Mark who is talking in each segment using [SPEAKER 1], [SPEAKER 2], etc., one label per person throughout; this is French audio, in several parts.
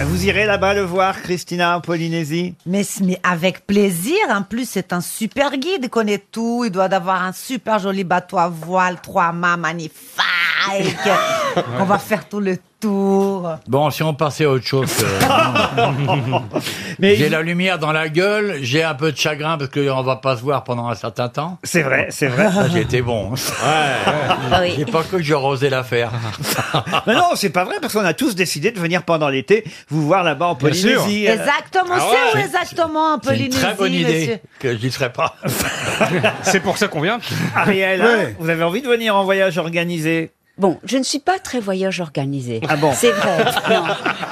[SPEAKER 1] Vous irez là-bas le voir, Christina, en Polynésie
[SPEAKER 2] Mais, ce n'est- avec plaisir, en plus c'est un super guide, il connaît tout, il doit avoir un super joli bateau à voile, trois mâts magnifiques. On va faire tout le tour.
[SPEAKER 3] Bon, si on passait à autre chose. euh,
[SPEAKER 1] Mais
[SPEAKER 3] j'ai
[SPEAKER 1] il-
[SPEAKER 3] la lumière dans la gueule, j'ai un peu de chagrin parce qu'on va pas se voir pendant un certain temps.
[SPEAKER 1] C'est vrai, c'est vrai.
[SPEAKER 3] Ah, J'ai été bon.
[SPEAKER 4] Ah oui. Oh,
[SPEAKER 3] J'ai pas cru que j'aurais osé la faire.
[SPEAKER 1] Mais non, c'est pas vrai, parce qu'on a tous décidé de venir pendant l'été vous voir là-bas en
[SPEAKER 3] sûr.
[SPEAKER 1] Polynésie. Euh,
[SPEAKER 2] Exactement,
[SPEAKER 5] Ah
[SPEAKER 2] c'est où
[SPEAKER 5] ouais.
[SPEAKER 2] exactement en
[SPEAKER 3] C'est une
[SPEAKER 2] Polynésie,
[SPEAKER 3] très bonne idée
[SPEAKER 2] monsieur
[SPEAKER 3] que j'y serais pas.
[SPEAKER 5] C'est pour ça qu'on vient.
[SPEAKER 1] Ariel, hein,
[SPEAKER 6] Ouais.
[SPEAKER 1] vous avez envie de venir en voyage organisé
[SPEAKER 4] Bon, je ne suis pas très voyage organisé.
[SPEAKER 1] Ah bon
[SPEAKER 4] C'est vrai. Non.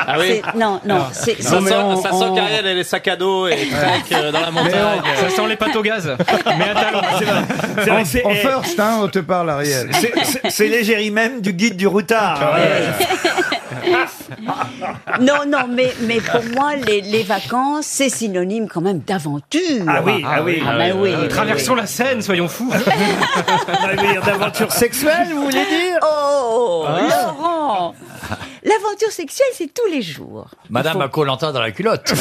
[SPEAKER 7] Ah oui.
[SPEAKER 4] C'est- Non, non. c'est-
[SPEAKER 7] Ça
[SPEAKER 4] c'est-
[SPEAKER 7] sent, ça sent qu'Ariel, elle est sac à dos et trek euh, dans la montagne.
[SPEAKER 5] Ça sent les pâtes au gaz. Mais à talent.
[SPEAKER 1] C'est vrai que c'est-
[SPEAKER 6] En
[SPEAKER 1] eh,
[SPEAKER 6] first, hein, on te parle, Ariel.
[SPEAKER 1] c'est- c'est- C'est l'égérie même du guide du routard. Euh,
[SPEAKER 4] Non, non, mais, mais pour moi, les, les vacances, c'est synonyme quand même d'aventure.
[SPEAKER 1] Ah oui, ah oui.
[SPEAKER 4] Ah ben oui. oui,
[SPEAKER 5] Traversons la Seine, soyons fous.
[SPEAKER 1] Vous voulez dire D'aventure sexuelle, vous voulez dire
[SPEAKER 4] oui. Oh,
[SPEAKER 3] Hein
[SPEAKER 4] Laurent L'aventure sexuelle, c'est tous les jours.
[SPEAKER 3] Madame a Colanta dans la culotte.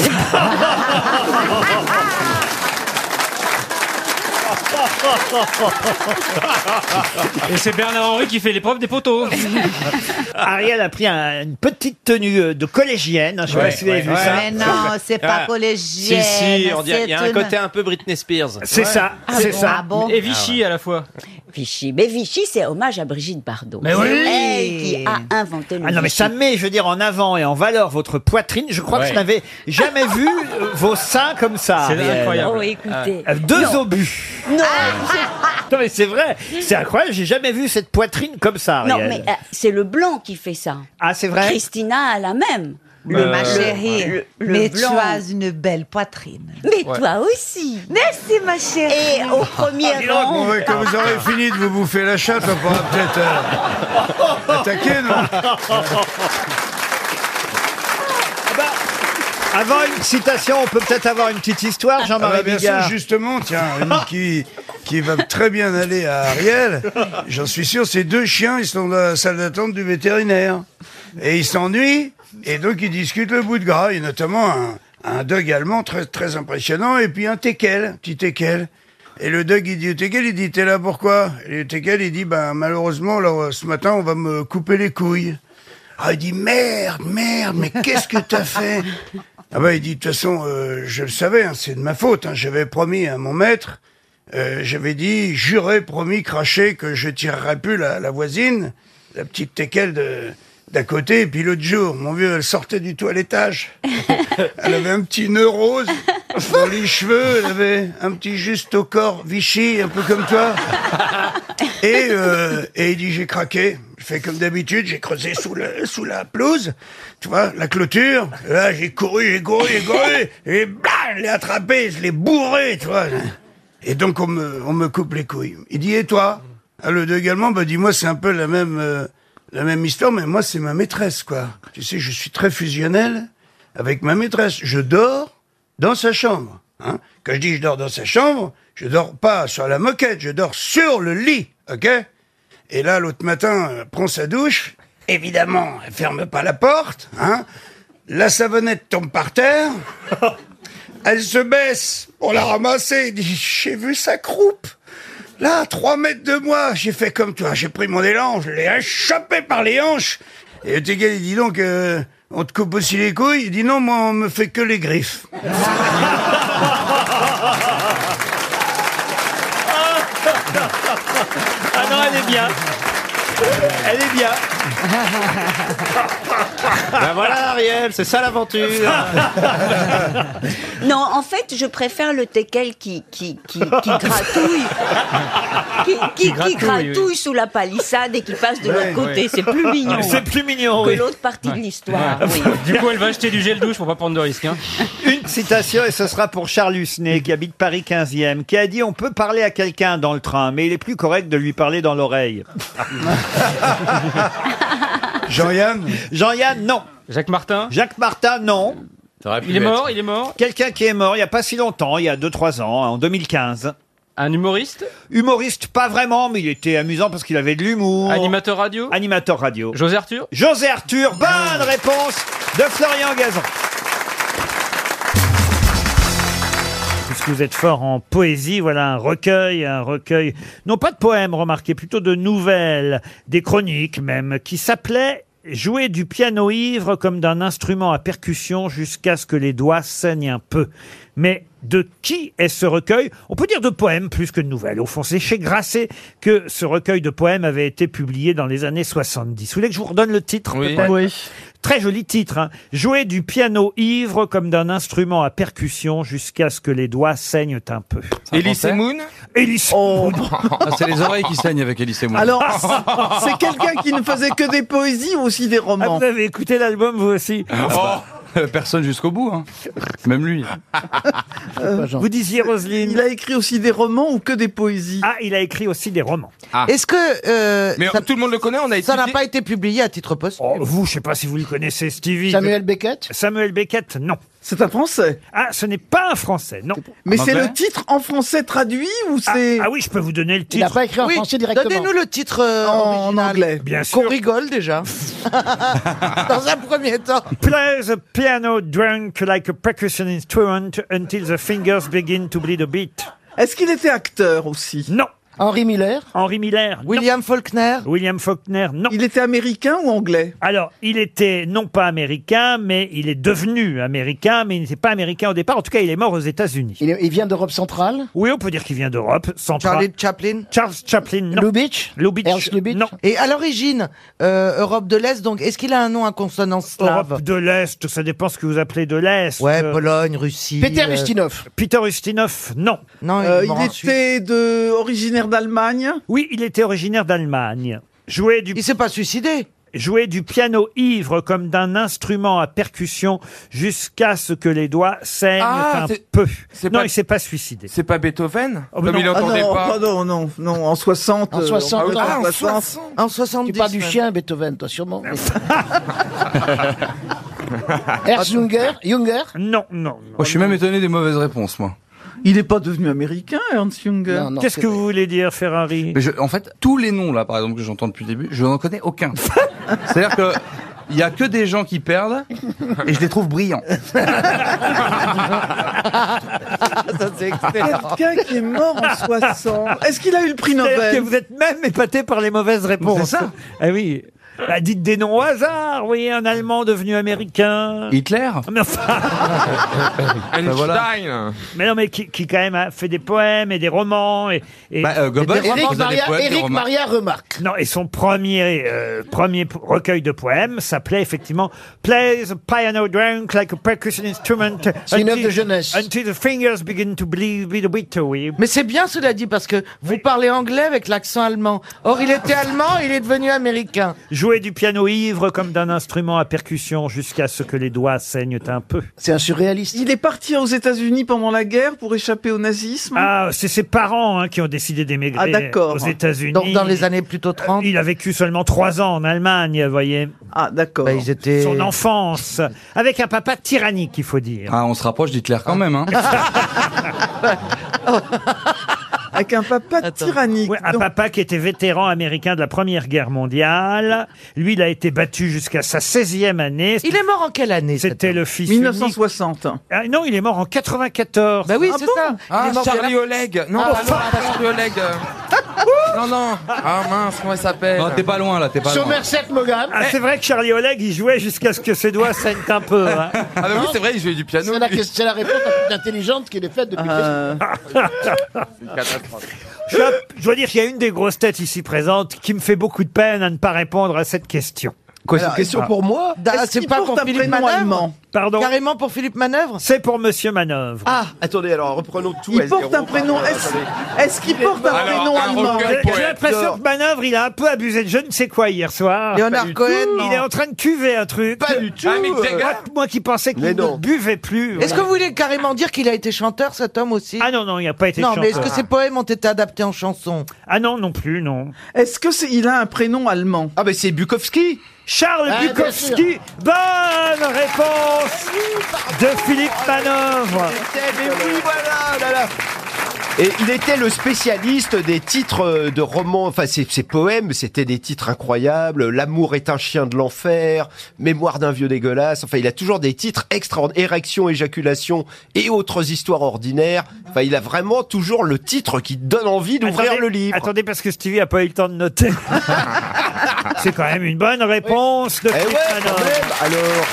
[SPEAKER 5] Et c'est Bernard Henry qui fait l'épreuve des poteaux.
[SPEAKER 1] Ariel a pris un- une petite tenue euh, de collégienne. hein, Je sais pas si vous avez vu ça.
[SPEAKER 2] Mais non, c'est pas
[SPEAKER 7] Ah.
[SPEAKER 2] collégienne.
[SPEAKER 7] Si, si, on dirait- il y a un
[SPEAKER 2] c'est une-
[SPEAKER 7] côté un peu Britney Spears.
[SPEAKER 1] C'est ça,
[SPEAKER 2] Ah
[SPEAKER 1] c'est
[SPEAKER 2] bon,
[SPEAKER 1] ça.
[SPEAKER 2] ah bon
[SPEAKER 5] Et Vichy à la fois.
[SPEAKER 4] Vichy. Mais Vichy, c'est hommage à Brigitte Bardot.
[SPEAKER 3] Mais oui.
[SPEAKER 4] Elle qui a inventé le
[SPEAKER 1] Ah non, mais
[SPEAKER 4] Vichy.
[SPEAKER 1] ça met, je veux dire, en avant et en valeur votre poitrine. Je crois que je
[SPEAKER 7] Ouais.
[SPEAKER 1] n'avais jamais vu euh, vos seins comme ça.
[SPEAKER 5] C'est incroyable.
[SPEAKER 4] Oh, écoutez.
[SPEAKER 1] Euh, Deux obus.
[SPEAKER 4] Non,
[SPEAKER 1] Ah. Non, mais c'est vrai. C'est incroyable. J'ai jamais vu cette poitrine comme ça,
[SPEAKER 4] non,
[SPEAKER 1] Ariel.
[SPEAKER 4] mais euh, c'est le blanc qui fait ça.
[SPEAKER 1] Ah, c'est vrai Bah,
[SPEAKER 4] Christina a la même.
[SPEAKER 2] Le, ma chérie,
[SPEAKER 4] le- le
[SPEAKER 2] mais tu
[SPEAKER 4] blanc.
[SPEAKER 2] as une belle poitrine.
[SPEAKER 4] Mais toi aussi.
[SPEAKER 2] Merci ma chérie. Ah,
[SPEAKER 4] Et au premier
[SPEAKER 6] Bon,
[SPEAKER 4] rang,
[SPEAKER 6] ouais, quand vous aurez fini de vous bouffer la chatte, on pourra peut-être euh, attaquer, non
[SPEAKER 1] Avant une citation, on peut peut-être avoir une petite histoire,
[SPEAKER 6] Ah bah,
[SPEAKER 1] Jean-Marie
[SPEAKER 6] bien sûr,
[SPEAKER 1] Bigard.
[SPEAKER 6] justement, tiens, une qui, qui va très bien aller à Ariel, j'en suis sûr, ces deux chiens, ils sont dans la salle d'attente du vétérinaire. Et ils s'ennuient, et donc ils discutent le bout de gras, et notamment un, un dog allemand très, très impressionnant, et puis un teckel, petit teckel. Et le dog, il dit au teckel, il dit, t'es là pourquoi Et le teckel, il dit, ben malheureusement, alors, ce matin, on va me couper les couilles. Ah, il dit merde, merde, mais qu'est-ce que t'as fait Ah bah il dit de toute façon, euh, je le savais, hein, c'est de ma faute. hein, j'avais promis à mon maître, euh, j'avais dit, juré, promis, craché que je tirerais plus la, la voisine, la petite teckel de d'à côté. Et puis l'autre jour, mon vieux, elle sortait du toilettage. Elle avait un petit nœud rose dans les cheveux. Elle avait un petit juste au corps, Vichy, un peu comme toi. Et, euh, et il dit j'ai craqué. Je fais comme d'habitude, j'ai creusé sous, le, sous la pelouse, tu vois, la clôture. Et là, j'ai couru, j'ai couru, j'ai couru, et blam, je l'ai attrapé, je l'ai bourré, tu vois. Et donc, on me, on me coupe les couilles. Il dit, et toi Ah, Le deux également, bah, dis-moi, c'est un peu la même, euh, la même histoire, mais moi, c'est ma maîtresse, quoi. Tu sais, je suis très fusionnel avec ma maîtresse. Je dors dans sa chambre. Hein. Quand je dis je dors dans sa chambre, je dors pas sur la moquette, je dors sur le lit, ok Et là, l'autre matin, elle prend sa douche. Évidemment, elle ferme pas la porte. Hein. La savonnette tombe par terre. Elle se baisse pour la ramasser. Elle dit, j'ai vu sa croupe. Là, à trois mètres de moi, j'ai fait comme toi. J'ai pris mon élan, je l'ai chopé par les hanches. Et le Tegel, il dit donc, euh, on te coupe aussi les couilles. Il dit non, moi, on me fait que les griffes.
[SPEAKER 1] Ah non, elle est bien. Elle est bien.
[SPEAKER 7] Ben voilà, Ariel, c'est ça l'aventure.
[SPEAKER 1] Ah,
[SPEAKER 4] non, en fait, je préfère le teckel qui, qui, qui, qui gratouille, qui, qui- qui
[SPEAKER 5] gratouille,
[SPEAKER 4] gratouille sous la palissade et qui passe de l'autre côté. C'est plus mignon
[SPEAKER 1] C'est
[SPEAKER 4] que
[SPEAKER 1] plus mignon, oui.
[SPEAKER 4] l'autre partie de l'histoire. oui.
[SPEAKER 5] Du coup, elle va acheter du gel douche pour pas prendre de risques. hein.
[SPEAKER 1] Une citation, et ce sera pour Charles Husnet, qui habite Paris 15e, qui a dit On peut parler à quelqu'un dans le train, mais il est plus correct de lui parler dans l'oreille.
[SPEAKER 6] Jean-Yann
[SPEAKER 1] Jean-Yann, non.
[SPEAKER 5] Jacques Martin.
[SPEAKER 1] Jacques Martin, non.
[SPEAKER 5] Il est mort, il est mort.
[SPEAKER 1] hein, Quelqu'un qui est mort il n'y a pas si longtemps, il y a 2-3 ans, en 2015.
[SPEAKER 8] Un humoriste
[SPEAKER 9] Humoriste, pas vraiment, mais il était amusant parce qu'il avait de l'humour.
[SPEAKER 8] Animateur radio
[SPEAKER 9] Animateur radio.
[SPEAKER 8] José Arthur
[SPEAKER 9] José Arthur, bonne réponse de Florian Gazan.
[SPEAKER 1] puisque vous êtes fort en poésie, voilà un recueil, un recueil, non pas de poèmes, remarquez, plutôt de nouvelles, des chroniques même, qui s'appelait Jouer du piano ivre comme d'un instrument à percussion jusqu'à ce que les doigts saignent un peu. Mais de qui est ce recueil On peut dire de poèmes plus que de nouvelles. Au fond, c'est chez Grasset que ce recueil de poèmes avait été publié dans les années 70. Vous voulez que je vous redonne le titre
[SPEAKER 8] Oui.
[SPEAKER 1] peut-être Très joli titre. hein. Jouer du piano ivre comme d'un instrument à percussion jusqu'à ce que les doigts saignent un peu.
[SPEAKER 8] Elise Moon
[SPEAKER 1] Élise,
[SPEAKER 10] Oh. Ah, c'est les oreilles qui saignent avec Elise Moon.
[SPEAKER 11] Alors,
[SPEAKER 1] Ah,
[SPEAKER 11] c'est- c'est quelqu'un qui ne faisait que des poésies ou aussi des
[SPEAKER 1] ah,
[SPEAKER 11] romans
[SPEAKER 1] vous avez écouté l'album vous aussi
[SPEAKER 7] Oh.
[SPEAKER 1] Ah,
[SPEAKER 10] Oh, Personne jusqu'au bout, hein. même lui.
[SPEAKER 1] Vous disiez
[SPEAKER 11] Il
[SPEAKER 1] Roselyne
[SPEAKER 11] a écrit aussi des romans ou que des poésies
[SPEAKER 1] Ah, il a écrit aussi des romans.
[SPEAKER 7] Ah. Est-ce que euh,
[SPEAKER 10] Mais
[SPEAKER 7] ça-
[SPEAKER 10] tout le monde le connaît, on a
[SPEAKER 7] ça n'a
[SPEAKER 10] étudié.
[SPEAKER 7] pas été publié à titre post
[SPEAKER 1] Oh, vous, je sais pas si vous le connaissez, Stevie.
[SPEAKER 11] Beckett
[SPEAKER 1] Samuel Beckett, non.
[SPEAKER 11] C'est un français.
[SPEAKER 1] Ah, ce n'est pas un français, non.
[SPEAKER 11] Mais
[SPEAKER 10] En
[SPEAKER 11] c'est
[SPEAKER 10] anglais
[SPEAKER 11] le titre en français traduit ou
[SPEAKER 1] Ah,
[SPEAKER 11] c'est
[SPEAKER 1] ah oui, je peux vous donner le titre.
[SPEAKER 7] écrit en français directement. Donnez-nous le titre euh,
[SPEAKER 11] en
[SPEAKER 7] original.
[SPEAKER 11] anglais
[SPEAKER 1] Bien
[SPEAKER 7] Qu'on
[SPEAKER 1] sûr.
[SPEAKER 7] rigole déjà. Dans un premier temps.
[SPEAKER 1] Play the piano drunk like a percussion instrument until the fingers begin to bleed a bit.
[SPEAKER 11] Est-ce qu'il était acteur aussi
[SPEAKER 1] Non.
[SPEAKER 7] Henri Miller.
[SPEAKER 1] Henri Miller. non.
[SPEAKER 7] William Faulkner.
[SPEAKER 1] William Faulkner, non.
[SPEAKER 11] Il était américain ou anglais
[SPEAKER 1] Alors, il était non pas américain, mais il est devenu américain, mais il n'était pas américain au départ. En tout cas, il est mort aux États-Unis.
[SPEAKER 7] Il, vient d'Europe centrale.
[SPEAKER 1] Oui, on peut dire qu'il vient d'Europe. centrale.
[SPEAKER 7] Charlie Chaplin.
[SPEAKER 1] Charles Chaplin, non.
[SPEAKER 7] Lubitsch.
[SPEAKER 1] Lubitsch,
[SPEAKER 7] Ernst Lubitsch.
[SPEAKER 1] non.
[SPEAKER 7] Et à l'origine, euh, Europe de l'Est, donc est-ce qu'il a un nom à consonance slave
[SPEAKER 1] Europe de l'Est, ça dépend ce que vous appelez de l'Est.
[SPEAKER 7] Ouais,
[SPEAKER 1] Euh,
[SPEAKER 7] Pologne, Russie. euh,
[SPEAKER 11] Ustinov.
[SPEAKER 1] Peter Ustinov, non.
[SPEAKER 7] Non, il,
[SPEAKER 11] Euh,
[SPEAKER 7] est mort
[SPEAKER 11] il
[SPEAKER 7] ensuite.
[SPEAKER 11] était de originaire d'Allemagne.
[SPEAKER 1] Oui, il était originaire d'Allemagne. Jouait du,
[SPEAKER 7] Il s'est pas suicidé.
[SPEAKER 1] jouait du piano ivre comme d'un instrument à percussion jusqu'à ce que les doigts saignent
[SPEAKER 10] Ah,
[SPEAKER 1] un
[SPEAKER 10] c'est-
[SPEAKER 1] peu.
[SPEAKER 10] c'est
[SPEAKER 1] Non,
[SPEAKER 10] pas-
[SPEAKER 1] il s'est pas suicidé.
[SPEAKER 10] C'est pas Beethoven
[SPEAKER 1] Oh, mais
[SPEAKER 10] Comme
[SPEAKER 1] non.
[SPEAKER 10] il
[SPEAKER 11] Ah
[SPEAKER 10] entendait
[SPEAKER 11] non,
[SPEAKER 10] pas.
[SPEAKER 11] pardon, non, non, en 60. euh,
[SPEAKER 10] Ah, oui,
[SPEAKER 11] en
[SPEAKER 10] ah, en
[SPEAKER 11] 60.
[SPEAKER 10] 60.
[SPEAKER 7] En 70. même.
[SPEAKER 11] Beethoven, toi, sûrement.
[SPEAKER 7] Junger, Junger
[SPEAKER 1] Non, non, non.
[SPEAKER 10] Oh, je suis même étonné des mauvaises réponses, moi.
[SPEAKER 11] Il n'est pas devenu américain, Ernst Junger.
[SPEAKER 1] Qu'est-ce que vous voulez dire, Ferrari
[SPEAKER 10] Mais je- en fait, tous les noms là, par exemple, que j'entends depuis le début, je n'en connais aucun. C'est-à-dire que il y a que des gens qui perdent et je les trouve brillants.
[SPEAKER 12] Ah,
[SPEAKER 11] Quelqu'un qui est mort en 60. Est-ce qu'il a eu le prix
[SPEAKER 1] C'est-à-dire que
[SPEAKER 11] Nobel
[SPEAKER 1] vous êtes même épaté par les mauvaises réponses.
[SPEAKER 10] C'est ça.
[SPEAKER 1] Ah oui. Bah, dites des noms au hasard. Oui, un Allemand devenu américain. Ah,
[SPEAKER 10] Hitler
[SPEAKER 1] Mais enfin, Bah,
[SPEAKER 10] Ben voilà.
[SPEAKER 1] mais non, mais qui, qui quand même a fait des poèmes et des romans et, et-
[SPEAKER 10] Bah, euh, Goebbels,
[SPEAKER 7] Eric
[SPEAKER 10] faisait des
[SPEAKER 7] Maria-
[SPEAKER 10] poèmes, des
[SPEAKER 7] Eric
[SPEAKER 10] romans.
[SPEAKER 7] remarque.
[SPEAKER 1] Non, et son premier, euh, premier p- recueil de poèmes s'appelait effectivement Play the piano drunk like a percussion instrument.
[SPEAKER 7] C'est une
[SPEAKER 1] until-
[SPEAKER 7] œuvre de jeunesse.
[SPEAKER 1] Until the fingers begin to bleed with a bit, oui.
[SPEAKER 7] Mais c'est bien cela dit parce que vous parlez anglais avec l'accent allemand. Or il était allemand, il est devenu américain.
[SPEAKER 1] Jouer du piano ivre comme d'un instrument à percussion jusqu'à ce que les doigts saignent un peu.
[SPEAKER 7] C'est un surréaliste.
[SPEAKER 11] Il est parti aux États-Unis pendant la guerre pour échapper au nazisme.
[SPEAKER 1] Ah, c'est ses parents hein, qui ont décidé
[SPEAKER 11] Ah,
[SPEAKER 1] d'émigrer
[SPEAKER 11] d'accord.
[SPEAKER 1] aux États-Unis.
[SPEAKER 7] Donc dans les années plutôt 30,
[SPEAKER 1] Il a vécu seulement trois ans en Allemagne, vous voyez.
[SPEAKER 11] Ah, d'accord.
[SPEAKER 7] bah, ils étaient
[SPEAKER 1] Son enfance. Avec un papa tyrannique, il faut dire.
[SPEAKER 10] Ah, on se rapproche d'Hitler quand même, hein.
[SPEAKER 11] Avec un papa tyrannique.
[SPEAKER 1] Ouais, un
[SPEAKER 11] Donc,
[SPEAKER 1] papa qui était vétéran américain de la Première Guerre mondiale. Lui, il a été battu jusqu'à sa 16e année.
[SPEAKER 7] Il est mort en quelle année cet
[SPEAKER 1] C'était
[SPEAKER 7] homme
[SPEAKER 1] le fils unique.
[SPEAKER 11] 1960.
[SPEAKER 1] Ah, non, il est mort en 94.
[SPEAKER 7] Bah oui, c'est ça. il
[SPEAKER 10] Ah,
[SPEAKER 7] est mort Ah, bien
[SPEAKER 10] Charlie
[SPEAKER 7] là.
[SPEAKER 10] Oleg Non, Ah, non, pas Charlie Oleg euh. Non, non Ah mince, comment il s'appelle Non, t'es pas loin là, t'es pas loin.
[SPEAKER 1] Ah, c'est vrai que Charlie Oleg, il jouait jusqu'à ce que ses doigts saignent un peu. hein.
[SPEAKER 10] Ah bah oui, c'est vrai, il jouait du piano.
[SPEAKER 11] Euh,
[SPEAKER 1] Je, dois- je dois dire qu'il y a une des grosses têtes ici présentes qui me fait beaucoup de peine à ne pas répondre à cette question.
[SPEAKER 10] Quoi, c'est une question pour moi
[SPEAKER 7] Ah,
[SPEAKER 11] Est-ce
[SPEAKER 7] C'est
[SPEAKER 11] qu'il
[SPEAKER 7] pas
[SPEAKER 11] porte
[SPEAKER 7] pour
[SPEAKER 11] un
[SPEAKER 7] Philippe
[SPEAKER 11] prénom
[SPEAKER 7] Manœuvre.
[SPEAKER 11] allemand
[SPEAKER 1] Pardon.
[SPEAKER 7] Carrément pour Philippe Manœuvre.
[SPEAKER 1] C'est pour Monsieur Manœuvre.
[SPEAKER 11] Ah,
[SPEAKER 8] Attendez, alors reprenons tout.
[SPEAKER 11] il porte un prénom. Est-ce est-ce qu'il porte un prénom allemand
[SPEAKER 1] J'ai j'ai l'impression que Manœuvre, il a un peu abusé de je ne sais quoi hier soir.
[SPEAKER 7] Leonard Cohen.
[SPEAKER 1] Il est en train de cuver un truc.
[SPEAKER 10] Pas du tout
[SPEAKER 1] Moi, moi qui pensais qu'il
[SPEAKER 8] Mais non.
[SPEAKER 1] ne buvait plus.
[SPEAKER 7] Est-ce que
[SPEAKER 1] voilà.
[SPEAKER 7] vous voulez carrément dire qu'il a été chanteur cet homme aussi
[SPEAKER 1] Ah non, non, il n'a pas été
[SPEAKER 7] Non, mais est-ce
[SPEAKER 1] chanteur.
[SPEAKER 7] que ses poèmes ont été adaptés en chansons
[SPEAKER 1] Ah non, non plus, non.
[SPEAKER 11] Est-ce que c'est- il a un prénom allemand
[SPEAKER 8] Ah, mais c'est Bukowski
[SPEAKER 1] Charles
[SPEAKER 7] Ah,
[SPEAKER 1] Bukowski, bonne réponse de Philippe Manœuvre.
[SPEAKER 8] Eh, mais oui, voilà oh là, là. Et il était le spécialiste des titres euh, de romans, enfin ses, ses poèmes, c'était des titres incroyables, L'amour est un chien de l'enfer, Mémoire d'un vieux dégueulasse, enfin il a toujours des titres extraordinaires, Érection, éjaculation et autres histoires ordinaires, enfin il a vraiment toujours le titre qui donne envie d'ouvrir
[SPEAKER 1] Attendez,
[SPEAKER 8] le livre.
[SPEAKER 1] Attendez parce que Stevie a pas eu le temps de noter. C'est quand même une bonne réponse de
[SPEAKER 8] Eh ouais,
[SPEAKER 1] Christophe
[SPEAKER 8] quand
[SPEAKER 1] Manon.
[SPEAKER 8] même, alors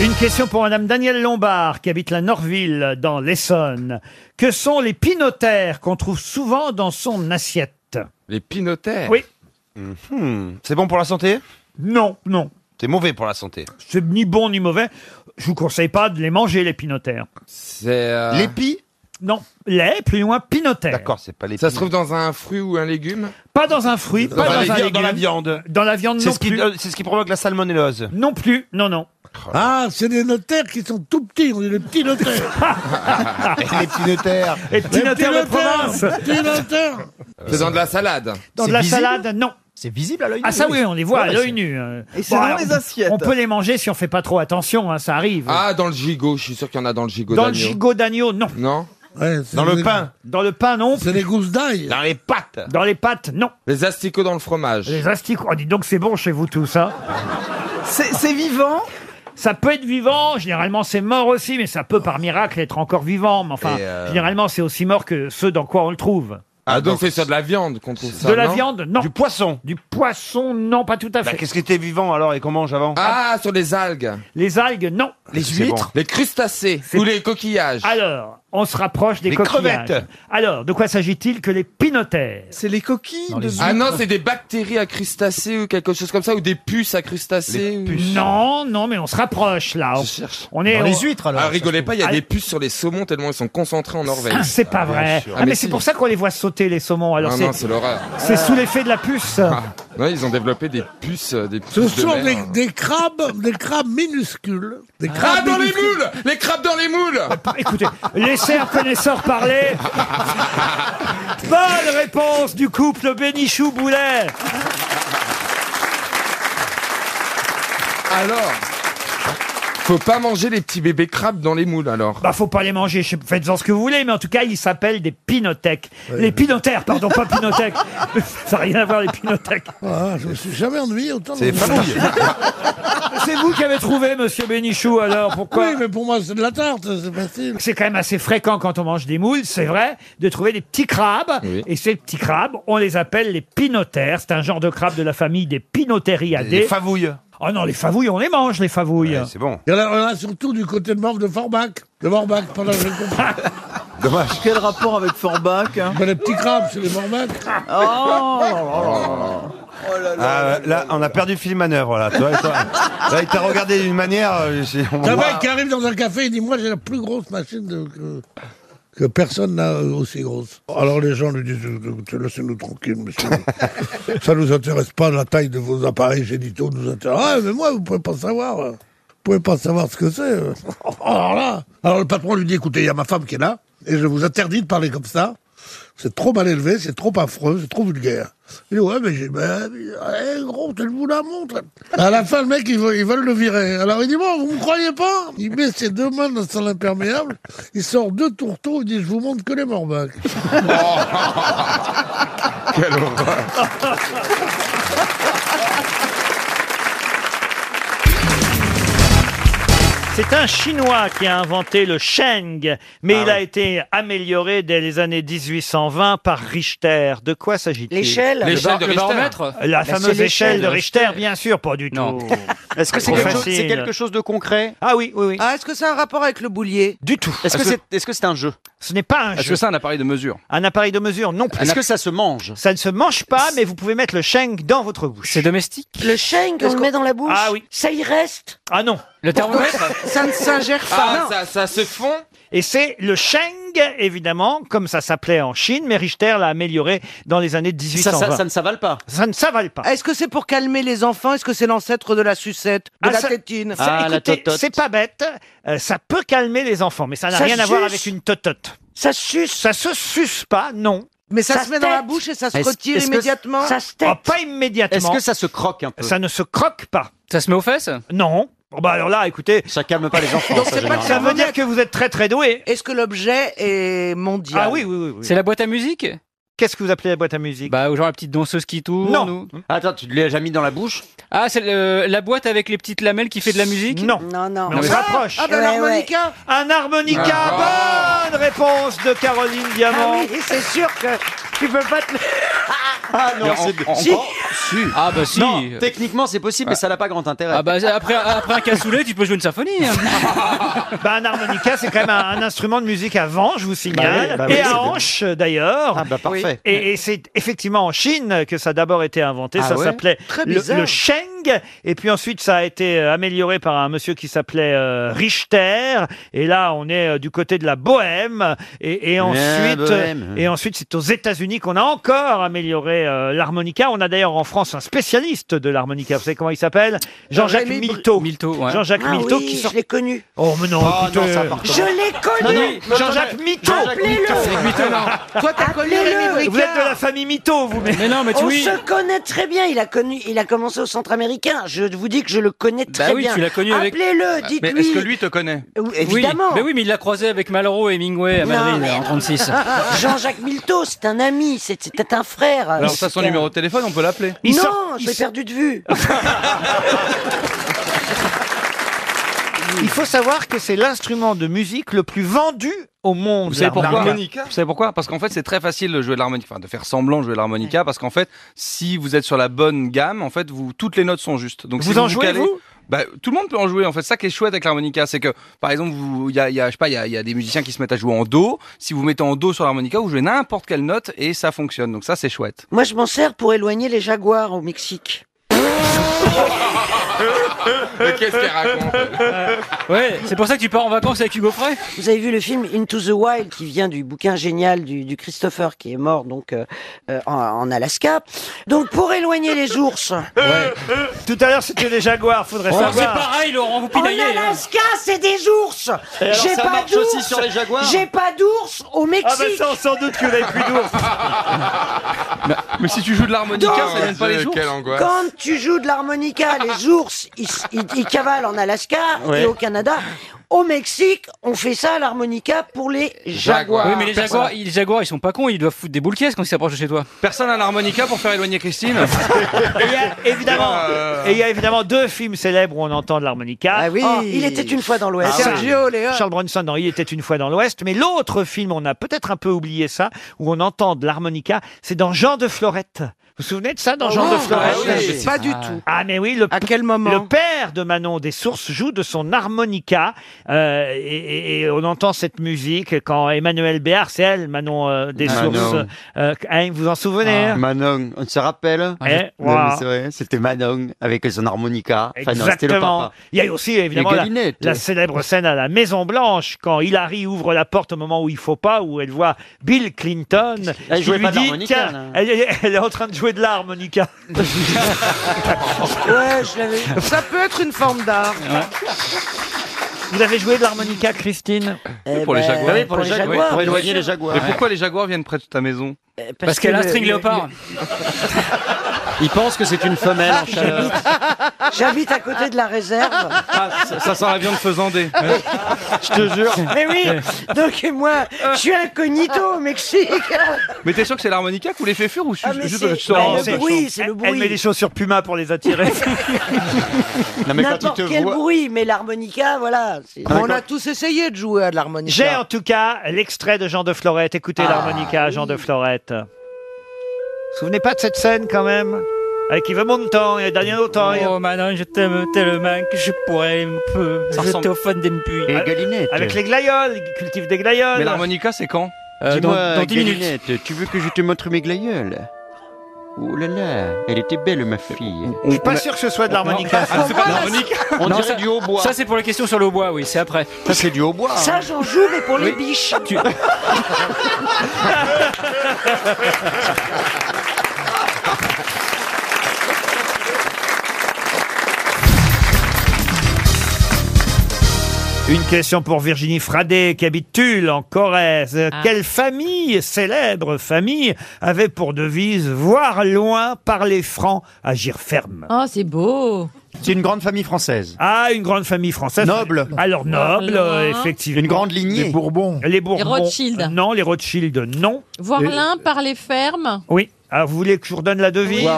[SPEAKER 1] Une question pour Madame Danielle Lombard, qui habite la Norville, dans l'Essonne. Que sont les pinotaires qu'on trouve souvent dans son assiette
[SPEAKER 10] Les pinotaires
[SPEAKER 1] Oui.
[SPEAKER 10] Mhm. C'est bon pour la santé
[SPEAKER 1] Non, non.
[SPEAKER 10] C'est mauvais pour la santé.
[SPEAKER 1] C'est ni bon ni mauvais. Je vous conseille pas de les manger, les pinotaires.
[SPEAKER 10] C'est. euh,
[SPEAKER 1] L'épi Non, lait, plus loin, pinotaire.
[SPEAKER 10] D'accord, c'est pas les Ça se trouve dans un fruit ou un légume
[SPEAKER 1] Pas dans un fruit,
[SPEAKER 10] Dans
[SPEAKER 1] pas
[SPEAKER 10] la
[SPEAKER 1] dans, un
[SPEAKER 10] viande, dans la
[SPEAKER 1] légume.
[SPEAKER 10] viande.
[SPEAKER 1] Dans la viande
[SPEAKER 10] C'est
[SPEAKER 1] non
[SPEAKER 10] ce qui-
[SPEAKER 1] plus.
[SPEAKER 10] euh,
[SPEAKER 13] C'est ce qui provoque la salmonellose.
[SPEAKER 1] Non plus, non, non.
[SPEAKER 12] Ah, c'est des notaires qui sont tout petits, on dit les petits notaires.
[SPEAKER 10] Les pinotaires.
[SPEAKER 1] Les petits
[SPEAKER 12] Les
[SPEAKER 1] notaires de province.
[SPEAKER 12] petits notaires.
[SPEAKER 10] Euh. C'est dans de la salade.
[SPEAKER 1] Dans de la salade, non. C'est visible à l'œil
[SPEAKER 10] nu,
[SPEAKER 1] Ah ça
[SPEAKER 10] oui.
[SPEAKER 1] oui, on les voit
[SPEAKER 10] Ouais,
[SPEAKER 1] à
[SPEAKER 10] ouais,
[SPEAKER 1] l'œil
[SPEAKER 10] c'est-
[SPEAKER 1] nu. euh.
[SPEAKER 12] Et c'est dans
[SPEAKER 1] alors,
[SPEAKER 12] les assiettes.
[SPEAKER 1] On peut les manger si on fait pas trop attention, hein, ça arrive.
[SPEAKER 10] Ah, dans le gigot, je suis sûr qu'il y en a dans le gigot
[SPEAKER 1] dans le
[SPEAKER 10] d'agneau.
[SPEAKER 1] gigot d'agneau, non.
[SPEAKER 10] Non
[SPEAKER 12] Dans le des- pain.
[SPEAKER 1] Dans le pain, non.
[SPEAKER 12] C'est les gousses d'ail.
[SPEAKER 10] Dans les pâtes
[SPEAKER 1] Dans les pâtes, non.
[SPEAKER 10] Les asticots dans le fromage.
[SPEAKER 1] Les asticots. Oh, dites donc, c'est bon chez vous tout ça. C'est vivant ça peut être vivant, généralement c'est mort aussi, mais ça peut par miracle être encore vivant. Mais enfin,
[SPEAKER 10] Et euh,
[SPEAKER 1] généralement c'est aussi mort que ceux dans quoi on le trouve.
[SPEAKER 10] Ah, donc c'est sur de la viande qu'on trouve ça
[SPEAKER 1] de la
[SPEAKER 10] non
[SPEAKER 1] viande, non. Du poisson Du poisson, non, pas tout à fait.
[SPEAKER 13] Bah, Qu'est-ce qui était vivant alors et qu'on mange avant Ah,
[SPEAKER 10] Ah, sur les algues.
[SPEAKER 1] Les algues, non.
[SPEAKER 10] Les
[SPEAKER 13] huîtres
[SPEAKER 10] Les crustacés. Ou les coquillages.
[SPEAKER 1] Alors, on se rapproche des
[SPEAKER 10] Les
[SPEAKER 1] coquillages.
[SPEAKER 10] crevettes.
[SPEAKER 1] Alors, de quoi s'agit-il que les pinotaires
[SPEAKER 12] C'est les coquilles
[SPEAKER 1] de huîtres.
[SPEAKER 10] Ah non, c'est des bactéries à crustacés ou quelque chose comme ça, ou des puces à crustacés. ou-
[SPEAKER 1] Non, non, mais on se rapproche là. On, on est on-
[SPEAKER 10] Ah, rigolez pas, il y a
[SPEAKER 1] Ah,
[SPEAKER 10] des puces sur les saumons tellement ils sont concentrés en Norvège.
[SPEAKER 1] ah, C'est pas vrai. Ah, mais c'est
[SPEAKER 10] si.
[SPEAKER 1] pour ça qu'on les voit sauter les saumons. Alors
[SPEAKER 10] Ah non, c'est l'horreur. Ah.
[SPEAKER 1] C'est sous l'effet de la puce.
[SPEAKER 10] Non, ils ont développé des puces, euh, des puces
[SPEAKER 12] Ce
[SPEAKER 10] de
[SPEAKER 12] sont
[SPEAKER 10] mer.
[SPEAKER 12] des, des crabes, des crabes minuscules. Des crabes
[SPEAKER 10] Ah, dans les
[SPEAKER 12] minuscules. Ah,
[SPEAKER 10] moules Les crabes dans les moules
[SPEAKER 1] Écoutez, laissez un connaisseur parler. Bonne réponse du couple Bénichou Boulet.
[SPEAKER 10] Alors Faut pas manger les petits bébés crabes dans les moules, alors.
[SPEAKER 1] Bah, faut pas les manger. je sais- Faites-en ce que vous voulez, mais en tout cas, ils s'appellent des pinothèques. Les pinotaires, pardon, pas pinothèques. Ça n'a rien à voir, les pinothèques.
[SPEAKER 12] Ah, je me suis jamais ennuyé autant.
[SPEAKER 1] C'est famille. C'est vous qui avez trouvé, monsieur Bénichou, alors pourquoi
[SPEAKER 12] Oui, mais pour moi, c'est de la tarte, c'est facile.
[SPEAKER 1] C'est quand même assez fréquent quand on mange des moules, c'est vrai, de trouver des petits crabes. Et ces petits crabes, on les appelle les pinotaires. C'est un genre de crabe de la famille des pinoteriadés.
[SPEAKER 13] Les favouilles.
[SPEAKER 1] Oh non, les favouilles, on les mange, les favouilles.
[SPEAKER 13] C'est bon.
[SPEAKER 12] Il y en a, il y en a surtout du côté de Morve de Forbach. De Forbach, pendant je comprends.
[SPEAKER 13] Dommage.
[SPEAKER 7] Quel rapport avec Forbach hein
[SPEAKER 12] les petits crabes, c'est les Forbach.
[SPEAKER 7] Oh
[SPEAKER 13] Ah, là, on a perdu le fil manœuvre. Là, Toi, toi. Là, il t'a regardé d'une manière. euh, j'ai- on
[SPEAKER 12] Un
[SPEAKER 13] voit-
[SPEAKER 12] mec qui arrive dans un café et dit Moi, j'ai la plus grosse machine de- que, que personne n'a euh, aussi grosse. Alors les gens lui disent euh, Laissez-nous tranquille, monsieur. Ça nous intéresse pas, la taille de vos appareils génitaux nous intéresse. Ah, mais moi, vous pouvez pas savoir. euh. Vous pouvez pas savoir ce que c'est. euh. Alors là. Alors le patron lui dit Écoutez, il y a ma femme qui est là, et je vous interdis de parler comme ça. C'est trop mal élevé, c'est trop affreux, c'est trop vulgaire. Il dit, ouais, mais j'ai, ben, eh, gros, tu vous la montre. À la fin, le mec, ils veulent, ils veulent le virer. Alors il dit, bon, vous me croyez pas? Il met ses deux mains dans son imperméable, il sort deux tourteaux, il dit, je vous montre que les morbacs.
[SPEAKER 10] Oh. Quelle horreur
[SPEAKER 1] C'est un Chinois qui a inventé le Sheng, mais
[SPEAKER 13] Ah
[SPEAKER 1] il a été amélioré dès les années 1820 par Richter. De quoi s'agit-il
[SPEAKER 14] L'échelle Le
[SPEAKER 13] L'échelle bar- de le Richter. baromètre
[SPEAKER 1] La
[SPEAKER 13] Mais
[SPEAKER 1] fameuse
[SPEAKER 13] c'est
[SPEAKER 1] échelle
[SPEAKER 13] l'échelle
[SPEAKER 1] de
[SPEAKER 13] de
[SPEAKER 1] Richter, bien sûr, pas du tout.
[SPEAKER 13] Est-ce que c'est
[SPEAKER 1] Trop
[SPEAKER 13] quelque, chose-
[SPEAKER 1] facile.
[SPEAKER 13] c'est quelque chose de concret
[SPEAKER 1] Ah oui, oui, oui.
[SPEAKER 7] Ah, est-ce que c'est un rapport avec le boulier
[SPEAKER 1] Du tout.
[SPEAKER 13] Est-ce que c'est est-ce que c'est un jeu
[SPEAKER 1] Ce n'est pas un
[SPEAKER 10] Est-ce
[SPEAKER 1] jeu.
[SPEAKER 10] que c'est un appareil de mesure
[SPEAKER 1] Un appareil de mesure, non plus.
[SPEAKER 13] Est-ce que ça se mange
[SPEAKER 1] Ça ne se mange pas, mais vous pouvez mettre le Sheng dans votre bouche.
[SPEAKER 13] C'est domestique
[SPEAKER 15] Le cheng, on le met dans la bouche
[SPEAKER 1] Ah oui.
[SPEAKER 15] Ça y reste
[SPEAKER 1] Ah non.
[SPEAKER 15] Le thermomètre
[SPEAKER 7] Ça ne s'ingère
[SPEAKER 10] Ah,
[SPEAKER 7] pas.
[SPEAKER 10] ça, ça se fond
[SPEAKER 1] Et c'est le Sheng, évidemment, comme ça s'appelait en Chine, mais Richter l'a amélioré dans les années 1820.
[SPEAKER 13] ça, ça, ça ne s'avale pas.
[SPEAKER 1] Ça ne s'avale pas.
[SPEAKER 7] Est-ce que c'est pour calmer les enfants Est-ce que c'est l'ancêtre de la sucette De
[SPEAKER 1] Ah,
[SPEAKER 7] la
[SPEAKER 1] ça-
[SPEAKER 7] tétine
[SPEAKER 1] ça- écoutez, c'est pas bête. euh, ça peut calmer les enfants, mais ça n'a
[SPEAKER 7] Ça
[SPEAKER 1] rien à
[SPEAKER 7] suce
[SPEAKER 1] voir avec une totote.
[SPEAKER 15] Ça suce
[SPEAKER 1] Ça se suce pas, non.
[SPEAKER 7] Mais ça,
[SPEAKER 1] Ça
[SPEAKER 7] se met dans
[SPEAKER 1] tète.
[SPEAKER 7] la bouche et ça se
[SPEAKER 13] Est-ce-
[SPEAKER 7] retire
[SPEAKER 13] est-ce que-
[SPEAKER 7] immédiatement
[SPEAKER 15] Ça se
[SPEAKER 1] Oh,
[SPEAKER 15] tète
[SPEAKER 1] pas immédiatement.
[SPEAKER 13] Est-ce que ça se croque un peu
[SPEAKER 1] Ça ne se croque pas.
[SPEAKER 14] Ça se met aux fesses
[SPEAKER 1] Non. Bon bah alors là, écoutez, ça calme pas les enfants.
[SPEAKER 16] Donc, ça, c'est pas que
[SPEAKER 1] ça
[SPEAKER 16] généralement.
[SPEAKER 1] veut dire que vous êtes très très doué.
[SPEAKER 16] Est-ce que l'objet est mondial
[SPEAKER 1] Ah oui, oui, oui.
[SPEAKER 17] C'est la boîte à musique
[SPEAKER 1] Qu'est-ce que vous appelez la boîte à musique
[SPEAKER 17] Bah, genre la petite danseuse qui tourne
[SPEAKER 1] Non.
[SPEAKER 16] Attends, tu l'as déjà mis dans la bouche
[SPEAKER 17] Ah, c'est le- la boîte avec les petites lamelles qui fait de la musique
[SPEAKER 1] Non.
[SPEAKER 15] Non, non. bah,
[SPEAKER 1] Mais on se rapproche.
[SPEAKER 7] Ah, ben
[SPEAKER 1] Ouais,
[SPEAKER 7] l'harmonica
[SPEAKER 1] Un harmonica, bonne réponse de Caroline Diamant.
[SPEAKER 7] Ah oui, c'est sûr que tu peux pas te...
[SPEAKER 16] Ah
[SPEAKER 17] non, c'est- Si. Ah bah si.
[SPEAKER 16] Non, techniquement c'est possible, mais ça n'a pas grand intérêt.
[SPEAKER 17] Ah bah après, après un cassoulet, tu peux jouer une symphonie. hein.
[SPEAKER 1] Bah, un harmonica, c'est quand même un, un instrument de musique à vent, je vous signale.
[SPEAKER 17] Bah oui, bah oui,
[SPEAKER 1] et
[SPEAKER 17] c'est
[SPEAKER 1] à
[SPEAKER 17] bien.
[SPEAKER 1] hanche, d'ailleurs.
[SPEAKER 16] Ah, bah, parfait.
[SPEAKER 1] Oui. Et, et c'est effectivement en Chine que ça a d'abord été inventé.
[SPEAKER 16] Ah
[SPEAKER 1] ça
[SPEAKER 16] ouais
[SPEAKER 1] s'appelait
[SPEAKER 16] Très
[SPEAKER 1] le,
[SPEAKER 16] bizarre.
[SPEAKER 1] le sheng. Et puis ensuite, ça a été euh, amélioré par un monsieur qui s'appelait euh, Richter. Et là, on est euh, du côté de la Bohème. Et, et
[SPEAKER 16] La
[SPEAKER 1] ensuite,
[SPEAKER 16] Bohème.
[SPEAKER 1] et ensuite, c'est aux États-Unis qu'on a encore amélioré euh, l'harmonica. On a d'ailleurs en France un spécialiste de l'harmonica. Vous savez comment il s'appelle Jean-Jacques
[SPEAKER 16] Rémi Br-
[SPEAKER 1] Milteau.
[SPEAKER 17] ouais.
[SPEAKER 1] Jean-Jacques
[SPEAKER 15] Ah
[SPEAKER 1] Milteau
[SPEAKER 15] oui,
[SPEAKER 1] qui sort
[SPEAKER 15] je l'ai connu.
[SPEAKER 1] Oh, mais non,
[SPEAKER 16] Oh,
[SPEAKER 1] écoutez.
[SPEAKER 16] non, ça part
[SPEAKER 15] Je l'ai connu.
[SPEAKER 1] Jean-Jacques Mito
[SPEAKER 15] Appelez-le.
[SPEAKER 7] Toi, t'as connu Rémi
[SPEAKER 1] Vous êtes de
[SPEAKER 7] Bricard
[SPEAKER 1] la famille Mito, vous Mais
[SPEAKER 17] non,
[SPEAKER 15] On se connaît très bien. Il a connu, il a commencé au centre américain. Je vous dis que je le connais très
[SPEAKER 17] Bah oui,
[SPEAKER 15] bien.
[SPEAKER 17] tu l'as connu avec- Bah,
[SPEAKER 15] Appelez-le.
[SPEAKER 17] Mais
[SPEAKER 15] Dites-lui.
[SPEAKER 17] est-ce que lui te connaît
[SPEAKER 15] Oui, évidemment.
[SPEAKER 17] Oui, mais oui, mais il l'a croisé avec Malraux et Hemingway à
[SPEAKER 15] Non, Ah,
[SPEAKER 17] Madrid
[SPEAKER 15] mais-
[SPEAKER 17] en 36.
[SPEAKER 15] Jean-Jacques Milteau, c'est un ami, c'est- c'était un frère.
[SPEAKER 10] Alors ça, son
[SPEAKER 15] C'était un-
[SPEAKER 10] numéro de téléphone, on peut l'appeler.
[SPEAKER 15] non, je l'ai perdu de vue.
[SPEAKER 1] Il faut savoir que c'est l'instrument de musique le plus vendu au monde.
[SPEAKER 10] Vous savez pourquoi
[SPEAKER 1] l'harmonica.
[SPEAKER 10] Vous savez pourquoi Parce qu'en fait, c'est très facile de jouer de l'harmonica, enfin de faire semblant de jouer de l'harmonica, parce qu'en fait, si vous êtes sur la bonne gamme, en fait, vous toutes les notes sont justes. Donc,
[SPEAKER 1] Vous
[SPEAKER 10] si
[SPEAKER 1] en jouez,
[SPEAKER 10] calez-
[SPEAKER 1] vous
[SPEAKER 10] bah, tout le monde peut en jouer en fait. Ça qui est chouette avec l'harmonica, c'est que par exemple, vous- il y a, il y a- je sais pas, il y a, il y a des musiciens qui se mettent à jouer en do. Si vous mettez en do sur l'harmonica, vous jouez n'importe quelle note et ça fonctionne. Donc ça, c'est chouette.
[SPEAKER 15] Moi, je m'en sers pour éloigner les jaguars au Mexique.
[SPEAKER 10] Mais qu'est-ce qu'elle raconte
[SPEAKER 17] Ouais, c'est pour ça que tu pars en vacances avec Hugo Frey
[SPEAKER 15] Vous avez vu le film Into the Wild qui vient du bouquin génial du, du Christopher qui est mort donc euh, euh, en, en Alaska. Donc pour éloigner les ours.
[SPEAKER 17] Euh,
[SPEAKER 1] Tout à l'heure, c'était les jaguars, faudrait
[SPEAKER 17] Oh, C'est
[SPEAKER 1] savoir.
[SPEAKER 17] pareil, Laurent, vous
[SPEAKER 15] En
[SPEAKER 17] pinaillez. hein.
[SPEAKER 15] Oh Alaska, c'est des ours.
[SPEAKER 1] Et alors,
[SPEAKER 15] J'ai
[SPEAKER 1] ça
[SPEAKER 15] pas
[SPEAKER 1] marche aussi
[SPEAKER 15] d'ours.
[SPEAKER 1] sur les jaguars
[SPEAKER 15] J'ai pas d'ours au
[SPEAKER 1] Ah bah
[SPEAKER 15] Mexique.
[SPEAKER 1] ça, on sans doute que vous avez plus d'ours.
[SPEAKER 10] Mais si tu joues de l'harmonica,
[SPEAKER 15] Dans-
[SPEAKER 10] ça vient pas les ours.
[SPEAKER 15] Quand tu joues de l'harmonica, les ours, ils, ils- ils cavalent en Alaska
[SPEAKER 17] Ouais.
[SPEAKER 15] et au Canada. Au Mexique, on fait ça à l'harmonica pour les jaguars. Ah,
[SPEAKER 17] Oui, mais les
[SPEAKER 15] Personne.
[SPEAKER 17] jaguars, ils- les jaguars, ils sont pas cons, ils doivent foutre des boules caisses quand ils s'approchent de chez toi.
[SPEAKER 10] Personne n'a l'harmonica pour faire éloigner Christine.
[SPEAKER 1] Et il y a évidemment,
[SPEAKER 10] Euh.
[SPEAKER 1] et il y a évidemment deux films célèbres où on entend de l'harmonica. Oh,
[SPEAKER 15] Ah oui. il était une fois dans l'Ouest.
[SPEAKER 17] Ah,
[SPEAKER 7] Sergio Léa.
[SPEAKER 1] Charles Bronson dans Il était une fois dans l'Ouest, mais l'autre film, on a peut-être un peu oublié ça, où on entend de l'harmonica, c'est dans Jean de Florette. Vous vous souvenez de ça
[SPEAKER 7] Oh,
[SPEAKER 1] dans
[SPEAKER 7] bah
[SPEAKER 1] Jean de Florette
[SPEAKER 7] Pas du tout.
[SPEAKER 1] Ah mais oui, le,
[SPEAKER 7] À quel moment
[SPEAKER 1] le père de Manon des Sources joue de son harmonica euh, et, et- et on entend cette musique quand Emmanuel Béard, c'est elle, Manon euh, des
[SPEAKER 16] Manon. Ah.
[SPEAKER 1] Sources, euh, hein, vous en souvenez hein
[SPEAKER 16] Manon, on se rappelle
[SPEAKER 1] Eh,
[SPEAKER 16] Non, mais
[SPEAKER 1] voilà.
[SPEAKER 16] c'est vrai, C'était Manon avec son harmonica. Enfin, non, c'était le
[SPEAKER 1] Exactement.
[SPEAKER 16] papa.
[SPEAKER 1] Il y a eu aussi évidemment
[SPEAKER 16] Les
[SPEAKER 1] la,
[SPEAKER 16] galinettes.
[SPEAKER 1] la célèbre scène à la Maison Blanche quand Hillary ouvre la porte au moment où il faut pas, où elle voit Bill Clinton
[SPEAKER 16] Elle
[SPEAKER 1] qui
[SPEAKER 16] jouait
[SPEAKER 1] lui
[SPEAKER 16] pas
[SPEAKER 1] dit
[SPEAKER 16] d'harmonica, là.
[SPEAKER 1] tiens, elle, elle est en train de jouer de l'harmonica.
[SPEAKER 15] Ouais, je l'avais.
[SPEAKER 7] Ça peut être une forme d'art.
[SPEAKER 1] Vous avez joué de l'harmonica, Christine
[SPEAKER 15] Eh
[SPEAKER 10] pour les
[SPEAKER 15] ben,
[SPEAKER 10] jaguars.
[SPEAKER 16] Oui, pour les jaguars,
[SPEAKER 15] jaguars,
[SPEAKER 16] pour
[SPEAKER 15] bien
[SPEAKER 16] éloigner
[SPEAKER 15] sûr.
[SPEAKER 16] les jaguars. Eh,
[SPEAKER 10] Mais pourquoi les jaguars viennent près de ta maison
[SPEAKER 15] Parce,
[SPEAKER 17] Parce qu'elle a un string léopard.
[SPEAKER 16] Ils pensent que c'est une femelle en chaleur.
[SPEAKER 15] J'habite à côté de la réserve.
[SPEAKER 10] Ah, ça, ça sent la viande faisandée.
[SPEAKER 16] Je te jure.
[SPEAKER 15] Mais oui, donc et moi, je suis incognito au Mexique.
[SPEAKER 10] Mais t'es sûr que c'est l'harmonica qui vous les fait fuir ou
[SPEAKER 15] Ah, mais
[SPEAKER 10] juste
[SPEAKER 15] c'est-
[SPEAKER 10] parce que tu sors
[SPEAKER 15] mais
[SPEAKER 10] en-
[SPEAKER 15] le bruit, c'est le
[SPEAKER 1] Elle- Elle met des
[SPEAKER 15] bruit.
[SPEAKER 1] chaussures Puma pour les attirer.
[SPEAKER 16] Non, mais quand ils
[SPEAKER 15] N'importe
[SPEAKER 16] te Ah,
[SPEAKER 15] quel
[SPEAKER 16] voient-
[SPEAKER 15] bruit, mais l'harmonica, voilà. c'est-
[SPEAKER 7] On a tous essayé de jouer à de l'harmonica.
[SPEAKER 1] J'ai en tout cas l'extrait de Jean de Florette. Écoutez l'harmonica, Jean de Florette. Souvenez pas de cette scène quand même Avec Yves Montand et Daniel Auteuil.
[SPEAKER 17] Oh Manon, je t'aime tellement que je pourrais un peu.
[SPEAKER 10] Ça
[SPEAKER 17] Je
[SPEAKER 10] ressemble-
[SPEAKER 17] t'ai au fun d'un puits.
[SPEAKER 16] Les galinettes.
[SPEAKER 1] Avec les glaïoles, ils cultivent des glaïoles.
[SPEAKER 10] Mais l'harmonica, c'est quand
[SPEAKER 17] Euh, dans,
[SPEAKER 16] Dis-moi,
[SPEAKER 17] dans 10 minutes.
[SPEAKER 16] galinette, tu veux que je te montre mes glaïeuls Oh là là, elle était belle, ma fille.
[SPEAKER 1] Je suis pas sûr que ce soit de l'harmonica.
[SPEAKER 10] Ah, c'est pas de l'harmonica
[SPEAKER 16] On
[SPEAKER 17] Non,
[SPEAKER 16] dirait
[SPEAKER 17] ça-
[SPEAKER 16] du hautbois.
[SPEAKER 17] Ça, c'est pour la question sur le bois, oui, c'est après.
[SPEAKER 16] Ça, c'est du hautbois.
[SPEAKER 15] Ça, j'en joue, mais pour les biches.
[SPEAKER 17] Tu-
[SPEAKER 1] Une question pour Virginie Fradé qui habite Tulle en Corrèze.
[SPEAKER 18] Ah.
[SPEAKER 1] Quelle famille, célèbre famille, avait pour devise voir loin, parler franc, agir ferme
[SPEAKER 18] Oh, c'est beau.
[SPEAKER 1] C'est une grande famille française. Ah, une grande famille française. Noble. Alors noble,
[SPEAKER 18] Loin.
[SPEAKER 1] euh, effectivement.
[SPEAKER 18] Une grande lignée.
[SPEAKER 1] Les Bourbons. Les Bourbons.
[SPEAKER 18] Rothschild.
[SPEAKER 1] Non, les Rothschild, non.
[SPEAKER 18] Voir
[SPEAKER 1] Les-
[SPEAKER 18] l'un par les fermes.
[SPEAKER 1] Oui. Alors vous voulez que je vous redonne la devise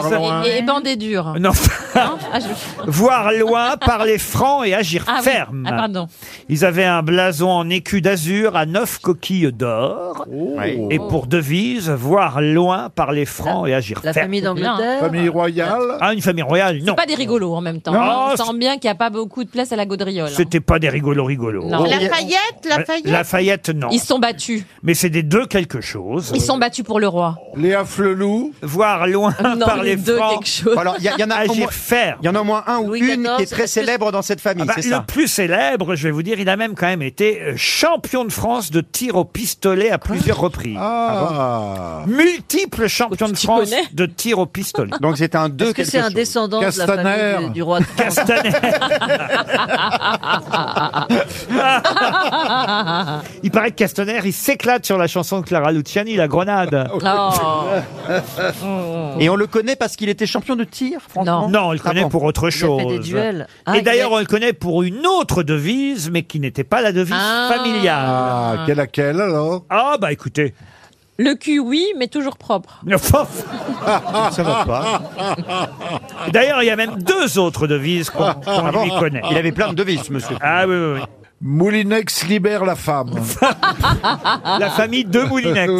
[SPEAKER 18] et, et bander dur.
[SPEAKER 1] Non.
[SPEAKER 18] Hein Ah, je-
[SPEAKER 1] Voir loin, parler franc et agir
[SPEAKER 18] Ah oui.
[SPEAKER 1] ferme.
[SPEAKER 18] Ah, pardon.
[SPEAKER 1] Ils avaient un blason en écu d'azur à neuf coquilles d'or. Et pour devise, voir loin, parler franc et agir
[SPEAKER 18] la
[SPEAKER 1] ferme.
[SPEAKER 18] famille d'Angleterre. Famille
[SPEAKER 1] royale Ah, une famille royale, non.
[SPEAKER 18] C'est pas des rigolos en même temps.
[SPEAKER 1] Non.
[SPEAKER 18] hein.
[SPEAKER 1] Oh,
[SPEAKER 18] On sent bien qu'il n'y a pas beaucoup de place à la gaudriole. hein.
[SPEAKER 1] C'était pas des rigolos rigolos.
[SPEAKER 18] Non. Lafayette, Lafayette
[SPEAKER 1] Lafayette, non.
[SPEAKER 18] Ils se sont battus.
[SPEAKER 1] Mais c'est des deux quelque chose.
[SPEAKER 18] Ils se sont battus pour le roi.
[SPEAKER 1] Léa Flelou. Voir loin,
[SPEAKER 5] Ah,
[SPEAKER 18] Non,
[SPEAKER 1] parler
[SPEAKER 18] les deux
[SPEAKER 1] franc.
[SPEAKER 18] quelque chose.
[SPEAKER 7] Alors, il y, a- il y en a au
[SPEAKER 1] agir
[SPEAKER 7] moins-
[SPEAKER 1] ferme.
[SPEAKER 7] il y en a au moins un ou une qui est très célèbre dans cette famille,
[SPEAKER 1] Ah bah,
[SPEAKER 7] c'est
[SPEAKER 1] le
[SPEAKER 7] ça
[SPEAKER 1] plus célèbre, je vais vous dire, il a même quand même été euh, champion de France de tir au pistolet à plusieurs reprises.
[SPEAKER 7] Ah
[SPEAKER 1] Multiple champion de France
[SPEAKER 5] connais
[SPEAKER 1] de tir au pistolet. Donc c'est un
[SPEAKER 5] Est-ce que c'est un descendant de la famille du, du roi de France
[SPEAKER 1] Il paraît que Castaner, il s'éclate sur la chanson de Clara Luciani, La Oh. Grenade.
[SPEAKER 5] Oh.
[SPEAKER 15] ben. Oh.
[SPEAKER 7] Et on le connaît parce qu'il était champion de tir Ah
[SPEAKER 1] Non. on le connaît pour autre chose.
[SPEAKER 7] fait des duels.
[SPEAKER 5] Ah,
[SPEAKER 1] Et d'ailleurs,
[SPEAKER 5] il a-
[SPEAKER 1] on le connaît pour une autre devise, mais qui n'était pas la devise familiale. Ah, quelle laquelle alors Ah, bah écoutez.
[SPEAKER 18] Le cul, oui, mais toujours propre.
[SPEAKER 1] Ça va pas. D'ailleurs, il y a même deux autres devises qu'on qu'on
[SPEAKER 18] Ah bon
[SPEAKER 1] lui connaît.
[SPEAKER 7] Il avait plein de devises, monsieur.
[SPEAKER 1] Ah oui, oui, oui.
[SPEAKER 19] Moulinex libère la femme.
[SPEAKER 1] La famille de Moulinex.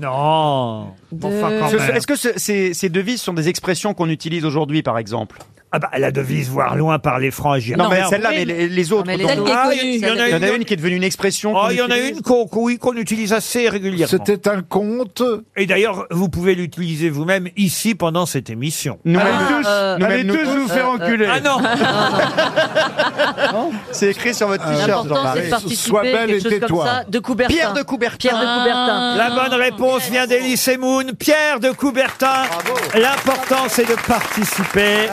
[SPEAKER 1] Non.
[SPEAKER 7] Ce- ce- Est-ce que ce- ces, ces devises sont des expressions qu'on utilise aujourd'hui, par exemple
[SPEAKER 1] Ah bah la devise voir loin par les francs agir.
[SPEAKER 7] Non, mais
[SPEAKER 1] ferme.
[SPEAKER 7] celle-là, mais les, les autres.
[SPEAKER 1] mais
[SPEAKER 7] donc.
[SPEAKER 1] celle qui est Ah, connue, il y en a
[SPEAKER 7] il y en
[SPEAKER 1] une-
[SPEAKER 7] a une qui est devenue une expression.
[SPEAKER 1] Oh,
[SPEAKER 7] qu'on
[SPEAKER 1] il y en a
[SPEAKER 7] utilise.
[SPEAKER 1] une qu'on oui, qu'on utilise assez régulièrement.
[SPEAKER 7] C'était
[SPEAKER 1] un conte. Et d'ailleurs, vous pouvez l'utiliser vous-même ici pendant cette émission.
[SPEAKER 7] Nous-mêmes Ah, tous, euh, nous-mêmes,
[SPEAKER 1] allez
[SPEAKER 7] nous
[SPEAKER 1] tous
[SPEAKER 7] tous.
[SPEAKER 1] vous faire
[SPEAKER 7] Euh, euh,
[SPEAKER 1] enculer. Ah non
[SPEAKER 7] C'est écrit sur
[SPEAKER 1] Euh,
[SPEAKER 7] votre
[SPEAKER 5] L'important,
[SPEAKER 7] t-shirt.
[SPEAKER 5] c'est de participer, Sois belle quelque et chose comme tais-toi. ça, de Coubertin.
[SPEAKER 7] Pierre de Coubertin.
[SPEAKER 5] Pierre de Coubertin.
[SPEAKER 1] La bonne réponse vient d'Elie Moon, Pierre de Coubertin. L'important, c'est de participer.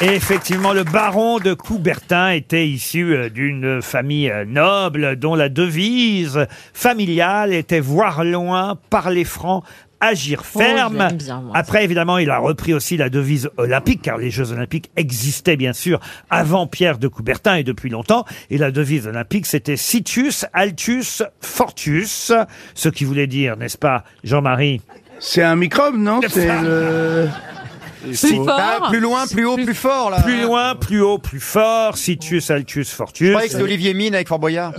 [SPEAKER 1] Et effectivement, le baron de Coubertin était issu euh, d'une famille euh, noble dont la devise familiale était voir loin, parler franc, agir
[SPEAKER 18] Oh, je
[SPEAKER 1] ferme.
[SPEAKER 18] l'aime bien, moi.
[SPEAKER 1] Après, évidemment, il a repris aussi la devise olympique, car les Jeux olympiques existaient bien sûr avant Pierre de Coubertin et depuis longtemps. Et la devise olympique, c'était Situs Altus Fortus, ce qui voulait dire, n'est-ce pas, Jean-Marie C'est un microbe, non C'est le...
[SPEAKER 7] Plus fort. Ah, plus loin, plus haut, plus fort, là.
[SPEAKER 1] Plus loin, plus haut, plus fort. Situs, altus,
[SPEAKER 7] Je
[SPEAKER 1] fortus.
[SPEAKER 7] croyais que c'était Olivier Mine avec Fort Boyard.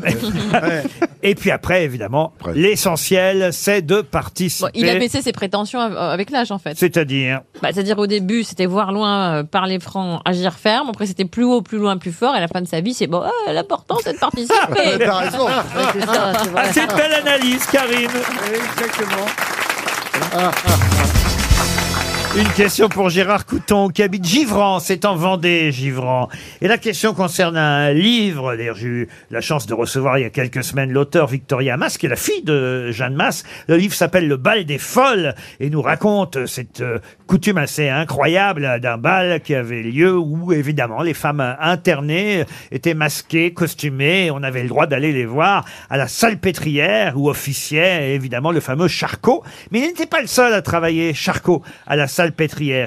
[SPEAKER 1] Et puis après, évidemment, l'essentiel, c'est de participer.
[SPEAKER 18] Il a baissé ses prétentions av- avec l'âge, en fait.
[SPEAKER 1] C'est-à-dire
[SPEAKER 18] Bah, C'est-à-dire au début, c'était voir loin, euh, parler franc, agir ferme. Après, c'était plus haut, plus loin, plus fort. Et à la fin de sa vie, c'est bon, ah, l'important, c'est de
[SPEAKER 1] Ah,
[SPEAKER 18] participer.
[SPEAKER 1] T'as raison. Ah, c'est une belle analyse, Karine.
[SPEAKER 5] Exactement.
[SPEAKER 1] Une question pour Gérard Couton qui habite Givran, c'est en Vendée, Givran. Et la question concerne un livre. D'ailleurs, j'ai eu la chance de recevoir il y a quelques semaines l'auteur Victoria Mas, qui est la fille de Jeanne Mas. Le livre s'appelle Le bal des folles et nous raconte euh, cette euh, coutume assez incroyable euh, d'un bal qui avait lieu où, évidemment, les femmes euh, internées étaient masquées, costumées. et On avait le droit d'aller les voir à la salpêtrière où officiait, évidemment, le fameux Charcot. Mais il n'était pas le seul à travailler Charcot à la salpêtrière.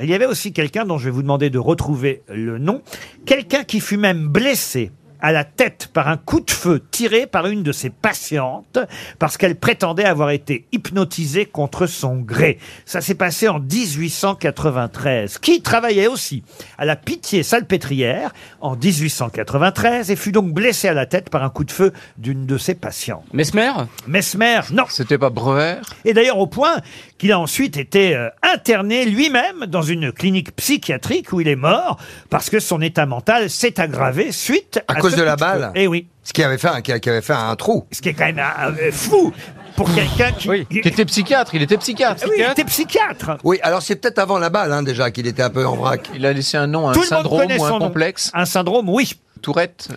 [SPEAKER 1] Il y avait aussi quelqu'un dont je vais vous demander de retrouver le nom. Quelqu'un qui fut même blessé à la tête par un coup de feu tiré par une de ses patientes parce qu'elle prétendait avoir été hypnotisée contre son gré. Ça s'est passé en 1893. Qui travaillait aussi à la pitié salpêtrière en 1893 et fut donc blessé à la tête par un coup de feu d'une de ses patientes. Mesmer Mesmer, non. C'était pas Brewer Et d'ailleurs au point qu'il a ensuite été euh, interné lui-même dans une clinique psychiatrique où il est mort parce que son état mental s'est aggravé suite
[SPEAKER 16] À cause
[SPEAKER 1] ce
[SPEAKER 16] de la
[SPEAKER 1] coup feu.
[SPEAKER 16] balle
[SPEAKER 1] Eh oui.
[SPEAKER 16] Ce qui avait fait un, qui qui avait fait un trou.
[SPEAKER 1] Ce qui est quand même euh, fou pour quelqu'un qui...
[SPEAKER 16] était psychiatre, il était psychiatre.
[SPEAKER 1] Oui, il était psychiatre.
[SPEAKER 16] Oui, alors c'est peut-être avant la balle hein, déjà qu'il était un peu en vrac. Il a laissé un nom,
[SPEAKER 1] Tout le monde connaît son nom. Un syndrome, oui.
[SPEAKER 16] Tourette.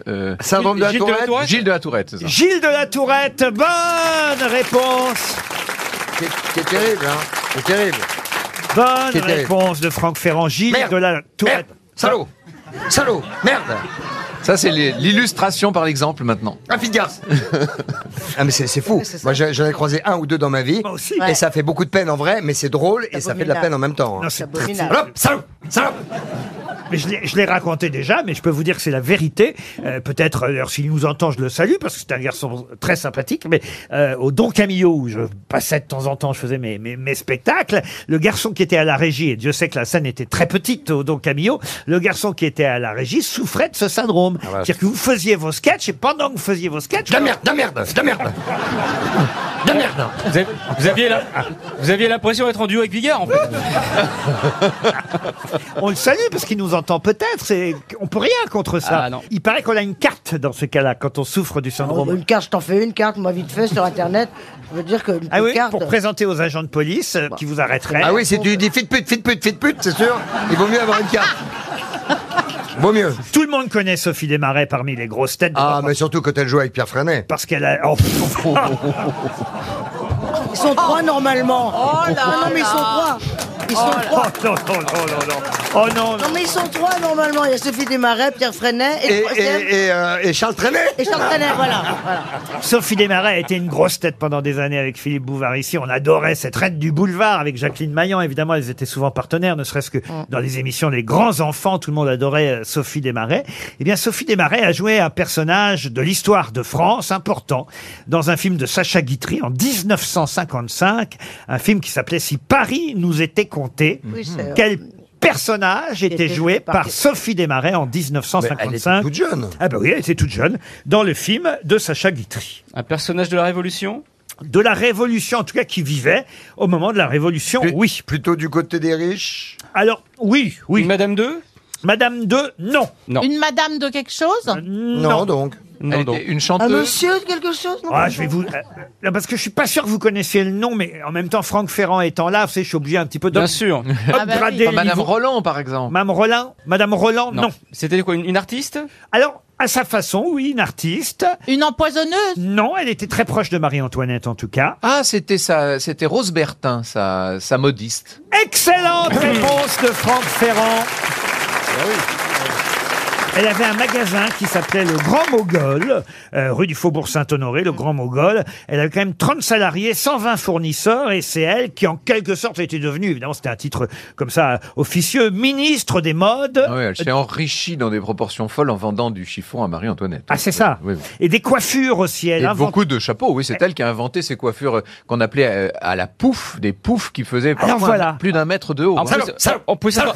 [SPEAKER 16] syndrome de la Tourette.
[SPEAKER 20] euh, Gilles de la Tourette, c'est ça.
[SPEAKER 1] Gilles de la Tourette, bonne réponse.
[SPEAKER 16] C'est terrible, hein. C'est terrible.
[SPEAKER 1] Bonne
[SPEAKER 16] C'était-
[SPEAKER 1] réponse de Franck Ferrand. Gilles de la Tourette.
[SPEAKER 16] Salaud. Salaud. Merde.
[SPEAKER 20] Ça, c'est les- l'illustration par l'exemple maintenant.
[SPEAKER 21] Un Fidgas Ah mais c'est c'est fou. Moi j'ai- j'en ai croisé un ou deux dans ma vie. Et
[SPEAKER 20] Ouais.
[SPEAKER 21] ça fait beaucoup de peine en vrai, mais c'est drôle et ça fait de la
[SPEAKER 1] abominable.
[SPEAKER 21] peine en même temps. hein.
[SPEAKER 1] Non, c'est
[SPEAKER 21] abominable. Salope, salope, salope.
[SPEAKER 1] Mais je l'ai- je l'ai raconté déjà, mais je peux vous dire que c'est la vérité. Euh, Peut-être, d'ailleurs, s'il nous entend, je le salue, parce que c'est un garçon très sympathique. Mais euh, au Don Camillo, où je passais de temps en temps, je faisais mes, mes, mes spectacles, le garçon qui était à la régie, et Dieu sait que la scène était très petite au Don Camillo, le garçon qui était à la régie souffrait de ce syndrome. C'est-à-dire que vous faisiez vos sketchs, et pendant que vous faisiez vos sketchs... Ah, De la merde, de la merde, de la merde De merde
[SPEAKER 5] Vous, avez- vous aviez la- vous aviez l'impression d'être en duo avec Bigard, en fait.
[SPEAKER 1] On le salue parce qu'il nous entend peut-être. C'est... On peut rien contre ça.
[SPEAKER 5] Ah, non.
[SPEAKER 1] Il paraît qu'on a une carte dans ce cas-là quand on souffre du
[SPEAKER 21] Ah,
[SPEAKER 1] syndrome.
[SPEAKER 15] Ah, bah, Une carte, je t'en fais une carte, moi vite fait sur internet. Je veux dire que une
[SPEAKER 1] Ah oui,
[SPEAKER 15] carte.
[SPEAKER 1] pour présenter aux agents de police euh, qui vous arrêteraient.
[SPEAKER 21] Ah oui, c'est du dit fit pute, fit pute, fit pute, c'est sûr. Il vaut mieux avoir une carte. Vaut mieux.
[SPEAKER 1] Tout le monde connaît Sophie Desmarais parmi les grosses têtes. Ah, mais
[SPEAKER 21] surtout quand elle joue avec Pierre Freinet.
[SPEAKER 1] Parce qu'elle a. oh, pff.
[SPEAKER 15] Ils sont trois normalement.
[SPEAKER 1] Oh là
[SPEAKER 15] non, non, mais ils sont trois.
[SPEAKER 1] là.
[SPEAKER 15] Ils sont
[SPEAKER 1] Oh
[SPEAKER 15] trois.
[SPEAKER 1] non, non, non, non, non. Oh non,
[SPEAKER 15] Non, mais ils sont trois normalement. Il y a Sophie Desmarais, Pierre Freinet et,
[SPEAKER 21] Et,
[SPEAKER 15] le troisième.
[SPEAKER 21] et- et, euh, et Charles Trenet
[SPEAKER 15] Et Charles Trenet, voilà. voilà.
[SPEAKER 1] Sophie Desmarais a été une grosse tête pendant des années avec Philippe Bouvard ici. On adorait cette reine du boulevard avec Jacqueline Maillan. Évidemment, elles étaient souvent partenaires, ne serait-ce que
[SPEAKER 15] Mm.
[SPEAKER 1] dans les émissions Les Grands Enfants, tout le monde adorait euh, Sophie Desmarais. Eh bien, Sophie Desmarais a joué un personnage de l'histoire de France important dans un film de Sacha Guitry en 1955, un film qui s'appelait Si Paris nous était compté.
[SPEAKER 15] Oui, c'est-
[SPEAKER 1] Quel personnage était
[SPEAKER 15] était
[SPEAKER 1] joué
[SPEAKER 15] joué par-
[SPEAKER 1] par Sophie Desmarais en 1955 toute jeune. Ah bah oui, elle était toute jeune dans le film de Sacha Guitry.
[SPEAKER 5] Un personnage de la Révolution
[SPEAKER 1] de la Révolution, en tout cas qui vivait au moment de la Révolution, oui.
[SPEAKER 21] Plutôt du côté des riches
[SPEAKER 1] Alors, oui, oui.
[SPEAKER 5] Madame 2
[SPEAKER 1] Madame 2, non.
[SPEAKER 5] Non.
[SPEAKER 22] Une madame de quelque chose
[SPEAKER 1] Euh,
[SPEAKER 21] Non, donc.
[SPEAKER 5] Elle était
[SPEAKER 21] une
[SPEAKER 15] Un
[SPEAKER 22] Ah,
[SPEAKER 15] monsieur de quelque chose non
[SPEAKER 1] Ah, je vais vous. euh, parce que je suis pas sûr que vous connaissiez le nom, mais en même temps, Franck Ferrand étant là, vous savez, je suis obligé un petit peu de.
[SPEAKER 5] Bien sûr.
[SPEAKER 1] Upgrader le
[SPEAKER 5] Madame
[SPEAKER 1] niveau.
[SPEAKER 5] Roland, par exemple.
[SPEAKER 1] Madame Roland Madame Roland, non.
[SPEAKER 5] C'était quoi, une, une artiste
[SPEAKER 1] Alors, à sa façon, oui, une artiste.
[SPEAKER 22] Une empoisonneuse
[SPEAKER 1] Non, elle était très proche de Marie-Antoinette, en tout cas.
[SPEAKER 20] Ah, c'était ça, c'était Rose Bertin, sa, sa modiste.
[SPEAKER 1] Excellente réponse de Franck Ferrand. Elle avait un magasin qui s'appelait le Grand Mogol, euh, rue du Faubourg Saint-Honoré, le Grand Mogol. Elle avait quand même 30 salariés, 120 fournisseurs, et c'est elle qui, en quelque sorte, était devenue, évidemment, c'était un titre comme ça, euh, officieux, ministre des modes. Euh,
[SPEAKER 20] Ah oui, elle s'est enrichie dans des proportions folles en vendant du chiffon à Marie-Antoinette.
[SPEAKER 1] Ah, c'est ça.
[SPEAKER 20] Oui, oui.
[SPEAKER 1] Et des coiffures aussi, elle
[SPEAKER 20] Et
[SPEAKER 1] invente- Eh.
[SPEAKER 20] beaucoup de chapeaux, oui, c'est elle qui a inventé ces coiffures euh, qu'on appelait euh, à la pouffe, des poufs qui faisaient parfois
[SPEAKER 5] Alors voilà.
[SPEAKER 20] un- plus d'un mètre de haut.
[SPEAKER 5] En plus, on pouvait s'asseoir.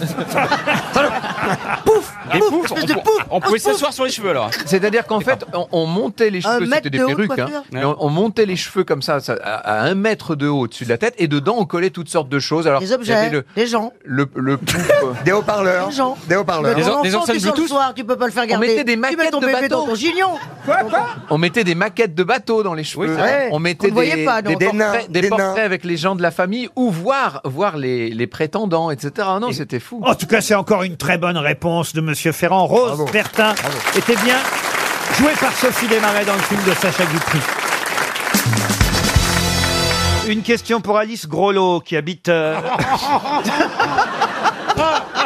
[SPEAKER 15] Pouf
[SPEAKER 5] Des
[SPEAKER 20] Pouf,
[SPEAKER 5] poufs,
[SPEAKER 20] espèce
[SPEAKER 5] on,
[SPEAKER 20] de
[SPEAKER 5] pou-
[SPEAKER 20] pouf,
[SPEAKER 5] on pouvait
[SPEAKER 20] pouf, pouf.
[SPEAKER 5] s'asseoir sur les cheveux alors.
[SPEAKER 20] C'est-à-dire qu'en fait, on, on montait les
[SPEAKER 5] Un
[SPEAKER 20] cheveux,
[SPEAKER 5] mètre
[SPEAKER 20] c'était des
[SPEAKER 5] de haut de
[SPEAKER 20] perruques, hein,
[SPEAKER 5] coiffure.
[SPEAKER 20] mais on, on montait les cheveux comme ça, ça, à, à un mètre de haut au-dessus de la tête, et dedans on collait toutes sortes de choses. Alors,
[SPEAKER 15] Des
[SPEAKER 20] il y
[SPEAKER 15] objets,
[SPEAKER 20] avait le,
[SPEAKER 15] des gens.
[SPEAKER 20] le, le pouf, euh,
[SPEAKER 21] Des haut-parleurs.
[SPEAKER 15] Des gens.
[SPEAKER 21] Des haut-parleurs.
[SPEAKER 20] Des en- des
[SPEAKER 15] Enfant,
[SPEAKER 20] enceintes
[SPEAKER 15] tu sors le
[SPEAKER 20] Bluetooth.
[SPEAKER 15] soir, tu peux pas le faire garder.
[SPEAKER 20] mettait des
[SPEAKER 15] Tu mets
[SPEAKER 20] maquettes
[SPEAKER 15] ton
[SPEAKER 20] de
[SPEAKER 15] bébé dans
[SPEAKER 20] bateau.
[SPEAKER 15] ton gignon.
[SPEAKER 20] On mettait des maquettes de bateaux dans les cheveux.
[SPEAKER 15] c'est vrai.
[SPEAKER 20] On
[SPEAKER 15] On
[SPEAKER 20] mettait
[SPEAKER 15] le voyait
[SPEAKER 20] des,
[SPEAKER 15] pas, non,
[SPEAKER 20] des,
[SPEAKER 15] des
[SPEAKER 20] portraits,
[SPEAKER 15] nains,
[SPEAKER 20] des
[SPEAKER 15] des nains.
[SPEAKER 20] portraits avec les gens de la famille ou voir, voir les, les prétendants, etc. Ah non, c'était fou.
[SPEAKER 1] En tout cas, c'est encore une très bonne réponse de Monsieur Ferrand. Rose Bertin était bien jouée par Sophie Desmarais dans le film de Sacha Guitry. Une question pour Alice Grolot qui habite. euh,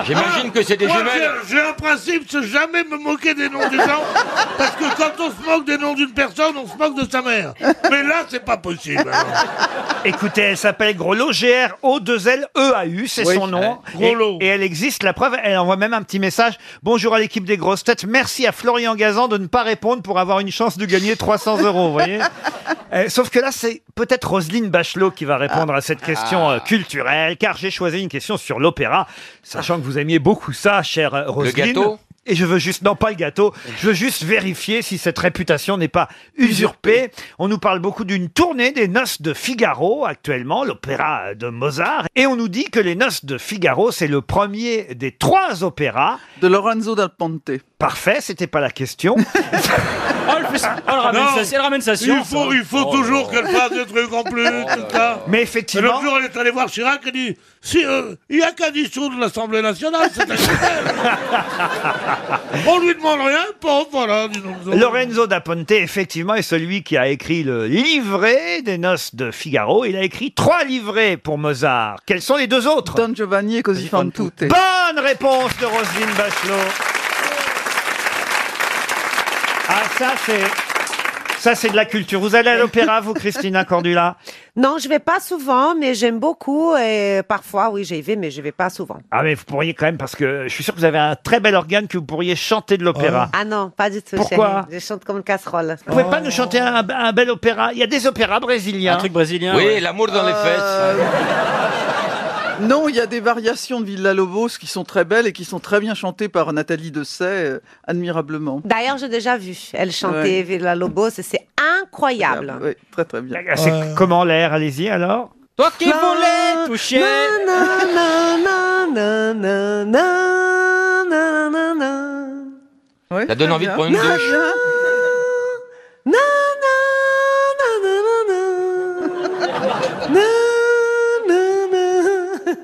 [SPEAKER 5] J'imagine que c'est des
[SPEAKER 12] Moi,
[SPEAKER 5] jumelles.
[SPEAKER 12] j'ai- J'ai un principe, c'est jamais me moquer des noms des gens, parce que quand on se moque des noms d'une personne, on se moque de sa mère. Mais là, c'est pas possible.
[SPEAKER 1] Écoutez, elle s'appelle Grolot, G-R-O-2-L-E-A-U, E c'est
[SPEAKER 12] Oui,
[SPEAKER 1] son nom.
[SPEAKER 12] ouais.
[SPEAKER 1] Et,
[SPEAKER 12] Grolot.
[SPEAKER 1] et elle existe, la preuve, elle envoie même un petit message. Bonjour à l'équipe des grosses têtes, merci à Florian Gazan de ne pas répondre pour avoir une chance de gagner 300 euros, vous voyez Euh, Sauf que là, c'est peut-être Roselyne Bachelot qui va répondre
[SPEAKER 12] Ah.
[SPEAKER 1] à cette question euh, culturelle, car j'ai choisi une question sur l'opéra, sachant que vous aimiez beaucoup ça, chère euh, Roselyne.
[SPEAKER 5] gâteau
[SPEAKER 1] Et je veux juste, non pas le gâteau, je veux juste vérifier si cette réputation n'est pas usurpée. On nous parle beaucoup d'une tournée des Noces de Figaro actuellement, l'opéra de Mozart. Et on nous dit que les Noces de Figaro, c'est le premier des trois opéras.
[SPEAKER 13] De Lorenzo dal Ponte.
[SPEAKER 1] Parfait, c'était pas la question.
[SPEAKER 5] Oh, elle, fait ça- oh, elle ramène,
[SPEAKER 12] Non.
[SPEAKER 5] sa, elle ramène sa
[SPEAKER 12] Il
[SPEAKER 5] science. hein.
[SPEAKER 12] faut, il faut
[SPEAKER 23] Oh
[SPEAKER 12] toujours qu'elle fasse des trucs en plus, tout ça.
[SPEAKER 1] Mais
[SPEAKER 12] Et
[SPEAKER 1] effectivement.
[SPEAKER 12] L'autre jour, elle est allée voir Chirac et dit si, euh, il n'y a qu'à dissoudre l'Assemblée nationale, c'est un scandale. On lui demande rien, pauvre, voilà, dis donc.
[SPEAKER 1] Lorenzo da Ponte, effectivement, est celui qui a écrit le livret des noces de Figaro. Il a écrit trois livrets pour Mozart. Quels sont les deux autres Don
[SPEAKER 13] Giovanni et Così fan tutte.
[SPEAKER 1] Bonne réponse de Roselyne Bachelot. Ah, ça, c'est. Ça, c'est de la culture. Vous allez à l'opéra, vous, Christina Cordula
[SPEAKER 24] Non, je vais pas souvent, mais j'aime beaucoup. Et parfois, oui, j'y vais, mais je vais pas souvent.
[SPEAKER 1] Ah, mais vous pourriez quand même, parce que je suis sûr que vous avez un très bel organe que vous pourriez chanter de l'opéra.
[SPEAKER 24] Ah non, pas du tout.
[SPEAKER 1] Pourquoi
[SPEAKER 24] chérie. Je chante comme une casserole.
[SPEAKER 1] Vous pouvez pas nous chanter un, un bel opéra Il y a des opéras brésiliens. Euh,
[SPEAKER 7] Un truc brésilien.
[SPEAKER 24] Oui,
[SPEAKER 7] ouais.
[SPEAKER 24] l'amour
[SPEAKER 11] dans les Non, il y a des variations de Villa Lobos qui sont très belles et qui sont très bien chantées par Nathalie Dessay, euh, admirablement.
[SPEAKER 24] D'ailleurs, j'ai déjà vu. Elle chantait
[SPEAKER 11] Ouais.
[SPEAKER 24] Villa Lobos et c'est incroyable.
[SPEAKER 11] Oui, très très bien.
[SPEAKER 1] Ah, C'est comment l'air Allez-y, alors. Toi
[SPEAKER 24] qui voulais
[SPEAKER 7] toucher.
[SPEAKER 11] Ouais,
[SPEAKER 23] Ça donne
[SPEAKER 11] très
[SPEAKER 23] envie de
[SPEAKER 11] bien.
[SPEAKER 23] prendre une douche.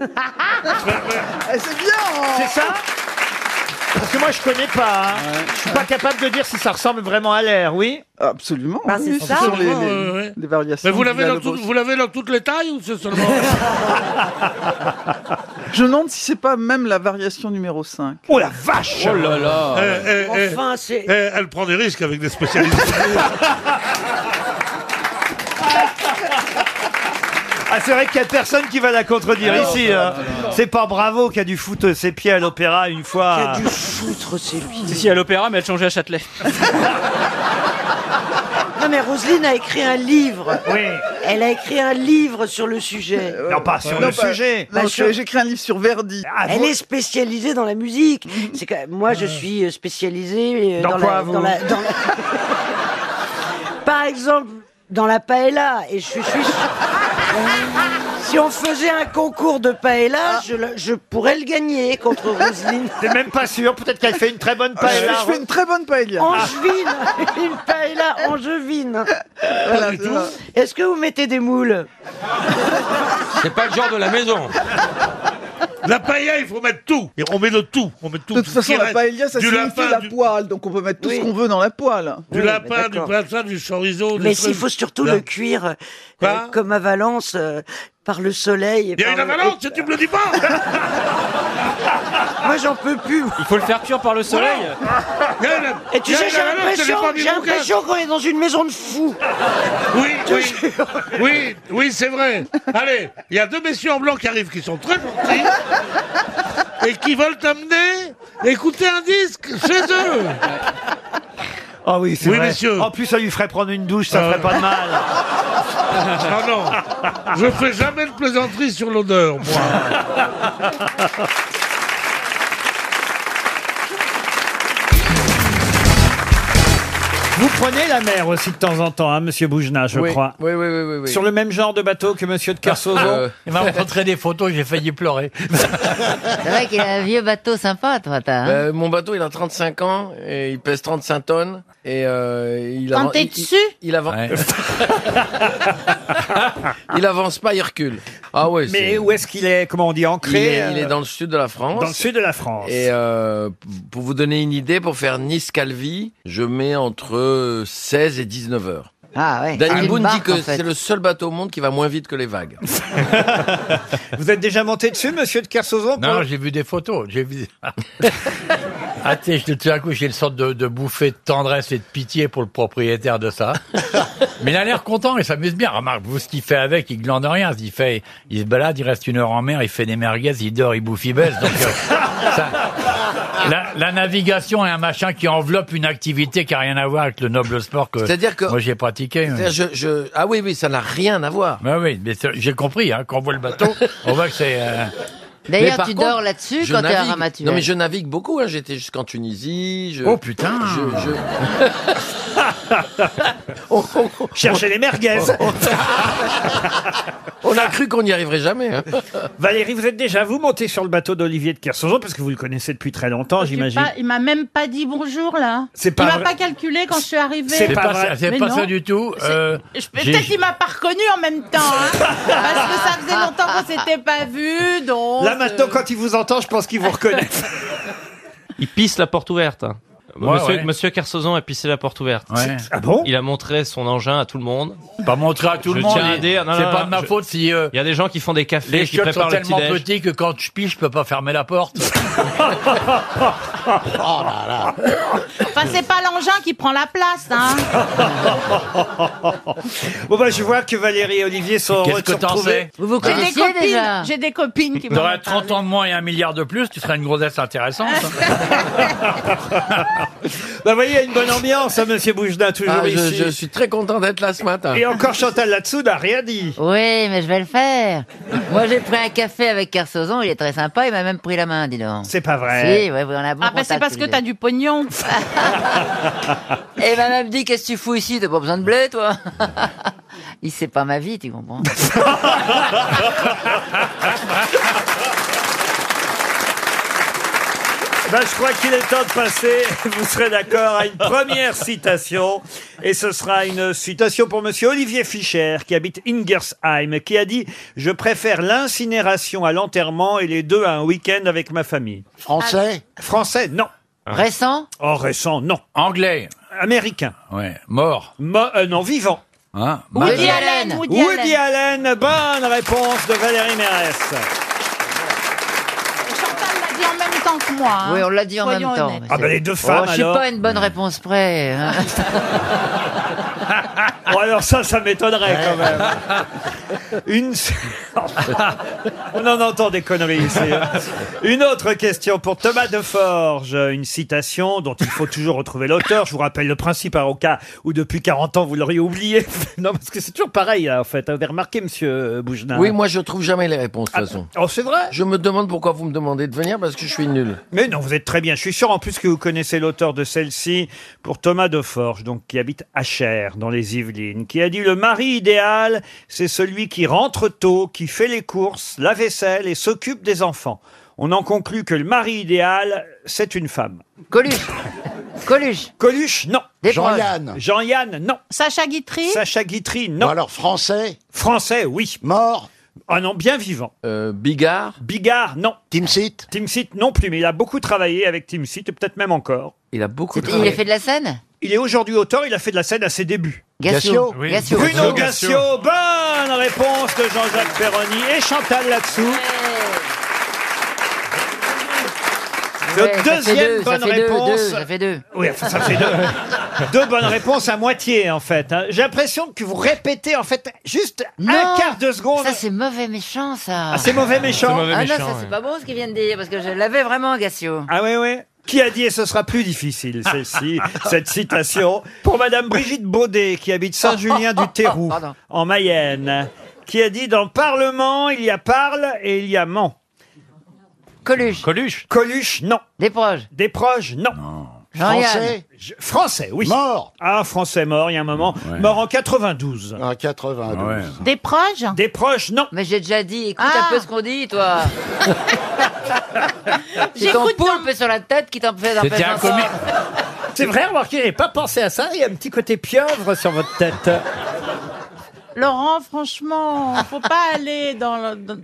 [SPEAKER 11] Eh, C'est bien hein
[SPEAKER 1] C'est ça Parce que moi, je connais pas. hein. Je suis pas capable de dire si ça ressemble vraiment à l'air, oui
[SPEAKER 11] Absolument.
[SPEAKER 24] Bah,
[SPEAKER 1] oui,
[SPEAKER 11] oui,
[SPEAKER 1] c'est
[SPEAKER 11] ce
[SPEAKER 1] ça.
[SPEAKER 11] sont les, les-
[SPEAKER 1] Ouais,
[SPEAKER 12] ouais.
[SPEAKER 11] les variations.
[SPEAKER 12] Mais vous
[SPEAKER 11] de
[SPEAKER 12] l'avez
[SPEAKER 11] Villa
[SPEAKER 12] dans, tout-
[SPEAKER 11] Lobos.
[SPEAKER 12] vous l'avez dans toutes les tailles ou c'est seulement.
[SPEAKER 11] Je me demande si c'est pas même la variation numéro 5.
[SPEAKER 1] Oh la vache
[SPEAKER 12] Oh là là. Eh, eh, eh.
[SPEAKER 11] Enfin, c'est...
[SPEAKER 12] Eh, elle prend des risques avec des spécialistes.
[SPEAKER 1] Ah, c'est vrai qu'il y a personne qui va la contredire
[SPEAKER 23] Ah non,
[SPEAKER 1] ici.
[SPEAKER 23] non,
[SPEAKER 1] hein.
[SPEAKER 23] non, non.
[SPEAKER 1] C'est pas Bravo qui a dû foutre ses pieds à l'opéra une fois.
[SPEAKER 23] Qui a dû
[SPEAKER 1] foutre ses pieds.
[SPEAKER 7] Si, si, à l'opéra, mais elle changeait à Châtelet.
[SPEAKER 15] Non mais Roselyne a écrit un livre.
[SPEAKER 1] Oui.
[SPEAKER 15] Elle a écrit un livre sur le sujet.
[SPEAKER 1] Non, pas sur
[SPEAKER 15] Non,
[SPEAKER 1] le
[SPEAKER 15] pas-
[SPEAKER 1] sujet.
[SPEAKER 15] Bah,
[SPEAKER 11] Non,
[SPEAKER 15] sur-
[SPEAKER 11] j'ai écrit un livre sur Verdi.
[SPEAKER 15] Elle est spécialisée dans la musique. C'est que moi, je suis spécialisée euh,
[SPEAKER 11] Dans quoi,
[SPEAKER 15] la,
[SPEAKER 11] vous
[SPEAKER 15] dans la- dans la- Par exemple, dans la paella. Et je suis. je suis- Si on faisait un concours de paella, je, le- je pourrais le gagner contre Roselyne.
[SPEAKER 1] T'es même pas sûr, peut-être qu'elle fait une très
[SPEAKER 7] Euh,
[SPEAKER 1] bonne paella.
[SPEAKER 11] Je fais une très bonne paella.
[SPEAKER 15] Angevine, une paella angevine. Voilà,
[SPEAKER 11] du
[SPEAKER 15] c'est ça. Est-ce que vous mettez des moules
[SPEAKER 23] C'est pas le genre de la maison.
[SPEAKER 12] la paella, il faut mettre tout. Et on met le tout. On met tout.
[SPEAKER 11] De toute façon, la paella, ça
[SPEAKER 12] du
[SPEAKER 11] signifie
[SPEAKER 12] lapin,
[SPEAKER 11] la
[SPEAKER 12] du,
[SPEAKER 11] poêle, donc on peut mettre tout ce qu'on veut dans la poêle.
[SPEAKER 12] du lapin, du printemps, du chorizo. du
[SPEAKER 15] Mais
[SPEAKER 12] truc.
[SPEAKER 15] s'il faut surtout
[SPEAKER 12] Là.
[SPEAKER 15] le cuire euh, comme à Valence, euh, par le soleil. et
[SPEAKER 12] Il y a
[SPEAKER 15] par
[SPEAKER 12] une
[SPEAKER 15] le-
[SPEAKER 12] avalanche, tu me le dis pas
[SPEAKER 1] Ah.
[SPEAKER 15] Moi, j'en peux plus.
[SPEAKER 7] Il faut le faire cuire par le soleil.
[SPEAKER 15] Et tu sais, j'ai l'impression, j'ai l'impression qu'on est dans une maison de fous.
[SPEAKER 12] Oui, oui, oui, oui, c'est vrai. Allez, il y a deux messieurs en blanc qui arrivent qui sont très gentils et qui veulent t'amener écouter un disque chez eux.
[SPEAKER 1] Ah oui, c'est
[SPEAKER 12] Oui,
[SPEAKER 1] vrai.
[SPEAKER 12] messieurs.
[SPEAKER 1] En plus, ça lui ferait prendre une douche, ça ferait pas de mal.
[SPEAKER 12] Ah non, je fais jamais de plaisanterie sur l'odeur, moi.
[SPEAKER 1] Vous prenez la mer aussi de temps en temps, hein, monsieur Boujna, je
[SPEAKER 25] Oui,
[SPEAKER 1] crois.
[SPEAKER 25] Oui, oui, oui, oui. oui.
[SPEAKER 1] Sur le même genre de bateau que monsieur de Kersauzon
[SPEAKER 25] Euh, Il m'a montré des photos, j'ai failli pleurer.
[SPEAKER 26] C'est vrai qu'il a un vieux bateau sympa, toi, t'as. hein
[SPEAKER 27] Euh, mon bateau, il a 35 ans et il pèse 35 tonnes. Et euh, il
[SPEAKER 26] Quand
[SPEAKER 27] avan-
[SPEAKER 26] t'es
[SPEAKER 27] il-
[SPEAKER 26] dessus
[SPEAKER 27] Il, il avan- Il avance pas, il recule. Ah ouais.
[SPEAKER 1] Mais
[SPEAKER 27] c'est-
[SPEAKER 1] où est-ce qu'il est Comment on dit
[SPEAKER 27] il
[SPEAKER 1] ancré
[SPEAKER 27] est,
[SPEAKER 1] euh,
[SPEAKER 27] il est dans le sud de la France.
[SPEAKER 1] dans le sud de la France.
[SPEAKER 27] Et euh, p- pour vous donner une idée, pour faire Nice-Calvi, je mets entre 16 et 19 heures.
[SPEAKER 26] Ah ouais.
[SPEAKER 27] Danny
[SPEAKER 26] une
[SPEAKER 27] Boone dit
[SPEAKER 26] barque, en
[SPEAKER 27] que
[SPEAKER 26] fait.
[SPEAKER 27] c'est le seul bateau au monde qui va moins vite que les vagues.
[SPEAKER 1] Vous êtes déjà monté dessus, monsieur de Kersauzon
[SPEAKER 23] Non,
[SPEAKER 1] pour-
[SPEAKER 23] j'ai vu des photos. J'ai vu. Attends, je- tout à coup, j'ai une sorte de, de bouffée de tendresse et de pitié pour le propriétaire de ça. Mais il a l'air content, il s'amuse bien. Remarque, vous, ce qu'il fait avec, il glande rien. Il, fait, il se balade, il reste une heure en mer, il fait des merguez, il dort, il bouffe, il baisse. Donc, euh, ça- la, la navigation est un machin qui enveloppe une activité qui n'a rien à voir avec le noble sport que,
[SPEAKER 27] C'est-à-dire que-
[SPEAKER 23] moi j'ai pratiqué.
[SPEAKER 27] C'est-à-dire, je- je- ah oui, oui, ça n'a rien à voir.
[SPEAKER 23] Ben oui, mais c'est- j'ai compris, hein, quand on voit le bateau, on voit que c'est... euh,
[SPEAKER 27] Mais
[SPEAKER 26] D'ailleurs,
[SPEAKER 27] par
[SPEAKER 26] tu
[SPEAKER 27] contre,
[SPEAKER 26] dors là-dessus
[SPEAKER 27] je
[SPEAKER 26] quand t'es à
[SPEAKER 27] navigue.
[SPEAKER 26] Ramatuel.
[SPEAKER 27] Non, mais je navigue beaucoup. hein. J'étais jusqu'en Tunisie. Je,
[SPEAKER 23] Oh, putain.
[SPEAKER 27] je- je-
[SPEAKER 1] Cherchez les merguez.
[SPEAKER 27] On a cru qu'on n'y arriverait jamais. hein.
[SPEAKER 1] Valérie, vous êtes déjà vous monté sur le bateau d'Olivier de Kersauzon parce que vous le connaissez depuis très longtemps, j'imagine.
[SPEAKER 22] Pas- il m'a même pas dit bonjour là.
[SPEAKER 1] C'est pas
[SPEAKER 22] il m'a
[SPEAKER 1] vrai.
[SPEAKER 22] pas calculé quand je suis arrivée.
[SPEAKER 23] C'est pas, ça, c'est
[SPEAKER 22] Mais
[SPEAKER 23] pas
[SPEAKER 22] non.
[SPEAKER 23] ça du tout. euh,
[SPEAKER 22] Je-
[SPEAKER 23] j'ai-
[SPEAKER 22] Peut-être qu'il m'a pas reconnu en même temps, hein, parce que ça faisait longtemps qu'on s'était pas vu, donc. euh,
[SPEAKER 1] Là maintenant, quand il vous entend, je pense qu'il vous reconnaît.
[SPEAKER 17] Il pisse la porte ouverte. hein.
[SPEAKER 1] Ouais,
[SPEAKER 17] monsieur,
[SPEAKER 1] ouais.
[SPEAKER 17] monsieur Kersozon a pissé la porte ouverte.
[SPEAKER 23] Ouais.
[SPEAKER 1] Ah bon
[SPEAKER 17] Il a montré son engin à tout le monde.
[SPEAKER 23] Pas montrer à tout
[SPEAKER 17] Je
[SPEAKER 23] le monde.
[SPEAKER 17] tiens à
[SPEAKER 23] les-
[SPEAKER 17] dire- non,
[SPEAKER 23] c'est
[SPEAKER 17] non,
[SPEAKER 23] pas
[SPEAKER 17] non,
[SPEAKER 23] de ma
[SPEAKER 17] je-
[SPEAKER 23] faute si euh,
[SPEAKER 17] Il y a des gens qui font des cafés,
[SPEAKER 23] les
[SPEAKER 17] qui
[SPEAKER 23] chiottes sont
[SPEAKER 17] préparent le
[SPEAKER 23] tellement
[SPEAKER 17] petit-déj.
[SPEAKER 23] petits que quand je pige, je peux pas fermer la porte. Oh.
[SPEAKER 22] Enfin, c'est pas l'engin engin qui prend la place, hein.
[SPEAKER 23] Ah.
[SPEAKER 1] Bon, bah, je vois que Valérie et Olivier sont Hein heureux
[SPEAKER 23] Qu'est-ce
[SPEAKER 1] de se
[SPEAKER 23] que t'en
[SPEAKER 1] retrouver.
[SPEAKER 23] sais Vous vous
[SPEAKER 22] J'ai des
[SPEAKER 23] connaissiez déjà
[SPEAKER 22] copines, j'ai des copines qui m'en
[SPEAKER 23] T'aurais
[SPEAKER 22] ont
[SPEAKER 23] 30 ans de moins et un milliard de plus, tu serais une grossesse intéressante.
[SPEAKER 1] Bah, vous voyez, il y a une bonne ambiance, hein, monsieur Boujna, toujours
[SPEAKER 27] Ah, je-
[SPEAKER 1] ici.
[SPEAKER 27] je suis très content d'être là ce matin.
[SPEAKER 1] Et encore Chantal là-dessous n'a rien dit.
[SPEAKER 26] Oui, mais je vais le faire. Moi, j'ai pris un café avec Kersozon, il est très sympa, il m'a même pris la main, dis donc.
[SPEAKER 1] C'est pas
[SPEAKER 26] Si, ouais, ouais, on a bon
[SPEAKER 22] Ah, bah, c'est
[SPEAKER 26] contact
[SPEAKER 22] parce
[SPEAKER 26] tous
[SPEAKER 22] que
[SPEAKER 26] les
[SPEAKER 22] t'as du pognon.
[SPEAKER 26] deux. Et il Eh, m'a même dit, qu'est-ce que tu fous ici, t'as pas besoin de blé, toi Il sait pas ma vie, tu comprends
[SPEAKER 1] Bah, je crois qu'il est temps de passer, vous serez d'accord, à une première citation. Et ce sera une citation pour monsieur Olivier Fischer, qui habite Ingersheim, qui a dit « Je préfère l'incinération à l'enterrement et les deux à un week-end avec ma famille. » Français Français, non.
[SPEAKER 26] Récent
[SPEAKER 1] Oh, récent, non.
[SPEAKER 23] Ah. Anglais
[SPEAKER 1] Américain. euh,
[SPEAKER 23] Ouais, mort.
[SPEAKER 1] non, vivant.
[SPEAKER 23] Hein
[SPEAKER 1] Woody Allen. Woody, Allen. Bonne réponse de Valérie Mérès.
[SPEAKER 22] l'a dit en même temps que moi. hein.
[SPEAKER 26] Oui, on l'a dit en
[SPEAKER 22] Soyons
[SPEAKER 26] même temps.
[SPEAKER 22] honnêtes.
[SPEAKER 1] Ah bah les deux femmes
[SPEAKER 26] Oh, je suis
[SPEAKER 1] alors. Ah,
[SPEAKER 26] pas une bonne réponse près. hein.
[SPEAKER 1] Oh, alors ça, ça m'étonnerait quand même. Une... On en entend des conneries ici. hein. Une autre question pour Thomas Deforge. Une citation dont il faut toujours retrouver l'auteur. Je vous rappelle le principe hein, au cas où depuis 40 ans vous l'auriez oublié. Non, parce que c'est toujours pareil là, en fait. hein. Vous avez remarqué, monsieur Boujna
[SPEAKER 27] Oui, moi je trouve jamais les réponses de toute façon.
[SPEAKER 1] Oh, c'est vrai
[SPEAKER 27] Je me demande pourquoi vous me demandez de venir parce que je suis nul.
[SPEAKER 1] Mais non, vous êtes très bien. Je suis sûr en plus que vous connaissez l'auteur de celle-ci pour Thomas de Forge, donc qui habite à Cher, dans les Yvelines, qui a dit le mari idéal, c'est celui qui rentre tôt, qui fait les courses, la vaisselle et s'occupe des enfants. On en conclut que le mari idéal, c'est une femme.
[SPEAKER 26] Coluche. Coluche.
[SPEAKER 1] Coluche, non.
[SPEAKER 26] Des proches. Jean-Yann.
[SPEAKER 1] Jean-Yann, non.
[SPEAKER 22] Sacha Guitry
[SPEAKER 1] Sacha Guitry, non. alors français Français, oui. Mort Ah non, bien vivant.
[SPEAKER 27] Euh,
[SPEAKER 1] Bigard Bigard, non. Timsit Timsit, non plus, mais il a beaucoup travaillé avec Timsit, et peut-être même encore.
[SPEAKER 27] Il a beaucoup
[SPEAKER 26] C'était- Il a fait de la scène
[SPEAKER 1] Il est aujourd'hui auteur, il a fait de la scène à ses débuts.
[SPEAKER 26] Gassio. Gassio. Oui. Gassio.
[SPEAKER 1] Bruno
[SPEAKER 26] Gassio.
[SPEAKER 1] Gassio. bonne réponse de Jean-Jacques Perroni et Chantal là-dessous.
[SPEAKER 26] Ouais, ça fait
[SPEAKER 1] deuxième
[SPEAKER 26] deux, ça
[SPEAKER 1] bonne
[SPEAKER 26] fait deux,
[SPEAKER 1] réponse.
[SPEAKER 26] deux, ça fait deux.
[SPEAKER 1] Oui, enfin, ça fait deux. deux bonnes réponses à moitié, en fait. hein. J'ai l'impression que vous répétez, en fait, juste un quart de seconde.
[SPEAKER 26] Ça, c'est mauvais méchant, ça.
[SPEAKER 1] Ah, c'est mauvais méchant. C'est mauvais
[SPEAKER 26] ah
[SPEAKER 1] méchant,
[SPEAKER 26] non, ça, c'est
[SPEAKER 1] ouais.
[SPEAKER 26] pas bon ce qu'il vient de dire, parce que je l'avais vraiment, Gassio.
[SPEAKER 1] Ah oui, oui. Qui a dit, et ce sera plus difficile, celle-ci, cette citation, pour Madame Brigitte Baudet, qui habite Saint-Julien-du-Théroux,
[SPEAKER 26] Pardon.
[SPEAKER 1] en Mayenne, qui a dit, dans Parlement, il y a parle et il y a ment.
[SPEAKER 26] Coluche.
[SPEAKER 1] Coluche. Coluche, non.
[SPEAKER 26] Des proches.
[SPEAKER 1] Des proches, non.
[SPEAKER 26] Jean-Yann. Français.
[SPEAKER 1] Je- Français, oui. Mort. Ah, français mort, il y a un moment. Mort en 92. En 92.
[SPEAKER 26] Des proches
[SPEAKER 1] Des proches, non.
[SPEAKER 26] Mais j'ai déjà dit, écoute
[SPEAKER 22] Ah.
[SPEAKER 26] un peu ce qu'on dit, toi. c'est ton poulpe sur la tête qui t'en fait
[SPEAKER 1] C'était un comique.
[SPEAKER 16] C'est vrai, remarquez, j'ai pas pensé à ça. Il y a un petit côté pieuvre sur votre tête.
[SPEAKER 22] Laurent, franchement, faut pas aller dans, le- dans-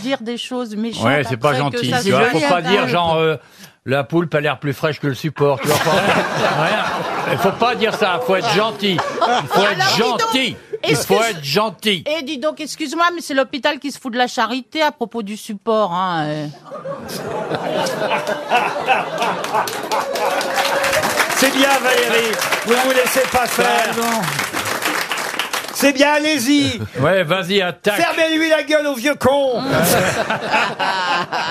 [SPEAKER 22] dire des choses méchantes.
[SPEAKER 23] Ouais, c'est pas
[SPEAKER 22] après, que
[SPEAKER 23] gentil.
[SPEAKER 22] ça
[SPEAKER 23] Tu
[SPEAKER 22] se Ah,
[SPEAKER 23] vois, faut
[SPEAKER 22] voit.
[SPEAKER 23] pas dire genre euh, la poulpe a l'air plus fraîche que le support. Tu vois, faut, rien. Il faut pas dire ça. Faut être gentil. Il faut
[SPEAKER 22] Alors,
[SPEAKER 23] être
[SPEAKER 22] dis donc,
[SPEAKER 23] gentil. Il
[SPEAKER 22] est-ce que
[SPEAKER 23] faut
[SPEAKER 22] je-
[SPEAKER 23] être gentil.
[SPEAKER 22] Eh, dis donc, excuse-moi, mais c'est l'hôpital qui se fout de la charité à propos du support. Hein, euh.
[SPEAKER 1] C'est bien, Valérie. Vous vous laissez pas faire. C'est bien, allez-y.
[SPEAKER 23] Ouais, vas-y, attaque.
[SPEAKER 1] Fermez-lui la gueule au vieux con.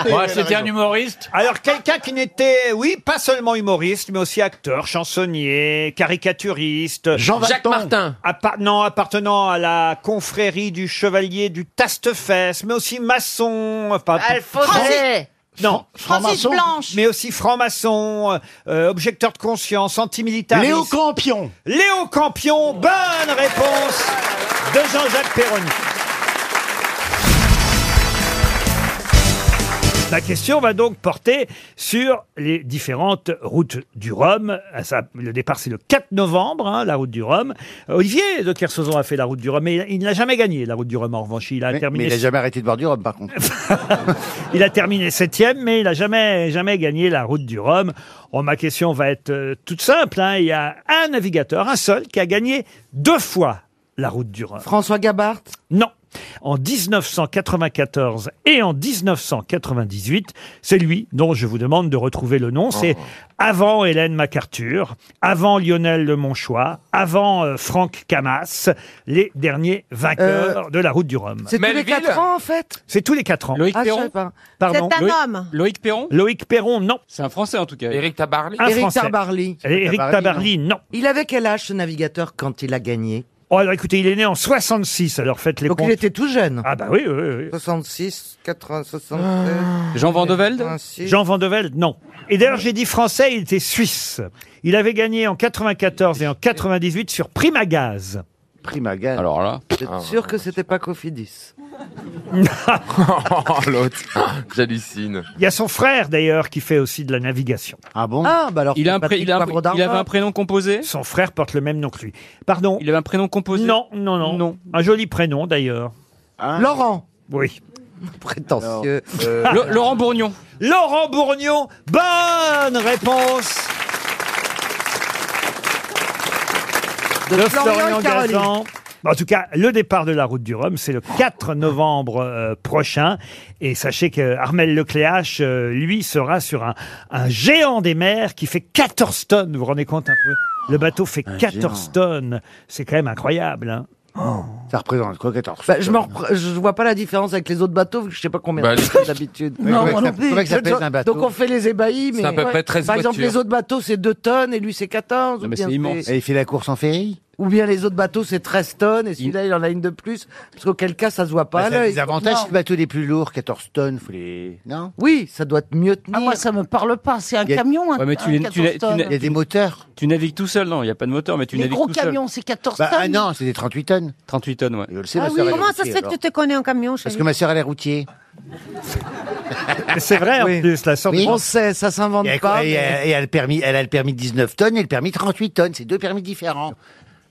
[SPEAKER 23] Ouais, c'était un humoriste.
[SPEAKER 1] Alors, quelqu'un qui n'était, oui, pas seulement humoriste, mais aussi acteur, chansonnier, caricaturiste.
[SPEAKER 27] Jean Jacques Valton. Martin.
[SPEAKER 1] Appa- non, appartenant à la confrérie du chevalier du Tastefesse, mais aussi maçon. Enfin,
[SPEAKER 26] Alphonse Allais.
[SPEAKER 1] Non,
[SPEAKER 22] Francis Franc-maçon. Blanche.
[SPEAKER 1] mais aussi franc-maçon, euh, objecteur de conscience, antimilitariste.
[SPEAKER 16] Léo
[SPEAKER 1] Campion. Léo Campion, bonne réponse de Jean-Jacques Perroni. La question va donc porter sur les différentes routes du Rhum. Ah, ça, le départ, c'est le 4 novembre, hein, la route du Rhum. Olivier de Kersauzon a fait la route du Rhum, mais il, il n'a jamais gagné la route du Rhum. En revanche, il a terminé.
[SPEAKER 27] Mais il a jamais arrêté de boire du rhum par contre.
[SPEAKER 1] Il a terminé septième, mais il n'a jamais, jamais gagné la route du Rhum. Oh, ma question va être euh, toute simple. hein. Il y a un navigateur, un seul, qui a gagné deux fois la route du Rhum.
[SPEAKER 16] François Gabart
[SPEAKER 1] Non. en 1994 et en 1998. C'est lui dont je vous demande de retrouver le nom.
[SPEAKER 7] Oh.
[SPEAKER 1] C'est avant Hélène MacArthur, avant Lionel Le Monchois, avant euh, Franck Camas, les derniers vainqueurs de la Route du Rhum.
[SPEAKER 7] Euh, C'est tous les 4 ans en fait.
[SPEAKER 1] C'est tous les 4 ans.
[SPEAKER 7] Loïc Ah, je Perron savais pas.
[SPEAKER 1] Pardon
[SPEAKER 7] C'est un Loïc- homme.
[SPEAKER 1] Loïc Perron Loïc Perron, non. C'est un Français en tout cas.
[SPEAKER 10] Éric Tabarly
[SPEAKER 1] Un
[SPEAKER 7] Éric
[SPEAKER 1] Français.
[SPEAKER 7] Tabarly.
[SPEAKER 1] Éric Tabarly, non.
[SPEAKER 7] Il avait quel âge ce navigateur quand il a gagné
[SPEAKER 1] Oh, alors écoutez, il est né en 66, alors faites les
[SPEAKER 7] Donc
[SPEAKER 1] comptes.
[SPEAKER 7] il était tout jeune.
[SPEAKER 1] Ah bah oui, oui, oui.
[SPEAKER 7] 66, 80, 60.
[SPEAKER 1] Ah. Jean Vandevelde
[SPEAKER 7] Ah,
[SPEAKER 1] Jean Vandevelde, non. Et d'ailleurs, j'ai dit français, il était suisse. Il avait gagné en 94 et en 98 sur Primagaz.
[SPEAKER 7] Primagaz.
[SPEAKER 1] Alors là.
[SPEAKER 7] Sûr que c'était pas Cofidis.
[SPEAKER 10] Oh, l'autre. J'hallucine.
[SPEAKER 1] Il y a son frère, d'ailleurs, qui fait aussi de la navigation. Ah bon
[SPEAKER 7] Ah, bah alors, Il a un Patrick pré- il a un pr- Poivre d'Arvor. il avait un
[SPEAKER 1] prénom composé Son frère porte le même nom que lui. Pardon Il avait un prénom composé Non, non, non. non. Un joli prénom, d'ailleurs. Ah.
[SPEAKER 7] Laurent
[SPEAKER 1] Oui.
[SPEAKER 7] Prétentieux.
[SPEAKER 1] Euh, Le- Laurent Bourgnon. Laurent Bourgnon, bonne réponse
[SPEAKER 7] De Florian et Caroline.
[SPEAKER 1] Gazan. En tout cas, le départ de la route du Rhum, c'est le 4 novembre euh, prochain. Et sachez que Armel Lecléache, euh, lui, sera sur un, un géant des mers qui fait 14 tonnes. Vous vous rendez compte un peu Le bateau fait 14 tonnes. C'est quand même incroyable. hein.
[SPEAKER 7] Oh. Ça représente quoi 14 je, me repre- je vois pas la différence avec les autres bateaux, vu que je sais pas combien
[SPEAKER 1] Bah,
[SPEAKER 7] de d'habitude.
[SPEAKER 1] Non, Ouais, moi comment non ça- plus. comment ça pèse
[SPEAKER 7] Donc,
[SPEAKER 1] un bateau
[SPEAKER 7] Donc on fait les ébahis, mais
[SPEAKER 16] C'est à peu près 13
[SPEAKER 7] par exemple
[SPEAKER 16] voitures.
[SPEAKER 7] les autres bateaux c'est 2 tonnes et lui c'est 14. ou bien
[SPEAKER 16] Et il fait la course en ferry
[SPEAKER 7] Ou bien les autres bateaux c'est 13 tonnes et celui-là il en a une de plus, parce qu'auquel cas ça se voit pas.
[SPEAKER 16] Bah, ça a
[SPEAKER 7] là,
[SPEAKER 16] des
[SPEAKER 7] il-
[SPEAKER 16] avantages,
[SPEAKER 7] Non.
[SPEAKER 16] le bateau les plus lourds, 14 tonnes, faut les... Non
[SPEAKER 7] Oui, ça doit être mieux tenir.
[SPEAKER 22] Ah, moi, ça me parle pas. C'est un
[SPEAKER 16] Il y a-
[SPEAKER 22] camion, un,
[SPEAKER 16] Ouais, mais tu
[SPEAKER 22] un
[SPEAKER 16] l'es- tu
[SPEAKER 22] 14
[SPEAKER 16] l'es- tu
[SPEAKER 22] tonnes.
[SPEAKER 16] n'es- Il y a des moteurs.
[SPEAKER 17] Tu navigues tout seul, non, il n'y a pas de moteur, mais tu
[SPEAKER 22] Les
[SPEAKER 16] navigues
[SPEAKER 22] gros
[SPEAKER 16] tout seul.
[SPEAKER 22] camions, c'est 14
[SPEAKER 16] Bah,
[SPEAKER 22] tonnes.
[SPEAKER 16] ah non, c'est des 38 tonnes.
[SPEAKER 17] 38 tonnes, ouais.
[SPEAKER 16] Je le sais,
[SPEAKER 24] Ah
[SPEAKER 16] ma
[SPEAKER 24] oui,
[SPEAKER 16] sœur, elle est
[SPEAKER 24] comment ça se
[SPEAKER 16] routier,
[SPEAKER 24] fait que
[SPEAKER 16] alors.
[SPEAKER 24] tu te connais en camion,
[SPEAKER 16] Parce
[SPEAKER 24] chérie
[SPEAKER 16] que ma sœur, elle est routier.
[SPEAKER 1] c'est vrai,
[SPEAKER 16] hein.
[SPEAKER 1] en plus, la sœur
[SPEAKER 7] de- On sait, ça s'invente pas,
[SPEAKER 16] Et,
[SPEAKER 7] mais-
[SPEAKER 16] et elle, a le permis, elle a le permis 19 tonnes et le permis 38 tonnes. C'est deux permis différents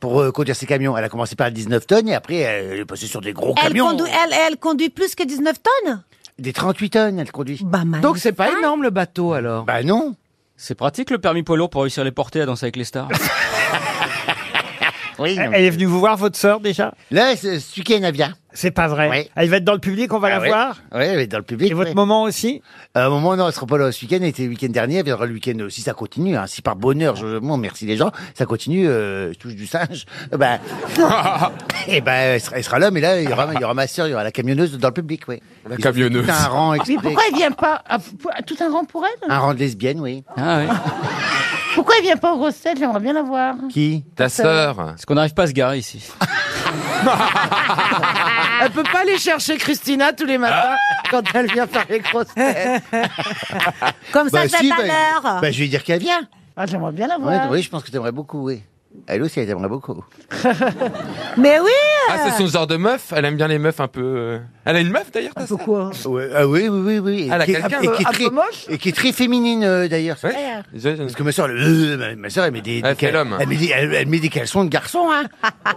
[SPEAKER 16] pour euh, conduire ses camions. Elle a commencé par le 19 tonnes et après, elle est passée sur des gros
[SPEAKER 24] elle,
[SPEAKER 16] camions.
[SPEAKER 24] conduit, elle, elle conduit plus que 19 tonnes
[SPEAKER 16] Des 38 tonnes, elle conduit.
[SPEAKER 22] Bah,
[SPEAKER 7] Donc c'est
[SPEAKER 17] Ah.
[SPEAKER 7] pas énorme le bateau alors.
[SPEAKER 16] Bah non.
[SPEAKER 17] C'est pratique le permis poids lourd pour réussir les porter à danser avec les stars.
[SPEAKER 16] Oui,
[SPEAKER 1] Elle elle est venue vous voir, votre sœur, déjà
[SPEAKER 16] Là, c'est- ce week-end, elle vient.
[SPEAKER 1] C'est pas vrai. Elle va être dans le public, on va la voir
[SPEAKER 16] Ah Oui, elle va être dans le public. Et votre
[SPEAKER 1] moment aussi
[SPEAKER 16] euh, Moment, non, elle sera pas là ce week-end. Elle était le week-end dernier. Elle viendra le week-end euh, si ça continue. hein. Si par bonheur, je bon, merci les gens, ça continue, euh, je touche du singe. euh, Ben, et ben, elle sera, elle sera là, mais là, il y aura, il y aura ma sœur, il y aura la camionneuse dans le public, oui. La
[SPEAKER 10] camionneuse.
[SPEAKER 16] Un rang exprès.
[SPEAKER 22] Mais pourquoi il vient pas à, à tout un rang pour elle
[SPEAKER 16] Un rang de lesbienne, oui.
[SPEAKER 17] Ah oui.
[SPEAKER 22] Pourquoi il vient pas aux grosses têtes J'aimerais bien la voir.
[SPEAKER 16] Qui
[SPEAKER 10] Ta
[SPEAKER 22] sœur.
[SPEAKER 17] Parce qu'on n'arrive pas à se garer ici.
[SPEAKER 7] Elle peut pas aller chercher Christina tous les matins quand elle vient faire les grosses têtes.
[SPEAKER 24] Comme ça,
[SPEAKER 16] Bah,
[SPEAKER 24] c'est
[SPEAKER 16] si,
[SPEAKER 24] à
[SPEAKER 16] bah,
[SPEAKER 24] l'heure.
[SPEAKER 16] bah, je vais lui dire qu'elle vient.
[SPEAKER 22] Ah, j'aimerais bien la
[SPEAKER 16] Ouais,
[SPEAKER 24] voir.
[SPEAKER 16] oui, je pense que t'aimerais beaucoup, oui. Elle aussi, elle t'aimerait beaucoup.
[SPEAKER 24] Mais oui
[SPEAKER 10] Ah, c'est son genre de meuf Elle aime bien les meufs un peu. euh, Elle a une meuf d'ailleurs ta sœur
[SPEAKER 7] Pourquoi
[SPEAKER 16] Ouais, ah oui, oui, oui, oui. Et
[SPEAKER 10] Elle a
[SPEAKER 16] qui est-
[SPEAKER 10] quelqu'un
[SPEAKER 16] et qui est
[SPEAKER 10] Un
[SPEAKER 16] très-
[SPEAKER 10] peu moche
[SPEAKER 16] Et qui est très féminine, euh, d'ailleurs. c'est
[SPEAKER 10] Ouais.
[SPEAKER 16] vrai, hein.
[SPEAKER 10] Je- je-
[SPEAKER 16] Parce que ma soeur, elle, euh, ma- ma sœur, elle met des, des
[SPEAKER 10] Elle fait
[SPEAKER 16] cal-
[SPEAKER 10] l'homme.
[SPEAKER 16] elle met des, elle- elle met des caleçons de garçon, hein.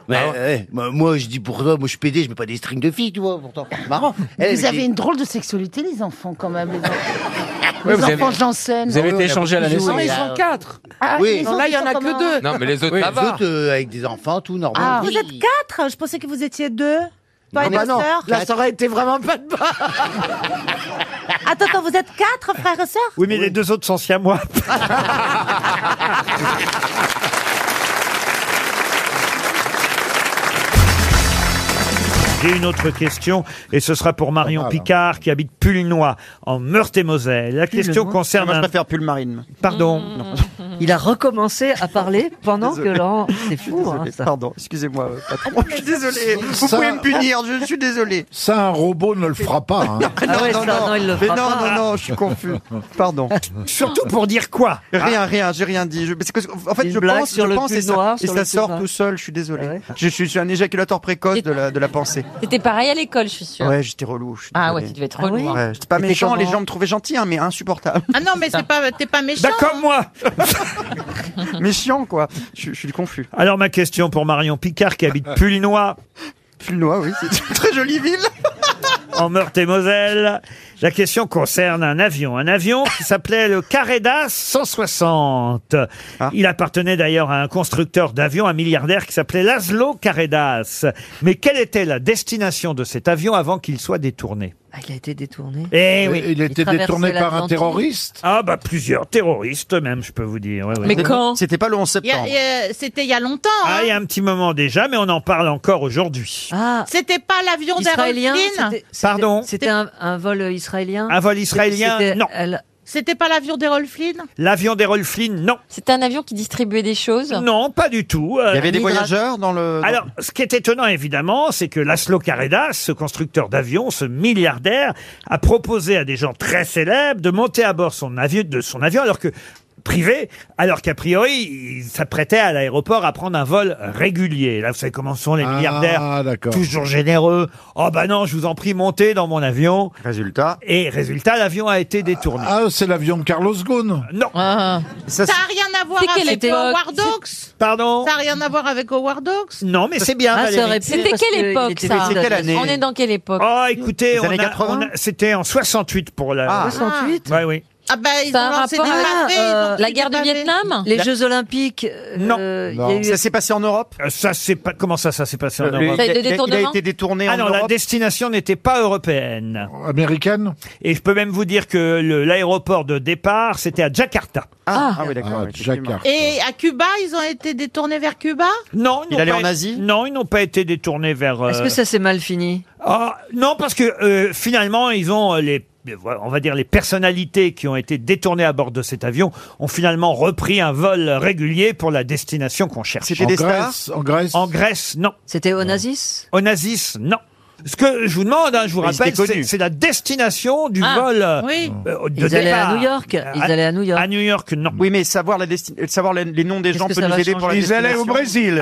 [SPEAKER 16] Mais,
[SPEAKER 10] Ah
[SPEAKER 16] ouais, moi, moi, je dis pour toi, moi, je suis pédé, je mets pas des strings de filles, tu vois, pourtant. C'est marrant. Elle, elle
[SPEAKER 22] Vous
[SPEAKER 16] met
[SPEAKER 22] avez
[SPEAKER 16] des-
[SPEAKER 22] une drôle de sexualité, les enfants, quand même. Les, enfants-
[SPEAKER 16] Ouais,
[SPEAKER 22] les
[SPEAKER 16] vous avez-
[SPEAKER 22] enfants Janssen.
[SPEAKER 16] vous avez été échangés à la naissance.
[SPEAKER 22] Non, mais ils
[SPEAKER 16] Ah,
[SPEAKER 22] sont quatre.
[SPEAKER 16] Oui.
[SPEAKER 22] les autres,
[SPEAKER 16] Là, il y
[SPEAKER 22] ils
[SPEAKER 16] en
[SPEAKER 22] sont
[SPEAKER 16] a que
[SPEAKER 22] comment
[SPEAKER 16] deux.
[SPEAKER 10] Non, mais les autres,
[SPEAKER 16] Oui,
[SPEAKER 10] ça va.
[SPEAKER 16] euh, avec des enfants, tout normal.
[SPEAKER 24] Ah,
[SPEAKER 16] Oui.
[SPEAKER 24] Vous êtes quatre Je pensais que vous étiez deux.
[SPEAKER 16] Non,
[SPEAKER 24] Toi et
[SPEAKER 16] bah
[SPEAKER 24] ta
[SPEAKER 16] non.
[SPEAKER 24] sœur.
[SPEAKER 16] Là, ça
[SPEAKER 7] aurait été vraiment pas de bas.
[SPEAKER 24] Attends, attends, vous êtes quatre frères et sœurs
[SPEAKER 1] Oui, mais les deux autres sont si à moi. J'ai une autre question, et ce sera pour
[SPEAKER 7] Ah,
[SPEAKER 1] Marion Picard, qui habite Pulnois, en Meurthe-et-Moselle. La question
[SPEAKER 15] Pulnois
[SPEAKER 1] concerne...
[SPEAKER 15] Moi, je
[SPEAKER 1] préfère Pulmarine. Pardon
[SPEAKER 15] Il a recommencé à parler pendant que Désolé. Laurent. C'est fou, hein, ça. Pardon, excusez-moi, euh, patron. Je suis désolé, vous pouvez me punir, je suis désolé.
[SPEAKER 28] Ça, un robot ne le fera pas. hein.
[SPEAKER 15] Ah ouais, ça, non, il le mais fera non, pas. non, non, je suis confus. Pardon.
[SPEAKER 1] Surtout pour dire quoi
[SPEAKER 15] Rien, rien, j'ai rien dit. Je- parce que- en fait, Une je blague pense, sur je le pense pull et ça, noir, et sur ça le pull sort brun. tout seul, je suis désolé. Je, suis, je suis un éjaculateur précoce de la, de la pensée.
[SPEAKER 18] C'était pareil à l'école, je suis sûre.
[SPEAKER 15] Ouais, j'étais relou. je suis
[SPEAKER 18] Ah
[SPEAKER 15] désolé.
[SPEAKER 18] ouais, tu devais être relou, hein.
[SPEAKER 15] Ouais, j'étais pas
[SPEAKER 18] Et t'es
[SPEAKER 15] méchant, les
[SPEAKER 18] comment
[SPEAKER 15] gens me trouvaient gentil, hein, mais insupportable.
[SPEAKER 22] Ah non, mais c'est pas, t'es pas méchant.
[SPEAKER 1] D'accord, moi
[SPEAKER 15] méchant, quoi. Je, je suis confus.
[SPEAKER 1] Alors, ma question pour Marion Picard, qui habite Pulnois.
[SPEAKER 15] Pulnois, oui, c'est une très jolie ville.
[SPEAKER 1] en Meurthe-et-Moselle. La question concerne un avion. Un avion qui s'appelait le Careda 160.
[SPEAKER 15] Ah.
[SPEAKER 1] Il appartenait d'ailleurs à un constructeur d'avions, un milliardaire qui s'appelait Laszlo Caredas. Mais quelle était la destination de cet avion avant qu'il soit détourné
[SPEAKER 15] Ah, il a été détourné.
[SPEAKER 1] Eh oui.
[SPEAKER 15] traversait l'Atlantique.
[SPEAKER 1] Ah bah plusieurs terroristes même, je peux vous dire. Ouais, ouais.
[SPEAKER 4] Mais quand
[SPEAKER 1] C'était pas le 11
[SPEAKER 22] Il y a- il y a- C'était il y a longtemps.
[SPEAKER 1] Ah,
[SPEAKER 22] hein.
[SPEAKER 1] il y a un petit moment déjà, mais on en parle encore aujourd'hui.
[SPEAKER 22] C'était pas l'avion
[SPEAKER 15] Israélien,
[SPEAKER 22] d'Aeroflin
[SPEAKER 15] c'était-
[SPEAKER 1] Ah. Pardon
[SPEAKER 15] C'était un, un vol
[SPEAKER 18] euh,
[SPEAKER 15] israélien
[SPEAKER 1] Un vol israélien,
[SPEAKER 15] C'était- euh,
[SPEAKER 1] non.
[SPEAKER 15] elle-
[SPEAKER 22] C'était pas l'avion d'Errol Flynn
[SPEAKER 1] L'avion d'Errol Flynn, non.
[SPEAKER 18] C'était un avion qui distribuait des choses
[SPEAKER 1] Non, pas du tout.
[SPEAKER 4] Il y avait des voyageurs
[SPEAKER 1] dans le. Alors, ce qui est étonnant, évidemment, c'est que Laszlo Carredas, ce constructeur d'avions, ce milliardaire, a proposé à des gens très célèbres de monter à bord son avion, de son avion, alors que privé, alors qu'a priori, il s'apprêtait à l'aéroport à prendre un vol régulier. Là, vous savez comment sont les milliardaires, toujours généreux. Oh bah non, je vous en prie, montez dans mon avion. Résultat. Et résultat, l'avion a été détourné. Ah, c'est l'avion de Carlos Ghosn. Non.
[SPEAKER 22] Ça n'a rien à voir
[SPEAKER 4] C'est quelle
[SPEAKER 22] avec
[SPEAKER 4] époque
[SPEAKER 22] Howard Hawks
[SPEAKER 1] Pardon
[SPEAKER 22] Ça n'a rien à voir avec Howard Hawks
[SPEAKER 1] Non, mais c'est bien.
[SPEAKER 22] Ah, ça
[SPEAKER 1] Valérie.
[SPEAKER 22] aurait pu,
[SPEAKER 18] C'était quelle époque ça On est dans quelle époque
[SPEAKER 1] Oh, écoutez,
[SPEAKER 18] Les
[SPEAKER 1] on
[SPEAKER 18] années
[SPEAKER 1] a-
[SPEAKER 18] 80?
[SPEAKER 1] on a- c'était en 68 pour la.
[SPEAKER 18] Ah. 68?
[SPEAKER 1] Ouais, oui.
[SPEAKER 22] Ah bah, ils
[SPEAKER 18] Ça a
[SPEAKER 22] ont
[SPEAKER 18] un
[SPEAKER 22] lancé des
[SPEAKER 18] rapport à,
[SPEAKER 22] pavés, ils
[SPEAKER 18] euh,
[SPEAKER 22] ont
[SPEAKER 18] la
[SPEAKER 22] fait
[SPEAKER 18] guerre
[SPEAKER 22] des
[SPEAKER 18] du
[SPEAKER 22] pavés.
[SPEAKER 18] Vietnam
[SPEAKER 15] Les Jeux Olympiques.
[SPEAKER 1] Non.
[SPEAKER 15] il y a eu-
[SPEAKER 1] s'est passé en Europe Euh, Ça s'est pas. Comment ça, ça s'est passé en
[SPEAKER 15] Le-
[SPEAKER 1] Europe
[SPEAKER 15] Ça a été il a- il a détournement été détourné
[SPEAKER 1] Ah
[SPEAKER 15] en
[SPEAKER 1] non, la
[SPEAKER 15] Europe
[SPEAKER 1] destination n'était pas européenne. Américaine Et je peux même vous dire que le- l'aéroport de départ, c'était à Jakarta.
[SPEAKER 22] Ah.
[SPEAKER 1] oui, d'accord. Jakarta.
[SPEAKER 22] Et à Cuba, ils ont été détournés vers Cuba
[SPEAKER 1] Non, ils
[SPEAKER 22] Il
[SPEAKER 1] n'ont
[SPEAKER 22] allait
[SPEAKER 1] pas
[SPEAKER 22] en
[SPEAKER 1] été- Non, ils n'ont pas été détournés vers.
[SPEAKER 15] Est-ce
[SPEAKER 1] euh,
[SPEAKER 15] que ça s'est mal fini
[SPEAKER 1] Ah, non, parce que euh, finalement, ils ont euh, les on va dire les personnalités qui ont été détournées à bord de cet avion ont finalement repris un vol régulier pour la destination qu'on cherche.
[SPEAKER 15] C'était En des stars Grèce,
[SPEAKER 1] En Grèce En Grèce, non.
[SPEAKER 15] C'était Onassis
[SPEAKER 1] Onassis, non. Ce que je vous demande, hein, je vous
[SPEAKER 15] Mais ils
[SPEAKER 1] rappelle,
[SPEAKER 15] étaient
[SPEAKER 1] c'est
[SPEAKER 15] connus.
[SPEAKER 1] c'est la destination du
[SPEAKER 15] Ah,
[SPEAKER 1] vol euh,
[SPEAKER 15] oui.
[SPEAKER 1] euh, de
[SPEAKER 15] Ils allaient à
[SPEAKER 1] départ.
[SPEAKER 15] New York,
[SPEAKER 12] Ah,
[SPEAKER 15] ils allaient à New York.
[SPEAKER 1] À New York, non.
[SPEAKER 7] Oui, mais savoir, la desti- savoir les, les noms des gens peut nous aider pour la destination.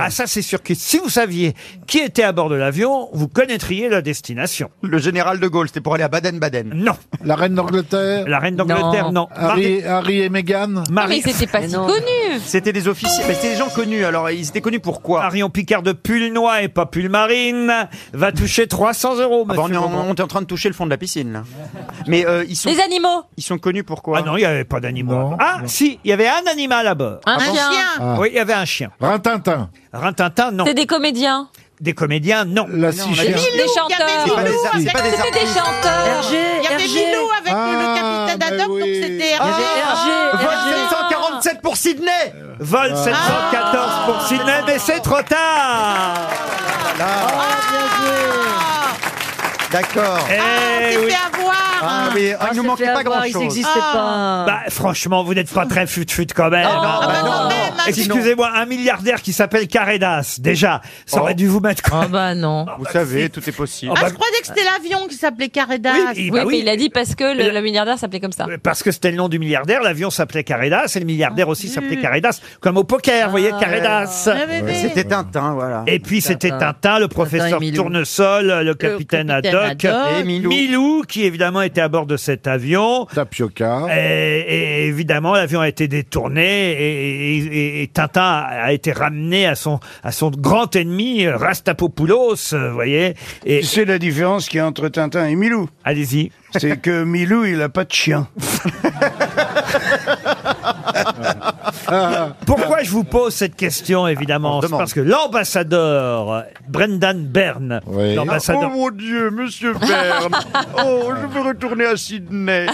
[SPEAKER 1] Ah ça c'est sûr que si vous saviez qui était à bord de l'avion, vous connaîtriez la destination. Le général de Gaulle, c'était pour aller à Baden-Baden. Non. La reine d'Angleterre. La reine d'Angleterre, non.
[SPEAKER 7] Harry- Harry
[SPEAKER 1] et Meghan.
[SPEAKER 18] Mais ils étaient pas si connus
[SPEAKER 7] C'était des officiers, mais c'était des gens connus, alors ils étaient connus pour quoi
[SPEAKER 1] Marion Picard de Pulnois et pas Pulmarine va toucher 300 euros,
[SPEAKER 7] Ah bah, on, est
[SPEAKER 1] monsieur
[SPEAKER 7] en,
[SPEAKER 1] Beaumont.
[SPEAKER 7] on est en train de toucher le fond de la piscine, là. Mais euh, ils sont...
[SPEAKER 18] Les animaux
[SPEAKER 7] Ils sont connus pour quoi
[SPEAKER 1] Ah non, il n'y avait pas d'animaux. Ah si, il y avait un animal à bord.
[SPEAKER 18] Un Ah bon chien. Ah.
[SPEAKER 1] Oui, il y avait un chien. Rintintin. Rintintin, non.
[SPEAKER 18] C'est des comédiens
[SPEAKER 1] Des comédiens, non. La
[SPEAKER 18] Des chanteurs C'était des chanteurs
[SPEAKER 22] Il y avait Milou avec
[SPEAKER 2] Ah,
[SPEAKER 22] le capitaine Haddock, donc c'était
[SPEAKER 1] Ah.
[SPEAKER 22] Hergé.
[SPEAKER 7] Vol 747 pour Sydney
[SPEAKER 1] Vol 714 pour Sydney, mais c'est trop tard
[SPEAKER 18] Ah,
[SPEAKER 7] D'accord.
[SPEAKER 1] Eh oui.
[SPEAKER 22] Ah, avoir Ah.
[SPEAKER 7] Ah oui, ah, il nous manquait pas grand-chose.
[SPEAKER 1] Bah, franchement, vous n'êtes pas très fut-fut quand même. Ah,
[SPEAKER 7] bah bah non, non, non. non.
[SPEAKER 1] Excusez-moi, un milliardaire qui s'appelle Caredas, déjà, ça aurait dû vous mettre... Ah
[SPEAKER 18] bah non.
[SPEAKER 7] Oh. Vous savez, tout est possible.
[SPEAKER 1] bah-
[SPEAKER 22] Ah, je croyais que c'était l'avion qui s'appelait Careda.
[SPEAKER 18] Oui, mais il a dit parce que le, le milliardaire s'appelait comme ça.
[SPEAKER 1] Parce que c'était le nom du milliardaire, l'avion s'appelait Caredas, et le milliardaire aussi s'appelait Caredas, comme au poker, vous voyez, Caredas.
[SPEAKER 7] Ouais, mais- C'était Tintin, voilà.
[SPEAKER 1] Et puis c'était ah, Tintin, le professeur
[SPEAKER 7] Milou.
[SPEAKER 1] Tournesol, le capitaine
[SPEAKER 7] capitaine
[SPEAKER 1] Haddock, euh,
[SPEAKER 7] Haddock. Et Milou.
[SPEAKER 1] qui évidemment était à bord de cet avion. Tapioca. Et, et évidemment, l'avion a été détourné et, et- et Tintin a été ramené à son, à son grand ennemi, Rastapopoulos, euh, vous voyez. Et...
[SPEAKER 6] Tu sais la différence qu'il y a entre Tintin et Milou
[SPEAKER 1] Allez-y.
[SPEAKER 6] C'est que Milou, il a pas de chien.
[SPEAKER 1] Pourquoi je vous pose cette question, évidemment C'est parce que l'ambassadeur euh, Brendan Byrne, l'ambassadeur...
[SPEAKER 6] Oh mon Dieu, monsieur Bern Oh, je veux retourner à Sydney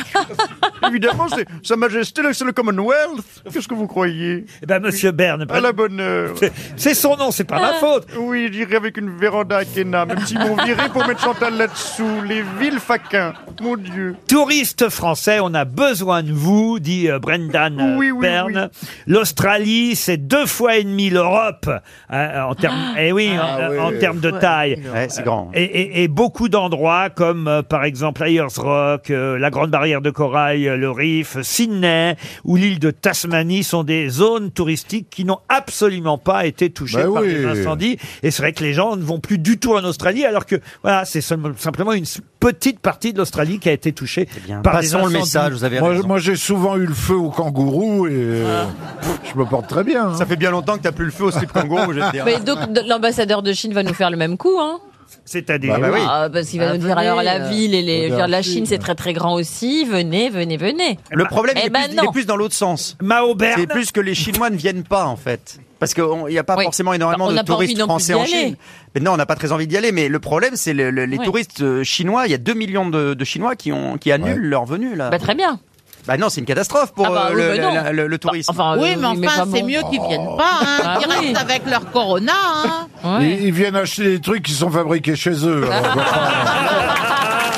[SPEAKER 6] Évidemment, c'est Sa Majesté, c'est le Commonwealth Qu'est-ce que vous croyez
[SPEAKER 1] Eh ben, monsieur Bern...
[SPEAKER 6] À la bonne heure
[SPEAKER 1] C'est- C'est son nom, c'est pas ma faute
[SPEAKER 6] Oui, j'irai avec une véranda à Kena, même s'ils m'ont viré pour mettre Chantal là-dessous. Les villes faquins, mon Dieu
[SPEAKER 1] Touristes français, on a besoin de vous, dit euh, Brendan euh,
[SPEAKER 6] Oui, oui,
[SPEAKER 1] Byrne. L'Australie, c'est deux fois et demi l'Europe hein, en termes, eh oui, en,
[SPEAKER 6] Ah oui.
[SPEAKER 1] en termes de
[SPEAKER 6] Ouais,
[SPEAKER 1] taille.
[SPEAKER 6] ouais, c'est grand. hein.
[SPEAKER 1] Et, et- et beaucoup d'endroits comme euh, par exemple Ayers Rock, euh, la Grande Barrière de Corail, euh, le Reef, Sydney ou l'île de Tasmanie sont des zones touristiques qui n'ont absolument pas été touchées
[SPEAKER 16] Bah
[SPEAKER 1] par
[SPEAKER 16] oui.
[SPEAKER 1] les incendies. Et c'est vrai que les gens ne vont plus du tout en Australie alors que voilà, c'est seulement- simplement une s- petite partie de l'Australie qui a été touchée
[SPEAKER 6] Eh
[SPEAKER 1] par des incendies.
[SPEAKER 16] Moi, moi, j'ai souvent eu le feu au kangourou et euh,
[SPEAKER 15] Ah.
[SPEAKER 16] je me porte très bien. hein. Ça fait bien longtemps que t'as plus le feu au slip kangourou,
[SPEAKER 18] Mais donc de- l'ambassadeur de Chine va nous faire le même coup, hein
[SPEAKER 1] C'est-à-dire
[SPEAKER 18] Bah, bah oui. Ah, parce qu'il va
[SPEAKER 1] Ah,
[SPEAKER 18] nous dire alors la
[SPEAKER 1] venez, euh,
[SPEAKER 18] ville et les, je veux dire, la
[SPEAKER 1] Chine.
[SPEAKER 18] Chine c'est très très grand aussi. Venez, venez, venez.
[SPEAKER 10] Le problème,
[SPEAKER 18] Eh
[SPEAKER 10] il, est
[SPEAKER 18] ben
[SPEAKER 10] plus, il
[SPEAKER 18] non.
[SPEAKER 10] est plus dans l'autre sens.
[SPEAKER 1] Mao
[SPEAKER 10] C'est plus que les Chinois ne viennent pas, en fait. Parce qu'il n'y a pas forcément énormément
[SPEAKER 18] Bah, On
[SPEAKER 10] de
[SPEAKER 18] n'a pas envie
[SPEAKER 10] touristes
[SPEAKER 18] non plus
[SPEAKER 10] français
[SPEAKER 18] d'y
[SPEAKER 10] en
[SPEAKER 18] aller.
[SPEAKER 10] Chine. Mais non, on n'a pas très envie d'y aller. Mais le problème, c'est le- le- les
[SPEAKER 18] Ouais.
[SPEAKER 10] touristes euh, chinois. Il y a 2 millions de, de Chinois qui, ont, qui annulent leur venue, là.
[SPEAKER 18] Bah très bien.
[SPEAKER 10] Bah non, c'est une catastrophe pour
[SPEAKER 18] Ah bah
[SPEAKER 10] euh,
[SPEAKER 18] oui,
[SPEAKER 10] le,
[SPEAKER 18] bah non. euh,
[SPEAKER 10] la- le- le tourisme.
[SPEAKER 22] Ah oui, mais enfin, c'est mieux qu'ils viennent pas. Hein.
[SPEAKER 8] Ah
[SPEAKER 22] ils
[SPEAKER 8] oui.
[SPEAKER 22] restent avec leur corona. Hein.
[SPEAKER 8] Ils, ils viennent acheter des trucs qui sont fabriqués chez eux.
[SPEAKER 18] Ah.
[SPEAKER 8] alors, on va pas-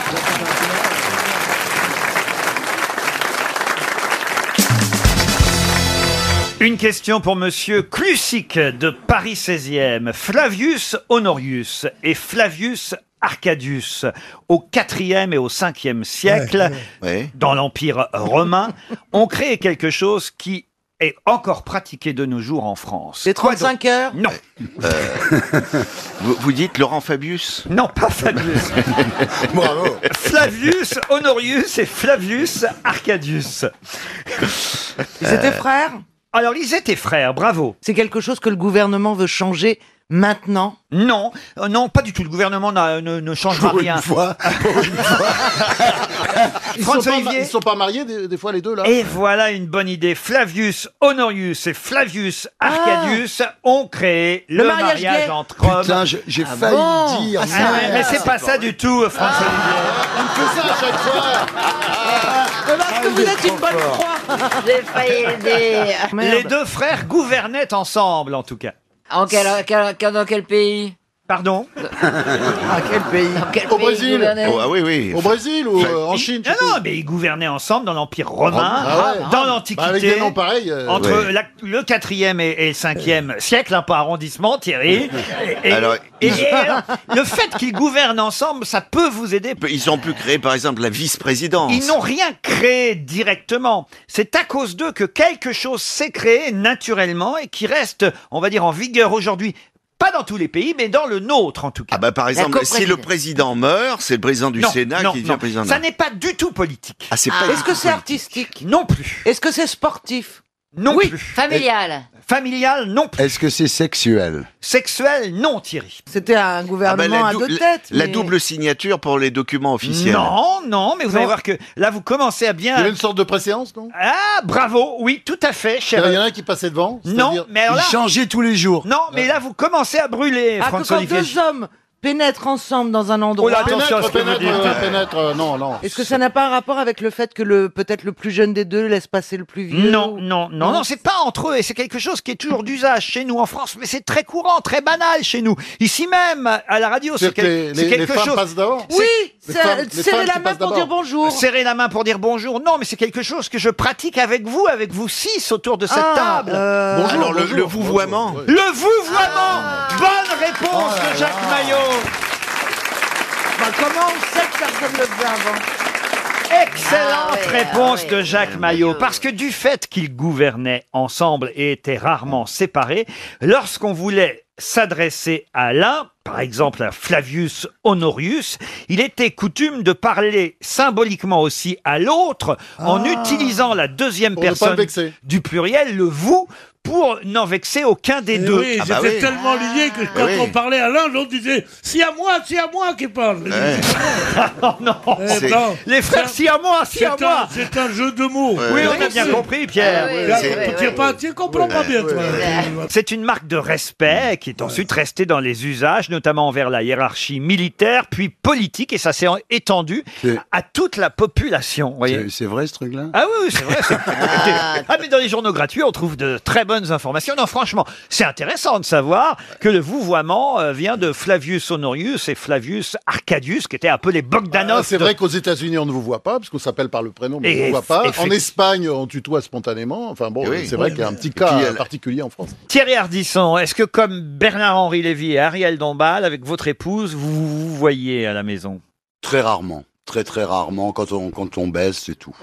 [SPEAKER 1] Une question pour Monsieur Clusic de Paris 16e. Flavius Honorius et Flavius Arcadius, au 4e et au 5e siècle, dans l'Empire romain, ont créé quelque chose qui est encore pratiqué de nos jours en France. Les
[SPEAKER 29] 35 heures
[SPEAKER 1] Non.
[SPEAKER 29] vous, vous dites Laurent Fabius
[SPEAKER 1] Non, pas Fabius.
[SPEAKER 29] Bravo.
[SPEAKER 1] Flavius Honorius et Flavius Arcadius.
[SPEAKER 2] Ils étaient frères
[SPEAKER 1] Alors, ils étaient frères, bravo.
[SPEAKER 2] C'est quelque chose que le gouvernement veut changer maintenant
[SPEAKER 1] Non, euh, non, pas du tout. Le gouvernement n'a- ne, ne changera
[SPEAKER 2] Pour une
[SPEAKER 1] rien.
[SPEAKER 2] fois,
[SPEAKER 29] Ils
[SPEAKER 1] Franz
[SPEAKER 29] sont, pas, ma-
[SPEAKER 1] Olivier.
[SPEAKER 29] ils sont pas mariés des, des fois les deux là
[SPEAKER 1] Et voilà une bonne idée. Flavius Honorius et Flavius Arcadius ont créé le,
[SPEAKER 29] Le mariage
[SPEAKER 1] mariage,
[SPEAKER 29] gay.
[SPEAKER 1] entre hommes.
[SPEAKER 29] Putain, j'ai- j'ai failli dire.
[SPEAKER 1] Ah, ouais, mais c'est pas Ah, ça du tout, euh, François
[SPEAKER 29] Il me fait ça à chaque fois
[SPEAKER 1] que vous êtes une bonne
[SPEAKER 26] J'ai failli le dire.
[SPEAKER 1] Ah, Les deux frères gouvernaient ensemble, en tout cas.
[SPEAKER 26] En quel, quel- quel- dans quel pays
[SPEAKER 1] Pardon Ah,
[SPEAKER 26] À
[SPEAKER 29] quel pays Dans quel Au pays Brésil. gouvernaient Oh, ah oui, oui. Au Brésil ou, euh, en
[SPEAKER 1] Chine Non, non, mais ils gouvernaient ensemble dans l'Empire romain,
[SPEAKER 29] Ah ouais.
[SPEAKER 1] dans
[SPEAKER 29] Ah,
[SPEAKER 1] l'Antiquité.
[SPEAKER 29] bah, avec des noms pareils, euh,
[SPEAKER 1] entre
[SPEAKER 29] ouais.
[SPEAKER 1] la- le 4e et, et le 5e siècle, hein, par arrondissement, Thierry. Et, et-
[SPEAKER 29] Alors,
[SPEAKER 1] et-
[SPEAKER 29] ils-
[SPEAKER 1] et alors, le fait qu'ils gouvernent ensemble, ça peut vous aider.
[SPEAKER 29] Ils ont pu créer par exemple la vice-présidence.
[SPEAKER 1] Ils n'ont rien créé directement. C'est à cause d'eux que quelque chose s'est créé naturellement et qui reste, on va dire, en vigueur aujourd'hui. Pas dans tous les pays, mais dans le nôtre en tout cas.
[SPEAKER 29] Ah bah par exemple, si le
[SPEAKER 1] coprésidence.
[SPEAKER 29] président meurt, c'est le président du
[SPEAKER 1] Non,
[SPEAKER 29] Sénat
[SPEAKER 1] non,
[SPEAKER 29] qui devient
[SPEAKER 1] non.
[SPEAKER 29] président.
[SPEAKER 1] Ça n'est pas du tout politique.
[SPEAKER 29] Ah, c'est pas du
[SPEAKER 2] Est-ce que
[SPEAKER 29] tout
[SPEAKER 2] c'est
[SPEAKER 29] politique.
[SPEAKER 2] artistique
[SPEAKER 1] Non plus.
[SPEAKER 2] Est-ce que c'est sportif
[SPEAKER 1] Non Euh,
[SPEAKER 2] oui.
[SPEAKER 26] Familial.
[SPEAKER 1] Familial, non plus.
[SPEAKER 29] Est-ce que c'est sexuel
[SPEAKER 1] Sexuel, non, Thierry.
[SPEAKER 2] C'était un gouvernement
[SPEAKER 29] Ah, bah, la,
[SPEAKER 2] à
[SPEAKER 29] dou-
[SPEAKER 2] deux
[SPEAKER 29] la-
[SPEAKER 2] têtes.
[SPEAKER 29] la
[SPEAKER 2] mais-
[SPEAKER 29] double signature pour les documents officiels.
[SPEAKER 1] Non, non, mais vous allez voir que là, vous commencez à bien.
[SPEAKER 29] Il y a une sorte de préséance, non
[SPEAKER 1] Ah, bravo, oui, tout à fait, cher.
[SPEAKER 29] Il y en a un qui passait devant
[SPEAKER 1] Non, mais alors là.
[SPEAKER 29] tous les jours.
[SPEAKER 1] Non, mais là, vous commencez à brûler,
[SPEAKER 2] Ah, que
[SPEAKER 1] François
[SPEAKER 2] quand
[SPEAKER 1] Olivier. Oh,
[SPEAKER 2] deux hommes pénètrent ensemble dans un endroit.
[SPEAKER 29] euh, non, non.
[SPEAKER 2] Est-ce que ça n'a pas un rapport avec le fait que le peut-être le plus jeune des deux laisse passer le plus vieux
[SPEAKER 1] Non, non, non, non, c'est pas entre eux et c'est quelque chose qui est toujours d'usage chez nous en France, mais c'est très courant, très banal chez nous. Ici même, à la radio, c'est
[SPEAKER 29] C'est-à-dire que
[SPEAKER 1] quel-
[SPEAKER 29] les-
[SPEAKER 1] c'est
[SPEAKER 29] les-
[SPEAKER 1] quelque
[SPEAKER 29] les femmes
[SPEAKER 1] chose.
[SPEAKER 29] passent d'avant
[SPEAKER 1] C'est-
[SPEAKER 29] Oui, Les c'est- femmes- les serrer femmes la qui main passent pour d'abord. dire bonjour.
[SPEAKER 1] Serrer la main pour dire bonjour. Non, mais c'est quelque chose que je pratique avec vous, avec vous six autour de cette
[SPEAKER 29] Ah,
[SPEAKER 1] table.
[SPEAKER 29] euh, Bonjour, Alors, le- bonjour, le vouvoiement. bonjour, ouais.
[SPEAKER 1] Le vouvoiement. Bonne réponse de Jacques Maillot.
[SPEAKER 2] comment on sait que personne ne le faisait avant
[SPEAKER 1] Excellente réponse de Jacques Maillot. Parce que du fait qu'ils gouvernaient ensemble et étaient rarement séparés, lorsqu'on voulait s'adresser à l'un, par exemple à Flavius Honorius, il était coutume de parler symboliquement aussi à l'autre en utilisant la deuxième
[SPEAKER 29] Ah. Pour ne pas
[SPEAKER 1] personne
[SPEAKER 29] le vexer.
[SPEAKER 1] du pluriel, le vous, pour n'en vexer aucun des
[SPEAKER 12] Eh
[SPEAKER 1] deux. Ah bah
[SPEAKER 12] oui, j'étais tellement lié que quand
[SPEAKER 29] Eh
[SPEAKER 1] oui.
[SPEAKER 12] on parlait à l'un, l'autre disait C'est à moi, c'est à moi qui parle.
[SPEAKER 1] non,
[SPEAKER 29] C'est-
[SPEAKER 1] Les frères, si à moi, si à moi.
[SPEAKER 12] eh ben, C'est un jeu de mots.
[SPEAKER 1] Oui, on a bien compris, Pierre.
[SPEAKER 12] Tu
[SPEAKER 1] Oui,
[SPEAKER 12] n'as
[SPEAKER 1] oui, oui, oui.
[SPEAKER 12] pas- tu comprends pas bien, toi.
[SPEAKER 1] C'est une marque de respect qui est ensuite restée dans les usages, notamment envers la hiérarchie militaire, puis politique, et ça s'est en- étendu à toute la population.
[SPEAKER 29] C'est vrai ce truc-là
[SPEAKER 1] Ah oui, oui, c'est vrai. c'est- ah mais dans les journaux gratuits, on trouve de très bonnes informations. Non, franchement, c'est intéressant de savoir que le vouvoiement euh, vient de Flavius Honorius et Flavius Arcadius, qui étaient un peu les Bogdanov.
[SPEAKER 29] Ah, C'est
[SPEAKER 1] de-
[SPEAKER 29] vrai qu'aux États-Unis, on ne vous voit pas, parce qu'on s'appelle par le prénom, mais
[SPEAKER 1] Et
[SPEAKER 29] on ne vous voit
[SPEAKER 1] eff-
[SPEAKER 29] ben, pas. En
[SPEAKER 1] effectivement.
[SPEAKER 29] Espagne, on tutoie spontanément. Enfin bon,
[SPEAKER 1] Eh Oui.
[SPEAKER 29] c'est vrai
[SPEAKER 1] Oui.
[SPEAKER 29] qu'il y a un petit
[SPEAKER 1] Et
[SPEAKER 29] cas
[SPEAKER 1] puis, elle-
[SPEAKER 29] particulier en France.
[SPEAKER 1] Thierry Ardisson, est-ce que comme Bernard-Henri Lévy et Ariel Dombal, avec votre épouse, vous vous voyez à la maison
[SPEAKER 29] Très rarement. Très très rarement, quand on, quand on baise, c'est tout.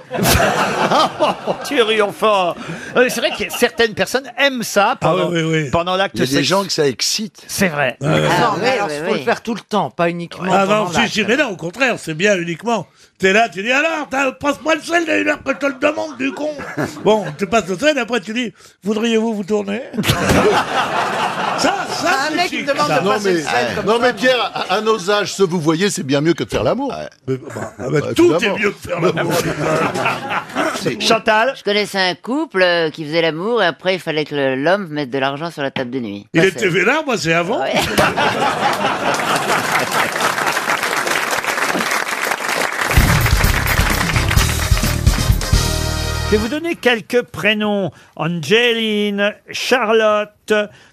[SPEAKER 1] Thierry, enfin Euh, C'est vrai que certaines personnes aiment
[SPEAKER 16] Ah
[SPEAKER 1] ça pendant, pendant l'acte
[SPEAKER 29] Il y a des
[SPEAKER 1] sex-
[SPEAKER 29] gens que ça excite.
[SPEAKER 1] C'est vrai.
[SPEAKER 29] Ah, ouais.
[SPEAKER 12] Ah,
[SPEAKER 1] Euh, Alors,
[SPEAKER 12] ouais,
[SPEAKER 1] alors,
[SPEAKER 12] ouais,
[SPEAKER 1] faut
[SPEAKER 12] ouais.
[SPEAKER 1] le faire tout le temps, pas uniquement.
[SPEAKER 12] Ah
[SPEAKER 1] pendant
[SPEAKER 12] non, si,
[SPEAKER 1] l'acte.
[SPEAKER 12] si, mais non, au contraire, c'est bien uniquement. T'es là, tu dis alors, t'as- passe-moi le sel de une heure que je te le demande, du con. bon, tu passes le sel, après tu dis, voudriez-vous vous tourner Ça, ça,
[SPEAKER 7] Un mec qui
[SPEAKER 1] Ah,
[SPEAKER 7] demande
[SPEAKER 29] non, mais, non, mais Pierre, à, à nos âges, ce vous voyez, c'est bien mieux que de faire l'amour.
[SPEAKER 12] bah, tout est mieux que faire l'amour.
[SPEAKER 29] bah,
[SPEAKER 1] Chantal
[SPEAKER 13] Je connaissais un couple euh, qui faisait l'amour et après il fallait que le- l'homme mette de l'argent sur la table de nuit.
[SPEAKER 12] Il
[SPEAKER 13] Ça,
[SPEAKER 12] était
[SPEAKER 13] c'est-
[SPEAKER 12] vénard, moi, c'est avant.
[SPEAKER 1] Je vais vous donner quelques prénoms. Angeline, Charlotte,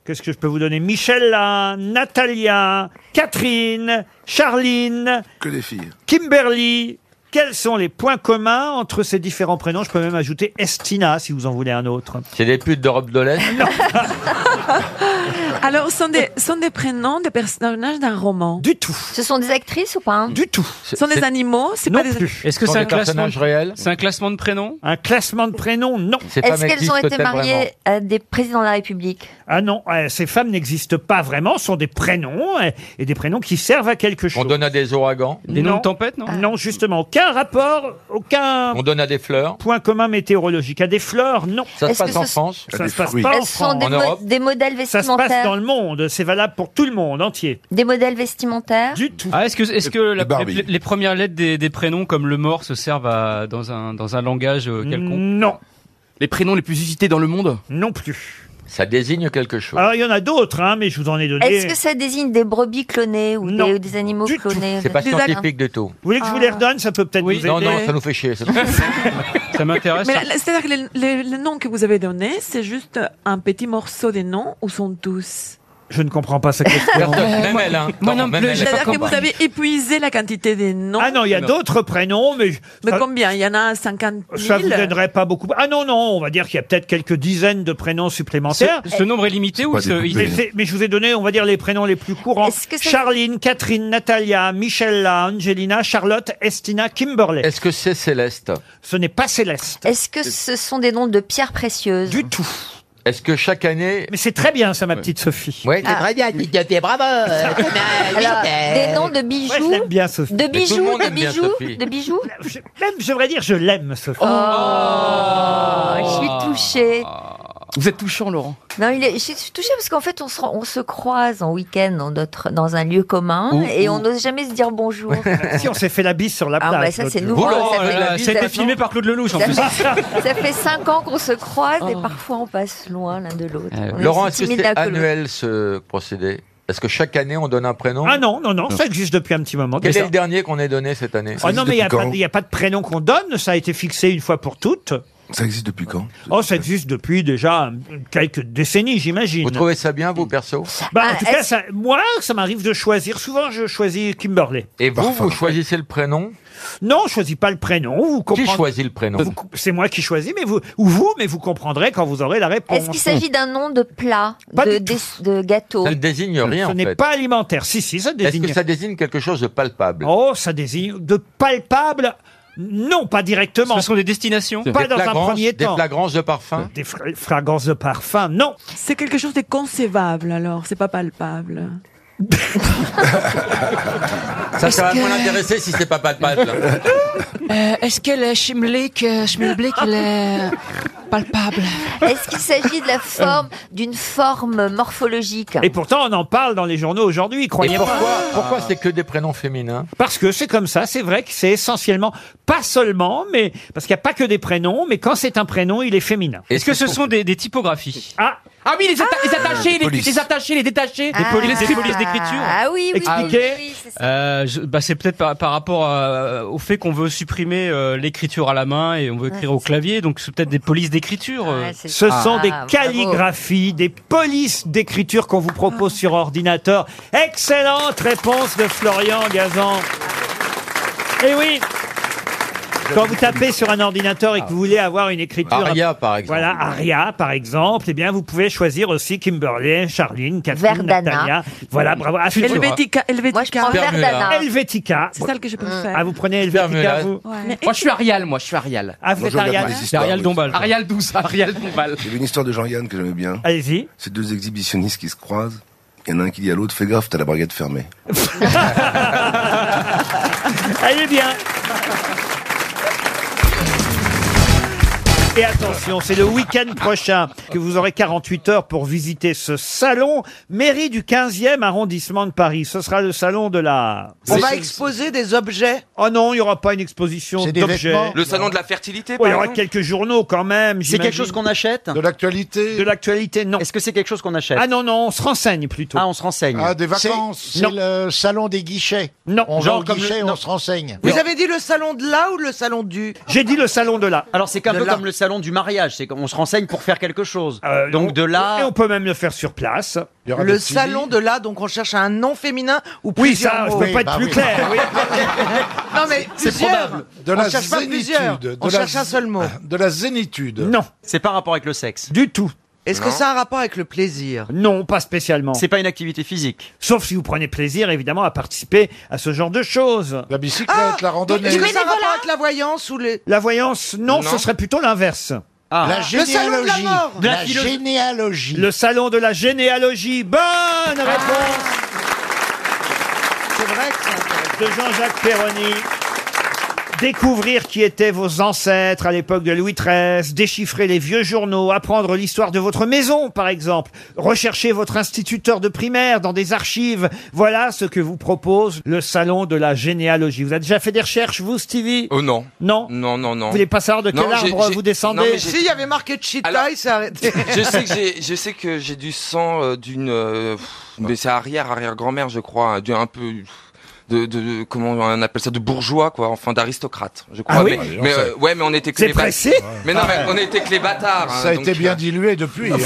[SPEAKER 1] qu'est-ce que je peux vous donner Michella, Natalia, Catherine, Charline.
[SPEAKER 29] Que des filles.
[SPEAKER 1] Kimberly. Quels sont les points communs entre ces différents prénoms Je peux même ajouter Estina si vous en voulez un autre.
[SPEAKER 23] C'est des putes d'Europe de l'Est
[SPEAKER 30] Alors, ce sont des, sont des prénoms de personnages d'un roman.
[SPEAKER 1] Du tout.
[SPEAKER 30] Ce sont des actrices ou pas hein
[SPEAKER 1] Du tout.
[SPEAKER 30] Ce sont des animaux C'est pas des.
[SPEAKER 17] Est-ce
[SPEAKER 23] Ce
[SPEAKER 17] que
[SPEAKER 23] sont
[SPEAKER 17] c'est un
[SPEAKER 23] des
[SPEAKER 17] classement
[SPEAKER 23] personnages réels
[SPEAKER 17] C'est un classement de prénoms
[SPEAKER 1] Un classement de prénoms Non.
[SPEAKER 30] Est-ce qu'elles ont été mariées à des présidents de la République
[SPEAKER 1] Ah non, euh, ces femmes n'existent pas vraiment, ce sont des prénoms euh, et des prénoms qui servent à quelque chose.
[SPEAKER 23] On donne à des ouragans
[SPEAKER 1] Non. Non, justement, aucun rapport, aucun
[SPEAKER 23] On donne à des fleurs
[SPEAKER 1] point commun météorologique. À des fleurs, non.
[SPEAKER 23] Ça se Est-ce passe que en ce- France À
[SPEAKER 1] Ça
[SPEAKER 23] des
[SPEAKER 1] se passe
[SPEAKER 23] fruits.
[SPEAKER 1] pas en
[SPEAKER 30] Ce
[SPEAKER 1] France.
[SPEAKER 30] sont des, mo- des modèles
[SPEAKER 1] Ça se
[SPEAKER 30] vestimentaires.
[SPEAKER 1] passe dans le monde, c'est valable pour tout le monde entier.
[SPEAKER 30] Des modèles vestimentaires
[SPEAKER 1] Du tout.
[SPEAKER 17] Ah, est-ce que, est-ce que la- les, les premières lettres des, des prénoms comme le mort se servent à- dans, un, dans un langage euh, quelconque
[SPEAKER 1] Non.
[SPEAKER 17] Les prénoms les plus usités dans le monde
[SPEAKER 1] Non plus.
[SPEAKER 23] Ça désigne quelque chose.
[SPEAKER 1] Alors, il y en a d'autres, hein, mais je vous en ai donné.
[SPEAKER 30] Est-ce que ça désigne des brebis clonées ou des, ou des animaux clonés
[SPEAKER 23] C'est pas
[SPEAKER 30] Des
[SPEAKER 23] scientifique du tout.
[SPEAKER 1] Vous voulez que je vous les redonne Ça peut peut-être vous aider.
[SPEAKER 23] Non, non, ça nous fait chier. Ça, nous fait chier.
[SPEAKER 17] Ça
[SPEAKER 30] ac-
[SPEAKER 17] m'intéresse.
[SPEAKER 30] Mais la- la- c'est-à-dire que les- les- le nom que vous avez donné, c'est juste un petit morceau des noms ou sont tous
[SPEAKER 1] Je ne comprends pas sa question.
[SPEAKER 23] Même elle, hein. Moi non plus,
[SPEAKER 30] C'est-à-dire que vous avez épuisé la quantité des noms.
[SPEAKER 1] Ah non, il y a d'autres prénoms, mais.
[SPEAKER 30] Mais
[SPEAKER 1] ça-
[SPEAKER 30] combien Il y en a 50 000
[SPEAKER 1] Ça vous donnerait pas beaucoup. Ah non, non, on va dire qu'il y a peut-être quelques dizaines de prénoms supplémentaires.
[SPEAKER 17] Ce- ce nombre est limité ou C'est pas ce- découpé.
[SPEAKER 1] mais, c'est- mais je vous ai donné, on va dire, les prénoms les plus courants. Charline, Catherine, Natalia, Michella, Angelina, Charlotte, Estina, Kimberley.
[SPEAKER 23] Est-ce que c'est Céleste
[SPEAKER 1] Ce n'est pas Céleste.
[SPEAKER 30] Est-ce que ce sont des noms de pierres précieuses
[SPEAKER 1] Du tout.
[SPEAKER 23] Est-ce que chaque année.
[SPEAKER 1] Mais c'est très bien, ça, ma petite Sophie.
[SPEAKER 23] Ouais, c'est
[SPEAKER 30] très
[SPEAKER 23] bien, bravo.
[SPEAKER 1] hein. Euh,
[SPEAKER 30] Ah.
[SPEAKER 1] bah,
[SPEAKER 30] Alors, des noms de bijoux
[SPEAKER 1] J'aime bien Sophie. Bah,
[SPEAKER 30] De bijoux, de bijoux, de bijoux
[SPEAKER 1] Même, je devrais dire, je l'aime, Sophie.
[SPEAKER 30] Oh, je suis touchée.
[SPEAKER 1] Vous êtes touchant, Laurent.
[SPEAKER 30] Non, il est, je suis touchée parce qu'en fait, on se, rend- on se croise en week-end dans, notre- dans un lieu commun
[SPEAKER 1] Ouh,
[SPEAKER 30] et
[SPEAKER 1] ouh.
[SPEAKER 30] on n'ose jamais se dire bonjour.
[SPEAKER 1] si on s'est fait la bise sur la
[SPEAKER 30] Ah,
[SPEAKER 1] plage.
[SPEAKER 30] bah, ça,
[SPEAKER 1] l'autre
[SPEAKER 30] c'est
[SPEAKER 1] jour.
[SPEAKER 30] nouveau, Oh là ça fait là, la
[SPEAKER 17] ça a été filmé par Claude Lelouch en
[SPEAKER 30] Ça
[SPEAKER 17] plus.
[SPEAKER 30] fait- ça fait cinq ans qu'on se croise et parfois on passe loin l'un de l'autre.
[SPEAKER 23] Euh,
[SPEAKER 30] On
[SPEAKER 23] Oh. Laurent,
[SPEAKER 30] aussi
[SPEAKER 23] est-ce que
[SPEAKER 30] timide
[SPEAKER 23] c'est
[SPEAKER 30] l'un que l'autre.
[SPEAKER 23] annuel ce procédé Est-ce que chaque année on donne un prénom
[SPEAKER 1] Ah non, non, non, ça existe depuis un petit moment.
[SPEAKER 23] Quel
[SPEAKER 1] Mais
[SPEAKER 23] est
[SPEAKER 1] ça-
[SPEAKER 23] le dernier qu'on ait donné cette année
[SPEAKER 1] Oh non, mais il n'y a, pas de prénom qu'on donne, ça a été fixé une fois pour toutes.
[SPEAKER 23] Ça existe depuis quand
[SPEAKER 1] Oh, ça existe depuis déjà euh, quelques décennies, j'imagine.
[SPEAKER 23] Vous trouvez ça bien, vous, perso
[SPEAKER 1] Bah,
[SPEAKER 30] Ah,
[SPEAKER 1] en tout cas, ça- moi, ça m'arrive de choisir. Souvent, je choisis Kimberley.
[SPEAKER 23] Et vous, vous choisissez le prénom
[SPEAKER 1] Non, je choisis pas le prénom. Vous comprendrez-
[SPEAKER 23] choisit le prénom
[SPEAKER 1] Vous co- C'est moi qui choisis, mais vous, ou vous, mais vous comprendrez quand vous aurez la réponse.
[SPEAKER 30] Est-ce qu'il s'agit d'un nom de plat, de, des- de gâteau
[SPEAKER 23] Ça ne désigne rien.
[SPEAKER 1] Euh, Ce
[SPEAKER 23] en
[SPEAKER 1] n'est
[SPEAKER 23] fait.
[SPEAKER 1] pas alimentaire. Si, si, ça désigne.
[SPEAKER 23] Est-ce que ça désigne quelque chose de palpable
[SPEAKER 1] Oh, ça désigne de palpable. Non, pas directement.
[SPEAKER 17] Ce sont des destinations
[SPEAKER 1] Pas dans un premier temps.
[SPEAKER 23] flagrances de parfum
[SPEAKER 1] Des fra- fragrances de parfum, non.
[SPEAKER 30] C'est quelque chose de concevable alors, c'est pas palpable.
[SPEAKER 23] Ça, ça va moins l'intéresser si c'est pas palpable.
[SPEAKER 21] Euh, Est-ce que le schmilblick, euh, schmilblick, il est euh, palpable
[SPEAKER 30] Est-ce qu'il s'agit de la forme, d'une forme morphologique
[SPEAKER 1] Et pourtant, on en parle dans les journaux aujourd'hui,
[SPEAKER 23] Et
[SPEAKER 1] croyez-moi.
[SPEAKER 23] pourquoi, pourquoi c'est que des prénoms féminins
[SPEAKER 1] Parce que c'est comme ça, c'est vrai que c'est essentiellement, pas seulement, mais parce qu'il n'y a pas que des prénoms, mais quand c'est un prénom, il est féminin.
[SPEAKER 17] Est-ce que ce sont des, des typographies
[SPEAKER 1] Ah,
[SPEAKER 17] ah oui, les,
[SPEAKER 1] attachés, les- Police. les
[SPEAKER 17] attachés, les détachés.
[SPEAKER 30] Ah.
[SPEAKER 17] Ah. les polices d'écriture.
[SPEAKER 30] Ah oui, oui,
[SPEAKER 17] Expliquez.
[SPEAKER 30] oui, oui, c'est ça.
[SPEAKER 17] Euh, je- bah, c'est peut-être par, par rapport à- au fait qu'on veut supprimer euh, l'écriture à la main et on veut écrire au clavier, donc c'est peut-être des polices d'écriture. euh.
[SPEAKER 1] Ce sont
[SPEAKER 30] Ah,
[SPEAKER 1] des calligraphies, des polices d'écriture qu'on vous propose sur ordinateur. Excellente réponse de Florian Gazan. Eh oui Quand vous tapez sur un ordinateur et que vous voulez avoir une écriture.
[SPEAKER 10] Aria, par exemple.
[SPEAKER 1] Voilà, Aria, par exemple. Eh bien, vous pouvez choisir aussi Kimberly, Charline, Catherine,
[SPEAKER 30] Verdana.
[SPEAKER 1] Natalia. Voilà, bravo. Ah, c'est sûr.
[SPEAKER 30] Helvetica, Helvetica.
[SPEAKER 1] Helvetica.
[SPEAKER 30] C'est celle que je préfère.
[SPEAKER 1] Ah, vous prenez Helvetica,
[SPEAKER 10] Fermez-la.
[SPEAKER 1] vous
[SPEAKER 30] Ouais.
[SPEAKER 10] Moi, je suis Arial, moi, je suis Arial.
[SPEAKER 1] Ah, vous êtes Arial
[SPEAKER 10] Arial Dombal. Arial 12, Arial Dombal.
[SPEAKER 13] Il y avait une histoire de Jean-Yann que j'aimais bien.
[SPEAKER 1] Allez-y.
[SPEAKER 13] C'est deux exhibitionnistes qui se croisent. Il y en a un qui dit à l'autre, fais gaffe, t'as la braguette fermée.
[SPEAKER 1] Elle est bien. Et attention, c'est le week-end prochain que vous aurez 48 heures pour visiter ce salon, mairie du 15e arrondissement de Paris. Ce sera le salon de la...
[SPEAKER 7] On va exposer des objets.
[SPEAKER 1] Oh non, il n'y aura pas une exposition d'objets.
[SPEAKER 10] Le salon de la fertilité,
[SPEAKER 1] Oh, il y
[SPEAKER 10] par
[SPEAKER 1] aura
[SPEAKER 10] exemple.
[SPEAKER 1] quelques journaux quand même.
[SPEAKER 10] C'est quelque
[SPEAKER 1] j'imagine.
[SPEAKER 10] chose qu'on achète
[SPEAKER 1] De l'actualité De l'actualité, non.
[SPEAKER 10] Est-ce que c'est quelque chose qu'on achète
[SPEAKER 1] Ah non, non, on se renseigne plutôt.
[SPEAKER 10] Ah, on se renseigne.
[SPEAKER 12] Ah, des vacances.
[SPEAKER 1] C'est-
[SPEAKER 12] C'est
[SPEAKER 1] non.
[SPEAKER 12] le salon des guichets.
[SPEAKER 1] Non.
[SPEAKER 12] On
[SPEAKER 1] Genre
[SPEAKER 12] va au
[SPEAKER 1] comme
[SPEAKER 12] guichet,
[SPEAKER 1] le-
[SPEAKER 12] on
[SPEAKER 1] non.
[SPEAKER 12] se renseigne.
[SPEAKER 7] Vous avez dit le salon de là ou le salon du
[SPEAKER 1] J'ai dit le salon de là.
[SPEAKER 10] Alors c'est un
[SPEAKER 7] De
[SPEAKER 10] peu
[SPEAKER 7] là.
[SPEAKER 10] comme le salon du mariage, c'est qu'on se renseigne pour faire quelque chose. Donc de là.
[SPEAKER 1] Euh, Et on peut même le faire sur place.
[SPEAKER 7] Le salon de là, donc on cherche un nom féminin ou plusieurs
[SPEAKER 1] ça, je
[SPEAKER 7] mots.
[SPEAKER 1] peux Oui, pas être bah plus oui. clair, oui.
[SPEAKER 7] non mais plusieurs.
[SPEAKER 16] De
[SPEAKER 7] on
[SPEAKER 16] la
[SPEAKER 7] cherche pas plusieurs.
[SPEAKER 16] zénitude. de
[SPEAKER 7] On
[SPEAKER 16] la
[SPEAKER 7] cherche un
[SPEAKER 16] z-
[SPEAKER 7] seul mot.
[SPEAKER 16] De la zénitude.
[SPEAKER 1] Non.
[SPEAKER 10] C'est pas un rapport avec le sexe.
[SPEAKER 1] Du tout.
[SPEAKER 7] Est-ce que
[SPEAKER 10] Non.
[SPEAKER 7] ça a un rapport avec le plaisir
[SPEAKER 1] Non, pas spécialement.
[SPEAKER 10] C'est pas une activité physique.
[SPEAKER 1] Sauf si vous prenez plaisir, évidemment, à participer à ce genre de choses.
[SPEAKER 16] La bicyclette,
[SPEAKER 7] Ah,
[SPEAKER 16] la
[SPEAKER 7] Est-ce que ça a un rapport avec la voyance ou les
[SPEAKER 1] La voyance, non,
[SPEAKER 7] Non.
[SPEAKER 1] ce serait plutôt l'inverse.
[SPEAKER 12] La généalogie.
[SPEAKER 7] Ah. Le salon de la mort.
[SPEAKER 12] La,
[SPEAKER 1] La philo-
[SPEAKER 12] généalogie.
[SPEAKER 1] Le salon de la généalogie. Bonne réponse
[SPEAKER 7] C'est vrai que
[SPEAKER 1] de Jean-Jacques Perroni. Découvrir qui étaient vos ancêtres à l'époque de Louis XIII, déchiffrer les vieux journaux, apprendre l'histoire de votre maison, par exemple, rechercher votre instituteur de primaire dans des archives. Voilà ce que vous propose le salon de la généalogie. Vous avez déjà fait des recherches, vous, Stevie
[SPEAKER 10] Oh non.
[SPEAKER 1] Non.
[SPEAKER 10] Non, non, non.
[SPEAKER 1] Vous voulez pas savoir de
[SPEAKER 10] Non,
[SPEAKER 1] quel
[SPEAKER 10] j'ai-
[SPEAKER 1] arbre
[SPEAKER 10] j'ai-
[SPEAKER 1] vous descendez
[SPEAKER 10] non, mais j'ai-
[SPEAKER 7] Si, il y avait marqué Cheetah, il s'est arrêté.
[SPEAKER 10] je sais que j'ai, je sais que j'ai du sang euh, d'une, euh, pff, mais c'est arrière arrière grand-mère, je crois, hein, d'un un peu. De, de- comment on appelle ça de bourgeois quoi enfin d'aristocrate je crois
[SPEAKER 16] Ah oui Ouais,
[SPEAKER 10] mais, mais,
[SPEAKER 16] on
[SPEAKER 10] euh,
[SPEAKER 16] sait.
[SPEAKER 10] ouais mais on était que
[SPEAKER 16] C'est
[SPEAKER 10] les bâtards.
[SPEAKER 16] pressé
[SPEAKER 10] mais non mais on était que les bâtards
[SPEAKER 16] Ça a
[SPEAKER 10] hein, donc,
[SPEAKER 16] été bien
[SPEAKER 10] euh,
[SPEAKER 16] dilué depuis. hein.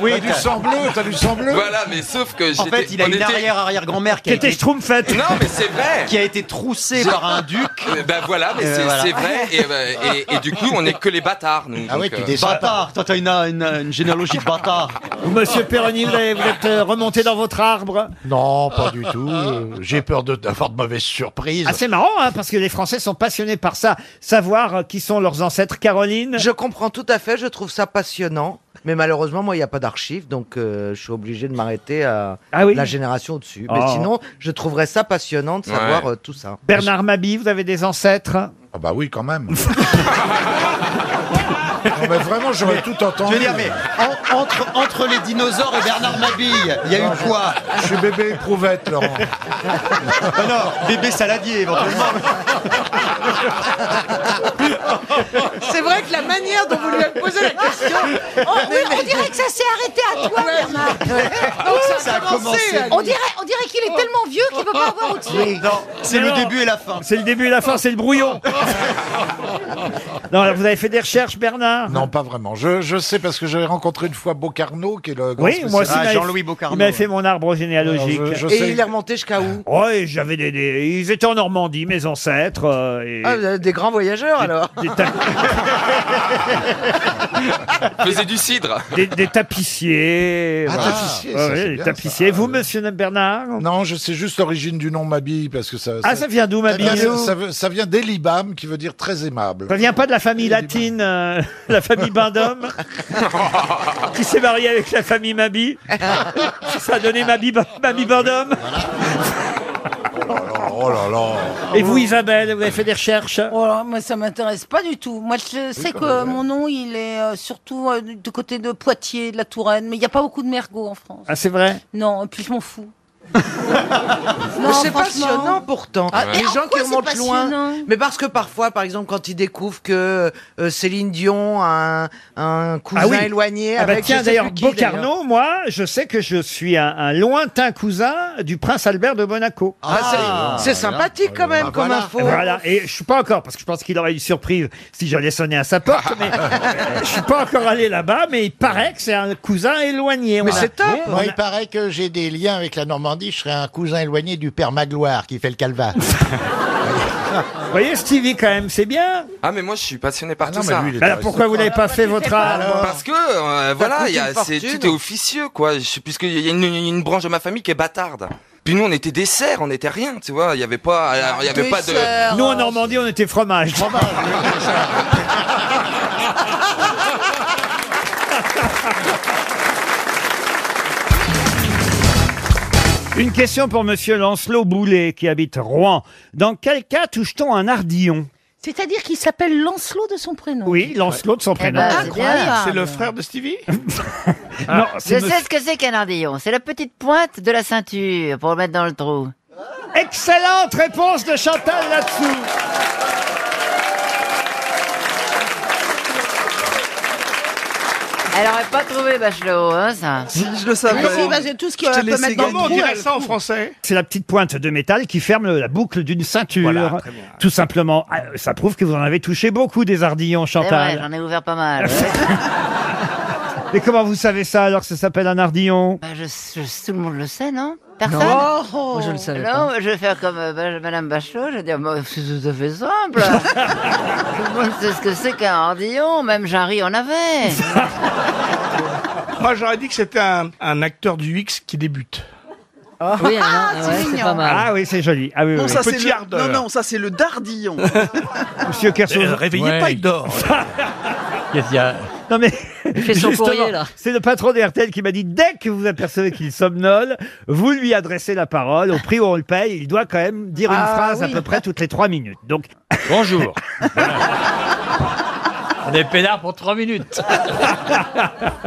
[SPEAKER 10] oui
[SPEAKER 16] T'as du sang bleu, t'as du sang bleu.
[SPEAKER 10] voilà mais sauf que
[SPEAKER 16] En
[SPEAKER 10] j'étais
[SPEAKER 16] fait, il a
[SPEAKER 10] on
[SPEAKER 16] une
[SPEAKER 10] était-
[SPEAKER 16] arrière-arrière-grand-mère
[SPEAKER 1] qui a Qui était été- schtroumpfette.
[SPEAKER 10] non mais c'est vrai
[SPEAKER 16] Qui a été troussée
[SPEAKER 10] par un duc ben voilà mais
[SPEAKER 16] Euh,
[SPEAKER 10] c'est,
[SPEAKER 16] voilà.
[SPEAKER 10] c'est vrai et, euh, et, et du coup on est que les bâtards nous
[SPEAKER 12] Ah ouais,
[SPEAKER 10] donc,
[SPEAKER 12] tu
[SPEAKER 10] euh,
[SPEAKER 12] des bâtards. Toi, t'as une, une, une généalogie de bâtards.
[SPEAKER 1] Monsieur Perroni, vous, avez- vous êtes euh, remonté dans votre arbre
[SPEAKER 12] Non, pas du tout. Euh, J'ai peur de- d'avoir de mauvaises surprises.
[SPEAKER 1] Ah, c'est marrant, hein, parce que les Français sont passionnés par ça. Savoir euh, qui sont leurs ancêtres. Caroline
[SPEAKER 7] Je comprends tout à fait, je trouve ça passionnant. Mais malheureusement, moi, il n'y a pas d'archives, donc euh, je suis obligé de m'arrêter à
[SPEAKER 1] Ah oui
[SPEAKER 7] la génération au-dessus.
[SPEAKER 1] Oh.
[SPEAKER 7] Mais sinon, je trouverais ça passionnant de savoir
[SPEAKER 1] Ouais.
[SPEAKER 7] euh, tout ça.
[SPEAKER 1] Bernard Mabi, vous avez des ancêtres
[SPEAKER 16] Ah bah oui, quand même. Non, mais vraiment, j'aurais tout entendu.
[SPEAKER 10] Je veux dire, mais
[SPEAKER 12] en- entre, entre les dinosaures et Bernard Mabille, il y a eu quoi
[SPEAKER 16] Je suis bébé éprouvette, Laurent.
[SPEAKER 12] Ah Non, bébé saladier éventuellement.
[SPEAKER 7] C'est vrai que la manière dont vous lui avez posé la question.
[SPEAKER 1] Oh,
[SPEAKER 24] on, dirait que ça s'est arrêté à toi, Bernard.
[SPEAKER 7] Donc ça a Ça a commencé, commencé.
[SPEAKER 24] On dirait, on dirait qu'il est tellement vieux qu'il peut pas avoir autre chose.
[SPEAKER 1] Oh, c'est le début et la fin. C'est le début et la fin, c'est le brouillon. non, alors, vous avez fait des recherches, Bernard
[SPEAKER 16] Non, pas vraiment. Je, je sais parce que j'avais rencontré une fois Bocarno, qui est le grand
[SPEAKER 1] Oui, moi aussi.
[SPEAKER 12] Ah,
[SPEAKER 16] spécialiste.
[SPEAKER 1] il m'avait- Il m'avait fait mon arbre généalogique.
[SPEAKER 16] Alors, je- je Et sais- il est
[SPEAKER 7] remonté jusqu'à où
[SPEAKER 1] Oh, et j'avais des, des- Ils étaient en Normandie, mes ancêtres. euh, et-
[SPEAKER 7] Ah, vous avez des grands voyageurs alors
[SPEAKER 10] faisait du cidre
[SPEAKER 1] Des, des tapissiers.
[SPEAKER 16] Ah,
[SPEAKER 1] voilà.
[SPEAKER 16] tapissier,
[SPEAKER 1] Ouais,
[SPEAKER 16] ça,
[SPEAKER 1] ouais,
[SPEAKER 16] c'est
[SPEAKER 1] des
[SPEAKER 16] bien,
[SPEAKER 1] tapissiers. Vous, monsieur Bernard
[SPEAKER 16] Non, je sais juste l'origine du nom Mabille parce que ça.
[SPEAKER 1] Ah, ça vient d'où, Mabille
[SPEAKER 29] bah,
[SPEAKER 16] Ça vient, ça veut- ça vient d'Elibam, qui veut dire très aimable.
[SPEAKER 1] Ça vient pas de la famille latine, euh, la famille Bindom, qui s'est mariée avec la famille Mabi. Ça a donné Mabi, Ba- Mabi Bindom.
[SPEAKER 16] Oh là là.
[SPEAKER 1] Et vous, Isabelle, vous avez fait des recherches
[SPEAKER 24] Oh là, moi ça m'intéresse pas du tout. Moi je sais que mon nom il est euh, surtout euh, du côté de Poitiers, de la Touraine, mais il n'y a pas beaucoup de mergots en France.
[SPEAKER 1] Ah, c'est vrai
[SPEAKER 24] Non, et puis je m'en fous.
[SPEAKER 7] Mais c'est
[SPEAKER 24] franchement.
[SPEAKER 7] passionnant pourtant.
[SPEAKER 24] Ah, mais
[SPEAKER 7] les
[SPEAKER 24] en
[SPEAKER 7] gens
[SPEAKER 24] quoi
[SPEAKER 7] qui
[SPEAKER 24] c'est
[SPEAKER 7] remontent loin.
[SPEAKER 24] passionnant
[SPEAKER 7] Mais parce que parfois, par exemple, quand ils découvrent que euh, Céline Dion a un, un cousin
[SPEAKER 1] Ah oui.
[SPEAKER 7] éloigné
[SPEAKER 1] Ah bah
[SPEAKER 7] avec. je
[SPEAKER 1] tiens,
[SPEAKER 7] sais
[SPEAKER 1] d'ailleurs,
[SPEAKER 7] plus qui, d'ailleurs.
[SPEAKER 1] Bocarno, moi, je sais que je suis un, un lointain cousin du prince Albert de Monaco.
[SPEAKER 7] Ah, c'est- Ah, c'est voilà. sympathique quand même Ah, comme voilà. info.
[SPEAKER 1] Voilà, et je suis pas encore, parce que je pense qu'il aurait une surprise si j'allais sonner à sa porte, mais je suis pas encore allé là-bas, mais il paraît que c'est un cousin éloigné.
[SPEAKER 12] Mais
[SPEAKER 1] On a-
[SPEAKER 12] c'est top
[SPEAKER 1] on
[SPEAKER 12] Moi,
[SPEAKER 1] a-
[SPEAKER 12] il paraît que j'ai des liens avec la Normandie. Je serais un cousin éloigné du père Magloire qui fait le calva.
[SPEAKER 1] Vous voyez, Stevie, quand même, c'est bien.
[SPEAKER 10] Ah mais moi je suis passionné par
[SPEAKER 1] Ah
[SPEAKER 10] tout
[SPEAKER 1] non, mais
[SPEAKER 10] ça.
[SPEAKER 1] lui, il est Alors, pourquoi vous n'avez pas fait votre
[SPEAKER 16] Ah,
[SPEAKER 1] art
[SPEAKER 10] Parce que euh, voilà,
[SPEAKER 1] coûte
[SPEAKER 10] il y a-
[SPEAKER 1] une
[SPEAKER 10] c'est
[SPEAKER 1] fortune.
[SPEAKER 10] tout est officieux quoi. Je, puisque il y a une, une- une branche de ma famille qui est bâtarde. Puis nous on était des serfs, on était rien, tu vois. Il y avait pas, alors, il y avait pas de.
[SPEAKER 1] Nous, en Normandie, on était fromage. Une question pour Monsieur Lancelot Boulet, qui habite Rouen. Dans quel cas touche-t-on un ardillon
[SPEAKER 22] C'est-à-dire qu'il s'appelle Lancelot de son prénom. Eh
[SPEAKER 1] Oui, Lancelot de son prénom.
[SPEAKER 26] ben, c'est
[SPEAKER 30] Ah,
[SPEAKER 26] Incroyable. bien.
[SPEAKER 12] Ah, C'est le frère de Stevie
[SPEAKER 1] Non,
[SPEAKER 26] Ah, Je
[SPEAKER 1] c'est
[SPEAKER 26] sais ce que c'est qu'un ardillon. C'est la petite pointe de la ceinture pour le mettre dans le trou.
[SPEAKER 1] Excellente réponse de Chantal là-dessous.
[SPEAKER 26] Elle aurait pas trouvé Bachelot, hein, ça.
[SPEAKER 1] je le savais.
[SPEAKER 26] Mais si,
[SPEAKER 1] bah,
[SPEAKER 26] c'est
[SPEAKER 22] tout ce
[SPEAKER 26] que- Je t'ai peut laissé mettre dans le gagner. trou,
[SPEAKER 12] Comment on dirait
[SPEAKER 26] elle
[SPEAKER 12] ça en français
[SPEAKER 1] C'est la petite pointe de métal qui ferme le- la boucle d'une ceinture. Tout simplement. Ah, Ça prouve que vous en avez touché beaucoup des ardillons,
[SPEAKER 26] C'est vrai,
[SPEAKER 1] Chantal.
[SPEAKER 26] j'en ai ouvert pas mal.
[SPEAKER 1] Mais comment vous savez ça alors que ça s'appelle un ardillon
[SPEAKER 26] Bah, je- je- tout le monde le sait, non Personne
[SPEAKER 1] Non. Moi, je le savais
[SPEAKER 26] Non,
[SPEAKER 1] pas.
[SPEAKER 26] je vais faire comme euh, Ba- Madame Bachelot, je vais dire, bah, c'est tout à fait simple. tout le monde sait ce que c'est qu'un ardillon, même Jarry en avait.
[SPEAKER 12] Moi, j'aurais dit que c'était un, un acteur du X qui débute.
[SPEAKER 26] Oui, ah,
[SPEAKER 11] non, hein, ouais, c'est mignon. pas mal.
[SPEAKER 1] Ah oui, c'est joli. Ah oui,
[SPEAKER 11] Non,
[SPEAKER 1] oui.
[SPEAKER 11] ça, c'est
[SPEAKER 12] Petit
[SPEAKER 11] le...
[SPEAKER 12] ardeur.
[SPEAKER 11] non, non, ça c'est le dardillon.
[SPEAKER 1] Monsieur Kershaw.
[SPEAKER 12] Euh, réveillez Ouais. pas, il dort.
[SPEAKER 1] Non mais
[SPEAKER 26] Il fait son
[SPEAKER 1] justement,
[SPEAKER 26] courrier, là.
[SPEAKER 1] C'est le patron d'RTL qui m'a dit dès que vous apercevez qu'il somnole, vous lui adressez la parole. Au prix où on le paye, il doit quand même dire une
[SPEAKER 11] Ah,
[SPEAKER 1] phrase à
[SPEAKER 11] oui.
[SPEAKER 1] peu près toutes les trois minutes. Donc
[SPEAKER 23] bonjour. On est pénard pour trois minutes.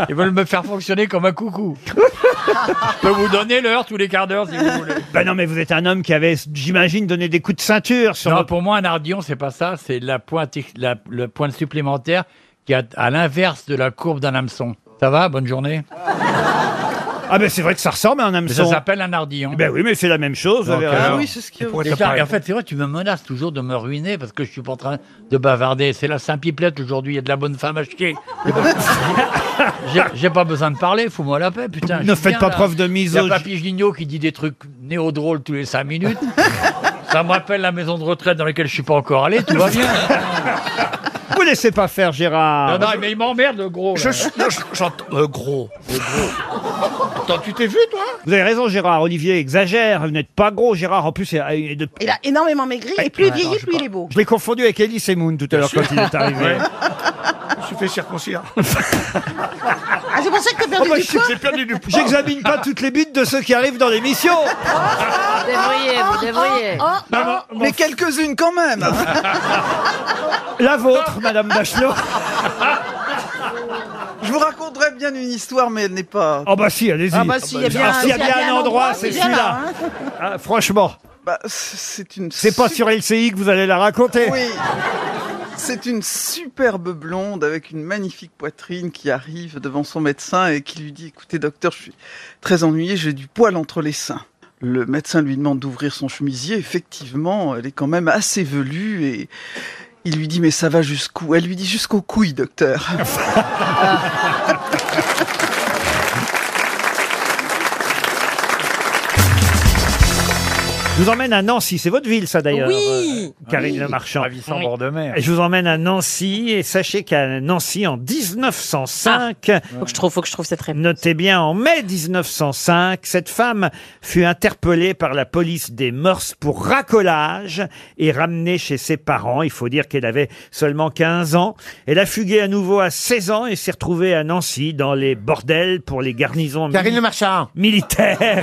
[SPEAKER 23] Ils veulent me faire fonctionner comme un coucou. Je peux vous donner l'heure tous les quarts d'heure si vous voulez.
[SPEAKER 1] Ben non, mais vous êtes un homme qui avait, j'imagine, donné des coups de ceinture sur.
[SPEAKER 23] Non,
[SPEAKER 1] votre-
[SPEAKER 23] pour moi, un ardillon, c'est pas ça. C'est la pointe, ex- la, le pointe supplémentaire qui est à l'inverse de la courbe d'un hameçon. Ça va Bonne journée.
[SPEAKER 1] Ah ben c'est vrai que ça ressemble à un
[SPEAKER 23] Mais Ça
[SPEAKER 1] hameçon.
[SPEAKER 23] s'appelle un ardillon.
[SPEAKER 1] Ben oui, mais c'est la même chose. vous
[SPEAKER 23] hein. Donc,
[SPEAKER 1] avez
[SPEAKER 23] euh,
[SPEAKER 1] raison.
[SPEAKER 23] Et ça- et en fait, c'est vrai, tu me menaces toujours de me ruiner parce que je suis pas en train de bavarder. C'est la Saint-Pipelette aujourd'hui, il y a de la bonne femme à chier. J'ai pas- J'ai- J'ai pas besoin de parler, fous-moi la paix, putain.
[SPEAKER 1] Ne
[SPEAKER 23] je suis
[SPEAKER 1] faites
[SPEAKER 23] bien,
[SPEAKER 1] pas
[SPEAKER 23] là.
[SPEAKER 1] preuve de miso-
[SPEAKER 23] Il y a Papy Gignot qui dit des trucs néo-drôles tous les 5 minutes. ça me rappelle la maison de retraite dans laquelle je suis pas encore allé, tout va bien.
[SPEAKER 1] Vous laissez pas faire,
[SPEAKER 23] non,
[SPEAKER 1] Gérard.
[SPEAKER 23] non, mais il m'emmerde, le gros.
[SPEAKER 12] Je,
[SPEAKER 23] là.
[SPEAKER 12] non, je- j'entends. euh, gros. Attends, tu t'es vu, toi
[SPEAKER 1] Vous avez raison, Gérard. Olivier exagère. Vous n'êtes pas gros, Gérard. En plus, il est de-
[SPEAKER 22] Il a énormément maigri et plus il vieillit, plus il est beau.
[SPEAKER 1] je l'ai confondu avec Elie Semoun tout à l'heure quand il est arrivé.
[SPEAKER 12] Ouais. Je me suis fait circoncire.
[SPEAKER 22] Ah, c'est pour ça que t'as
[SPEAKER 1] Oh,
[SPEAKER 22] perdu
[SPEAKER 1] bah,
[SPEAKER 22] du
[SPEAKER 1] je sais
[SPEAKER 22] poids.
[SPEAKER 1] que j'ai perdu du poids. J'examine pas toutes les buttes de ceux qui arrivent dans l'émission.
[SPEAKER 26] Vous devriez, vous
[SPEAKER 11] Oh,
[SPEAKER 26] devriez.
[SPEAKER 11] Mais quelques-unes quand même.
[SPEAKER 1] La vôtre, Madame Bachelot.
[SPEAKER 11] Je vous raconterai bien une histoire, mais elle n'est pas.
[SPEAKER 1] Oh bah si, allez-y.
[SPEAKER 11] Ah bah si, il y a bien-
[SPEAKER 1] Ah, s'il y a bien un endroit, c'est
[SPEAKER 11] c'est bien hein.
[SPEAKER 1] celui-là. Ah, franchement,
[SPEAKER 11] Bah, c'est une.
[SPEAKER 1] c'est pas sur LCI que vous allez la raconter.
[SPEAKER 11] Oui. C'est une superbe blonde avec une magnifique poitrine qui arrive devant son médecin et qui lui dit Écoutez, docteur, je suis très ennuyée, j'ai du poil entre les seins. Le médecin lui demande d'ouvrir son chemisier. Effectivement, elle est quand même assez velue et il lui dit Mais ça va jusqu'où Elle lui dit Jusqu'aux couilles, docteur.
[SPEAKER 1] Je vous emmène à Nancy, c'est votre ville ça d'ailleurs.
[SPEAKER 18] Oui.
[SPEAKER 1] euh, Karine
[SPEAKER 23] Oui.
[SPEAKER 1] Le Marchand.
[SPEAKER 23] Ravissant bord de mer.
[SPEAKER 1] Et Je vous emmène à Nancy et sachez qu'à Nancy en 1905, Ah. faut que je trouve, faut que je trouve cette réponse. Notez bien, en mai 1905, cette femme fut interpellée par la police des mœurs pour racolage et ramenée chez ses parents. Il faut dire qu'elle avait seulement 15 ans. Elle a fugué à nouveau à 16 ans et s'est retrouvée à Nancy dans les bordels pour les garnisons.
[SPEAKER 31] Karine Le
[SPEAKER 1] Marchand. Militaires.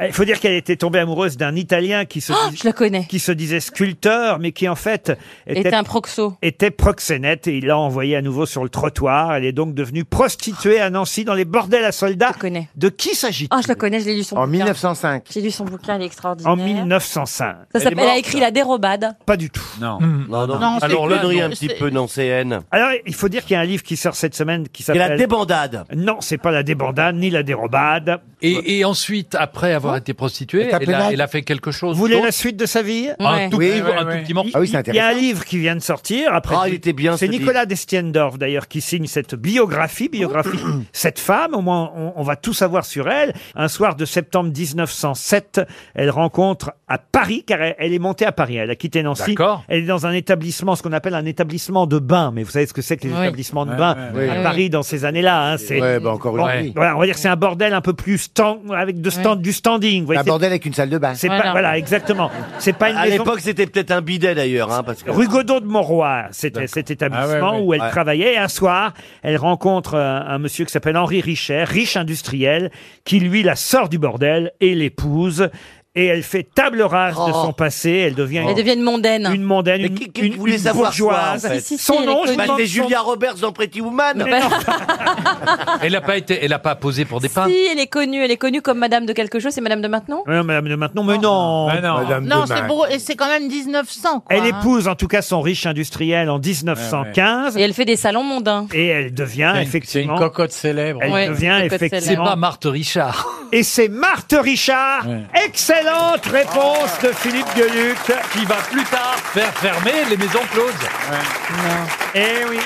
[SPEAKER 1] Il Eh, faut dire qu'elle était tombée amoureuse d'un Italien qui
[SPEAKER 18] Ah,
[SPEAKER 1] se, dis- qui se disait sculpteur, mais qui en fait
[SPEAKER 18] Était un proxo.
[SPEAKER 1] était proxénète et il l'a envoyée à nouveau sur le trottoir. Elle est donc devenue prostituée à Nancy dans les bordels à soldats. De qui s'agit-il
[SPEAKER 18] Ah, je la connais, je l'ai lu son bouquin.
[SPEAKER 1] 1905.
[SPEAKER 18] J'ai lu son bouquin, il est extraordinaire.
[SPEAKER 1] En 1905.
[SPEAKER 18] Ça s'appelle, elle a écrit La Dérobade.
[SPEAKER 1] Pas du tout.
[SPEAKER 13] Non.
[SPEAKER 1] Non, non.
[SPEAKER 13] non.
[SPEAKER 1] c'est
[SPEAKER 13] Alors,
[SPEAKER 1] clair,
[SPEAKER 13] le
[SPEAKER 1] non,
[SPEAKER 13] un petit
[SPEAKER 1] c'est-
[SPEAKER 13] peu, non, c'est haine.
[SPEAKER 1] Alors, il faut dire qu'il y a un livre qui sort cette semaine qui s'appelle
[SPEAKER 13] La Débandade.
[SPEAKER 1] Non, c'est pas la débandade ni la dérobade.
[SPEAKER 13] Et, ensuite, après
[SPEAKER 18] Hein
[SPEAKER 23] d'avoir été prostituée,
[SPEAKER 1] Elle t'a
[SPEAKER 23] elle a,
[SPEAKER 1] plaidé
[SPEAKER 23] elle a fait quelque chose.
[SPEAKER 1] Vous voulez
[SPEAKER 23] d'autre
[SPEAKER 1] la suite de sa vie
[SPEAKER 23] Un tout petit- un tout petit morceau.
[SPEAKER 1] Il- Il y a un livre qui vient de sortir. Après,
[SPEAKER 2] Ah, il était bien,
[SPEAKER 1] C'est
[SPEAKER 2] ce
[SPEAKER 1] Nicolas Destiendorf d'ailleurs qui signe cette biographie, biographie cette femme. Au moins, on, on va tout savoir sur elle. Un soir de septembre 1907, elle rencontre à Paris, car elle, elle est montée à Paris. Elle a quitté Nancy.
[SPEAKER 23] D'accord.
[SPEAKER 1] Elle est dans un établissement, ce qu'on appelle un établissement de bain. Mais vous savez ce que c'est que les
[SPEAKER 23] Oui.
[SPEAKER 1] établissements de
[SPEAKER 23] Ouais,
[SPEAKER 1] bain
[SPEAKER 23] ouais,
[SPEAKER 1] à
[SPEAKER 23] ouais.
[SPEAKER 1] Paris dans ces années-là. hein, c'est
[SPEAKER 23] Ouais, bah, encore une nuit.
[SPEAKER 1] Voilà, on va dire que c'est un bordel un peu plus stand, avec de stand, du standing. Un bordel
[SPEAKER 16] avec une salle de bain.
[SPEAKER 1] C'est pas, voilà, exactement. C'est pas une
[SPEAKER 16] À
[SPEAKER 1] maison-
[SPEAKER 16] l'époque, c'était peut-être un bidet d'ailleurs, hein, parce que.
[SPEAKER 1] Rue Godot de Montroy, c'était cet établissement
[SPEAKER 16] Ah ouais, ouais.
[SPEAKER 1] où elle
[SPEAKER 16] Ouais.
[SPEAKER 1] travaillait. Et un soir, elle rencontre euh, un, monsieur qui s'appelle Henri Richer, riche industriel, qui lui la sort du bordel et l'épouse. Et elle fait table rase de
[SPEAKER 22] Oh.
[SPEAKER 1] son passé. Elle devient,
[SPEAKER 18] Elle devient une mondaine.
[SPEAKER 1] Oh. une mondaine, une, une-
[SPEAKER 16] voulait
[SPEAKER 1] une
[SPEAKER 16] savoir quoi,
[SPEAKER 1] bourgeoise.
[SPEAKER 16] en fait
[SPEAKER 18] Si, si,
[SPEAKER 1] son
[SPEAKER 18] elle
[SPEAKER 1] nom, je
[SPEAKER 18] est connue. Bah,
[SPEAKER 1] demande
[SPEAKER 16] Bah, c'est
[SPEAKER 1] son-
[SPEAKER 16] Julia Roberts dans Pretty Woman.
[SPEAKER 23] Elle n'a pas été, elle a pas posé pour des pains.
[SPEAKER 18] Si, elle est connue, elle est connue comme Madame de quelque chose, c'est Madame de maintenant.
[SPEAKER 1] Ouais, Madame de maintenant, mais non.
[SPEAKER 23] Ah, Madame
[SPEAKER 22] Non, c'est beau, et c'est quand même 1900. Quoi,
[SPEAKER 1] Elle
[SPEAKER 22] hein.
[SPEAKER 1] épouse en tout cas son riche industriel en 1915
[SPEAKER 23] Ah
[SPEAKER 18] Et elle fait des salons mondains.
[SPEAKER 1] et elle devient effectivement. C'est une cocotte célèbre. Elle
[SPEAKER 18] Ouais,
[SPEAKER 1] devient
[SPEAKER 18] cocotte
[SPEAKER 1] effectivement.
[SPEAKER 18] célèbre. C'est pas
[SPEAKER 1] Marthe Richard. Et c'est Marthe Richard. Excellente réponse de Philippe Gueluc.
[SPEAKER 23] Qui va plus tard faire fermer les maisons closes.
[SPEAKER 1] Eh oui.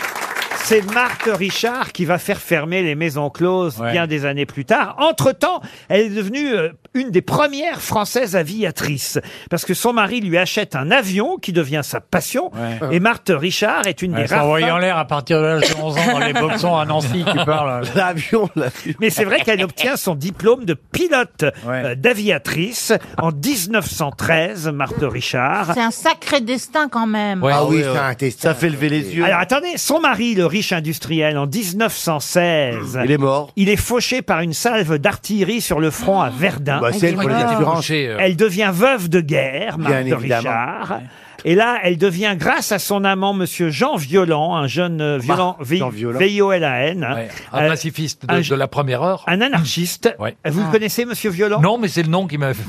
[SPEAKER 1] C'est Marthe Richard qui va faire fermer les maisons closes bien des années plus tard. Entre-temps, elle est devenue euh, une des premières françaises aviatrices parce que son mari lui achète un avion qui devient sa passion et Marthe Richard est une
[SPEAKER 23] Ouais,
[SPEAKER 1] des
[SPEAKER 23] ça
[SPEAKER 1] rares
[SPEAKER 23] envoyait
[SPEAKER 1] femmes-
[SPEAKER 23] en l'air à partir de l'âge de 11 ans dans les boxons à Nancy, tu parles.
[SPEAKER 16] L'avion,
[SPEAKER 1] Mais c'est vrai qu'elle obtient son diplôme de pilote euh, d'aviatrice en 1913, Marthe Richard.
[SPEAKER 22] C'est un sacré destin quand même.
[SPEAKER 16] Ah
[SPEAKER 1] Ah
[SPEAKER 16] ça fait lever les yeux.
[SPEAKER 1] Alors attendez, son mari, le riche industriel, en 1916.
[SPEAKER 16] Mmh. Il est mort.
[SPEAKER 1] Il est fauché par une salve d'artillerie sur le front
[SPEAKER 23] Oh.
[SPEAKER 1] à Verdun.
[SPEAKER 16] Bah, c'est elle pour les
[SPEAKER 1] Voilà.
[SPEAKER 16] assurances.
[SPEAKER 1] Fauchée, euh. Elle devient veuve de guerre,
[SPEAKER 16] Bien
[SPEAKER 1] Marthe
[SPEAKER 16] évidemment.
[SPEAKER 1] Richard. Et là, elle devient, grâce à son amant, monsieur Jean Violent, un jeune euh, violent,
[SPEAKER 16] Bah,
[SPEAKER 1] V-
[SPEAKER 23] Jean Violent.
[SPEAKER 1] V-I-O-L-A-N. hein,
[SPEAKER 23] Un
[SPEAKER 1] euh,
[SPEAKER 23] pacifiste de,
[SPEAKER 1] un-
[SPEAKER 23] de la première heure. Ah.
[SPEAKER 1] Un anarchiste. Vous le connaissez, monsieur Violent
[SPEAKER 23] Non, mais c'est le nom qui m'a fait.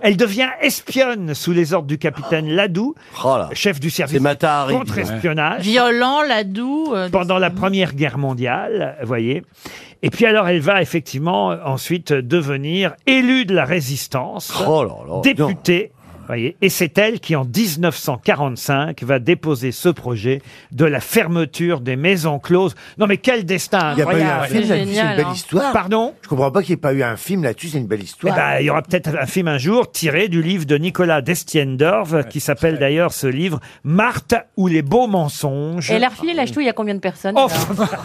[SPEAKER 1] Elle devient espionne sous les ordres du capitaine Ladoux,
[SPEAKER 16] Oh
[SPEAKER 1] chef du service contre-espionnage.
[SPEAKER 22] Violent, Ladoux. euh,
[SPEAKER 1] Pendant la Première Guerre mondiale, vous voyez. Et puis alors, elle va effectivement euh, ensuite devenir élue de la résistance,
[SPEAKER 16] Oh là là,
[SPEAKER 1] députée. vous Voyez. Et c'est elle qui, en 1945, va déposer ce projet de la fermeture des maisons closes. Non mais quel destin
[SPEAKER 16] Il y a pas eu un
[SPEAKER 1] incroyable
[SPEAKER 16] film là-dessus, c'est une belle histoire.
[SPEAKER 1] Pardon
[SPEAKER 16] Je comprends pas qu'il n'y ait pas eu un film là-dessus, c'est une belle
[SPEAKER 1] Eh
[SPEAKER 16] histoire.
[SPEAKER 1] ben, il y aura peut-être un film un jour tiré du livre de Nicolas Destiendorf, qui s'appelle d'ailleurs ce livre Marthe ou les beaux mensonges.
[SPEAKER 18] Et elle a refilé la ch'touille à combien de personnes
[SPEAKER 1] Oh.
[SPEAKER 18] alors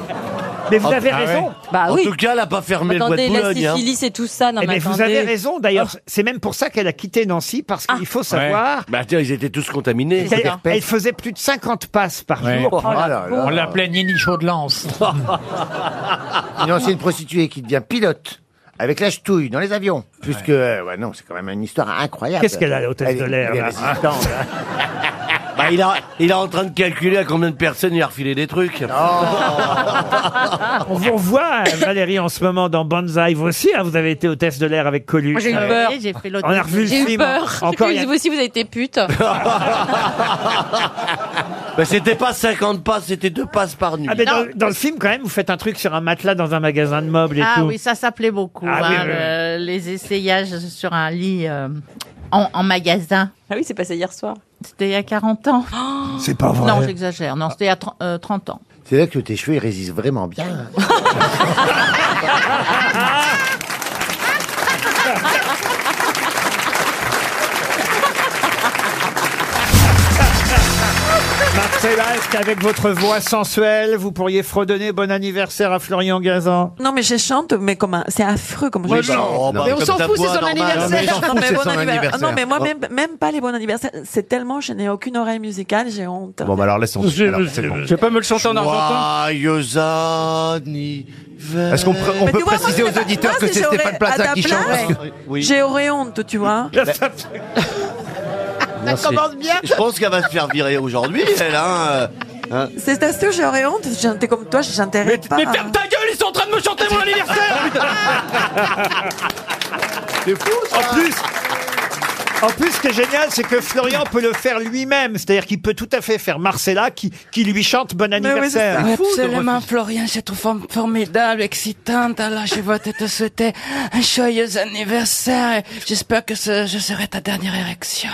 [SPEAKER 1] Mais vous
[SPEAKER 18] Ah,
[SPEAKER 1] avez
[SPEAKER 18] ah
[SPEAKER 1] raison.
[SPEAKER 18] ouais. Bah En oui. tout cas,
[SPEAKER 16] elle n'a pas
[SPEAKER 18] Attendez, la
[SPEAKER 16] hein.
[SPEAKER 18] syphilis et tout ça, non
[SPEAKER 1] Eh
[SPEAKER 18] mais
[SPEAKER 1] ben, vous
[SPEAKER 18] attendez. Oh.
[SPEAKER 1] avez raison d'ailleurs. C'est même pour ça qu'elle a quitté Nancy parce
[SPEAKER 18] Ah.
[SPEAKER 1] qu'il faut savoir.
[SPEAKER 16] Bah, tiens, ils étaient tous contaminés.
[SPEAKER 1] qu'elle- Elle faisait plus de 50 passes par
[SPEAKER 16] Ouais.
[SPEAKER 1] jour.
[SPEAKER 16] Oh là là.
[SPEAKER 23] On l'appelait Nini Chaud de Lance.
[SPEAKER 16] Ah, Une ancienne prostituée qui devient pilote. Avec la ch'touille dans les avions. Puisque, euh, ouais, non, c'est quand même une histoire incroyable.
[SPEAKER 1] Qu'est-ce qu'elle a, l'hôtesse
[SPEAKER 16] Elle est-
[SPEAKER 1] de l'air,
[SPEAKER 16] elle est
[SPEAKER 1] là
[SPEAKER 16] résistante, hein. Bah, il, a, il est en train de calculer à combien de personnes il a refilé des trucs.
[SPEAKER 1] Oh, On vous revoit, euh, Valérie, en ce moment dans Banzai. Vous aussi, hein, vous avez été hôtesse de l'air avec Coluche.
[SPEAKER 18] Moi j'ai eu
[SPEAKER 1] Euh,
[SPEAKER 18] peur.
[SPEAKER 22] J'ai fait
[SPEAKER 1] On a revu le
[SPEAKER 18] J'ai eu
[SPEAKER 1] film.
[SPEAKER 18] peur.
[SPEAKER 1] Encore il y a-
[SPEAKER 18] Vous aussi vous avez été pute.
[SPEAKER 16] Bah, c'était pas 50 passes, c'était deux passes par nuit.
[SPEAKER 1] Ah, mais dans, dans le film, quand même, vous faites un truc sur un matelas dans un magasin de meubles et
[SPEAKER 22] ah
[SPEAKER 1] tout.
[SPEAKER 22] oui, ça s'appelait beaucoup.
[SPEAKER 1] Ah oui,
[SPEAKER 22] hein,
[SPEAKER 1] oui,
[SPEAKER 22] le- Les essayages sur un lit euh, en, en magasin.
[SPEAKER 18] Ah oui, c'est passé hier soir.
[SPEAKER 22] C'était il y a 40 ans.
[SPEAKER 16] C'est pas vrai.
[SPEAKER 22] Non, j'exagère. Non, c'était il y a tren- euh, 30 ans.
[SPEAKER 16] C'est là que tes cheveux, ils résistent vraiment bien.
[SPEAKER 1] Marcella, est-ce qu'avec votre voix sensuelle, vous pourriez fredonner bon anniversaire à Florian Gazan
[SPEAKER 30] Non, mais je chante, mais comme un- c'est affreux comme
[SPEAKER 1] Mais
[SPEAKER 30] je chante.
[SPEAKER 1] non, Mais bah, on comme s'en ta fout, c'est voix son normale. anniversaire. Non,
[SPEAKER 30] Non,
[SPEAKER 1] mais
[SPEAKER 30] mais,
[SPEAKER 1] on s'en fout,
[SPEAKER 30] bon
[SPEAKER 1] c'est son
[SPEAKER 30] anniversaire.
[SPEAKER 1] anniversaire.
[SPEAKER 30] Non, mais moi,
[SPEAKER 1] Bon.
[SPEAKER 30] même, même pas les bons anniversaires. C'est tellement, je n'ai aucune oreille musicale, j'ai honte.
[SPEAKER 16] Bon, bah alors laisse tomber.
[SPEAKER 30] Je-
[SPEAKER 16] Alors,
[SPEAKER 30] je-
[SPEAKER 16] c'est bon.
[SPEAKER 30] je vais pas me le chanter en argentin.
[SPEAKER 16] Joyeux anniversaire.
[SPEAKER 30] Est-ce qu'on pr- on Mais peut tu vois, moi, préciser c'est aux pas- auditeurs moi, que c'est c'est Stéphane j'aurais- Plaza à ta qui chante place, Parce J'ai aurait honte, tu vois.
[SPEAKER 16] Non, c'est-
[SPEAKER 30] commence bien.
[SPEAKER 16] Je pense qu'elle va se faire virer aujourd'hui, elle. Hein. euh, hein.
[SPEAKER 30] C'est parce que j'aurais honte, j'étais comme toi, j'intéresse pas.
[SPEAKER 16] mais ferme
[SPEAKER 30] ta gueule, ils sont en train de me chanter
[SPEAKER 7] Ah,
[SPEAKER 30] mon anniversaire
[SPEAKER 16] C'est fou,
[SPEAKER 1] En plus, En plus, ce qui est génial, c'est que Florian peut le faire lui-même. C'est-à-dire qu'il peut tout à fait faire Marcella qui, qui lui chante bon anniversaire.
[SPEAKER 21] Oui, absolument, Florian, je te trouve form- formidable, excitante. Alors, je vais te souhaiter un joyeux anniversaire. et J'espère que ce, je serai ta dernière érection.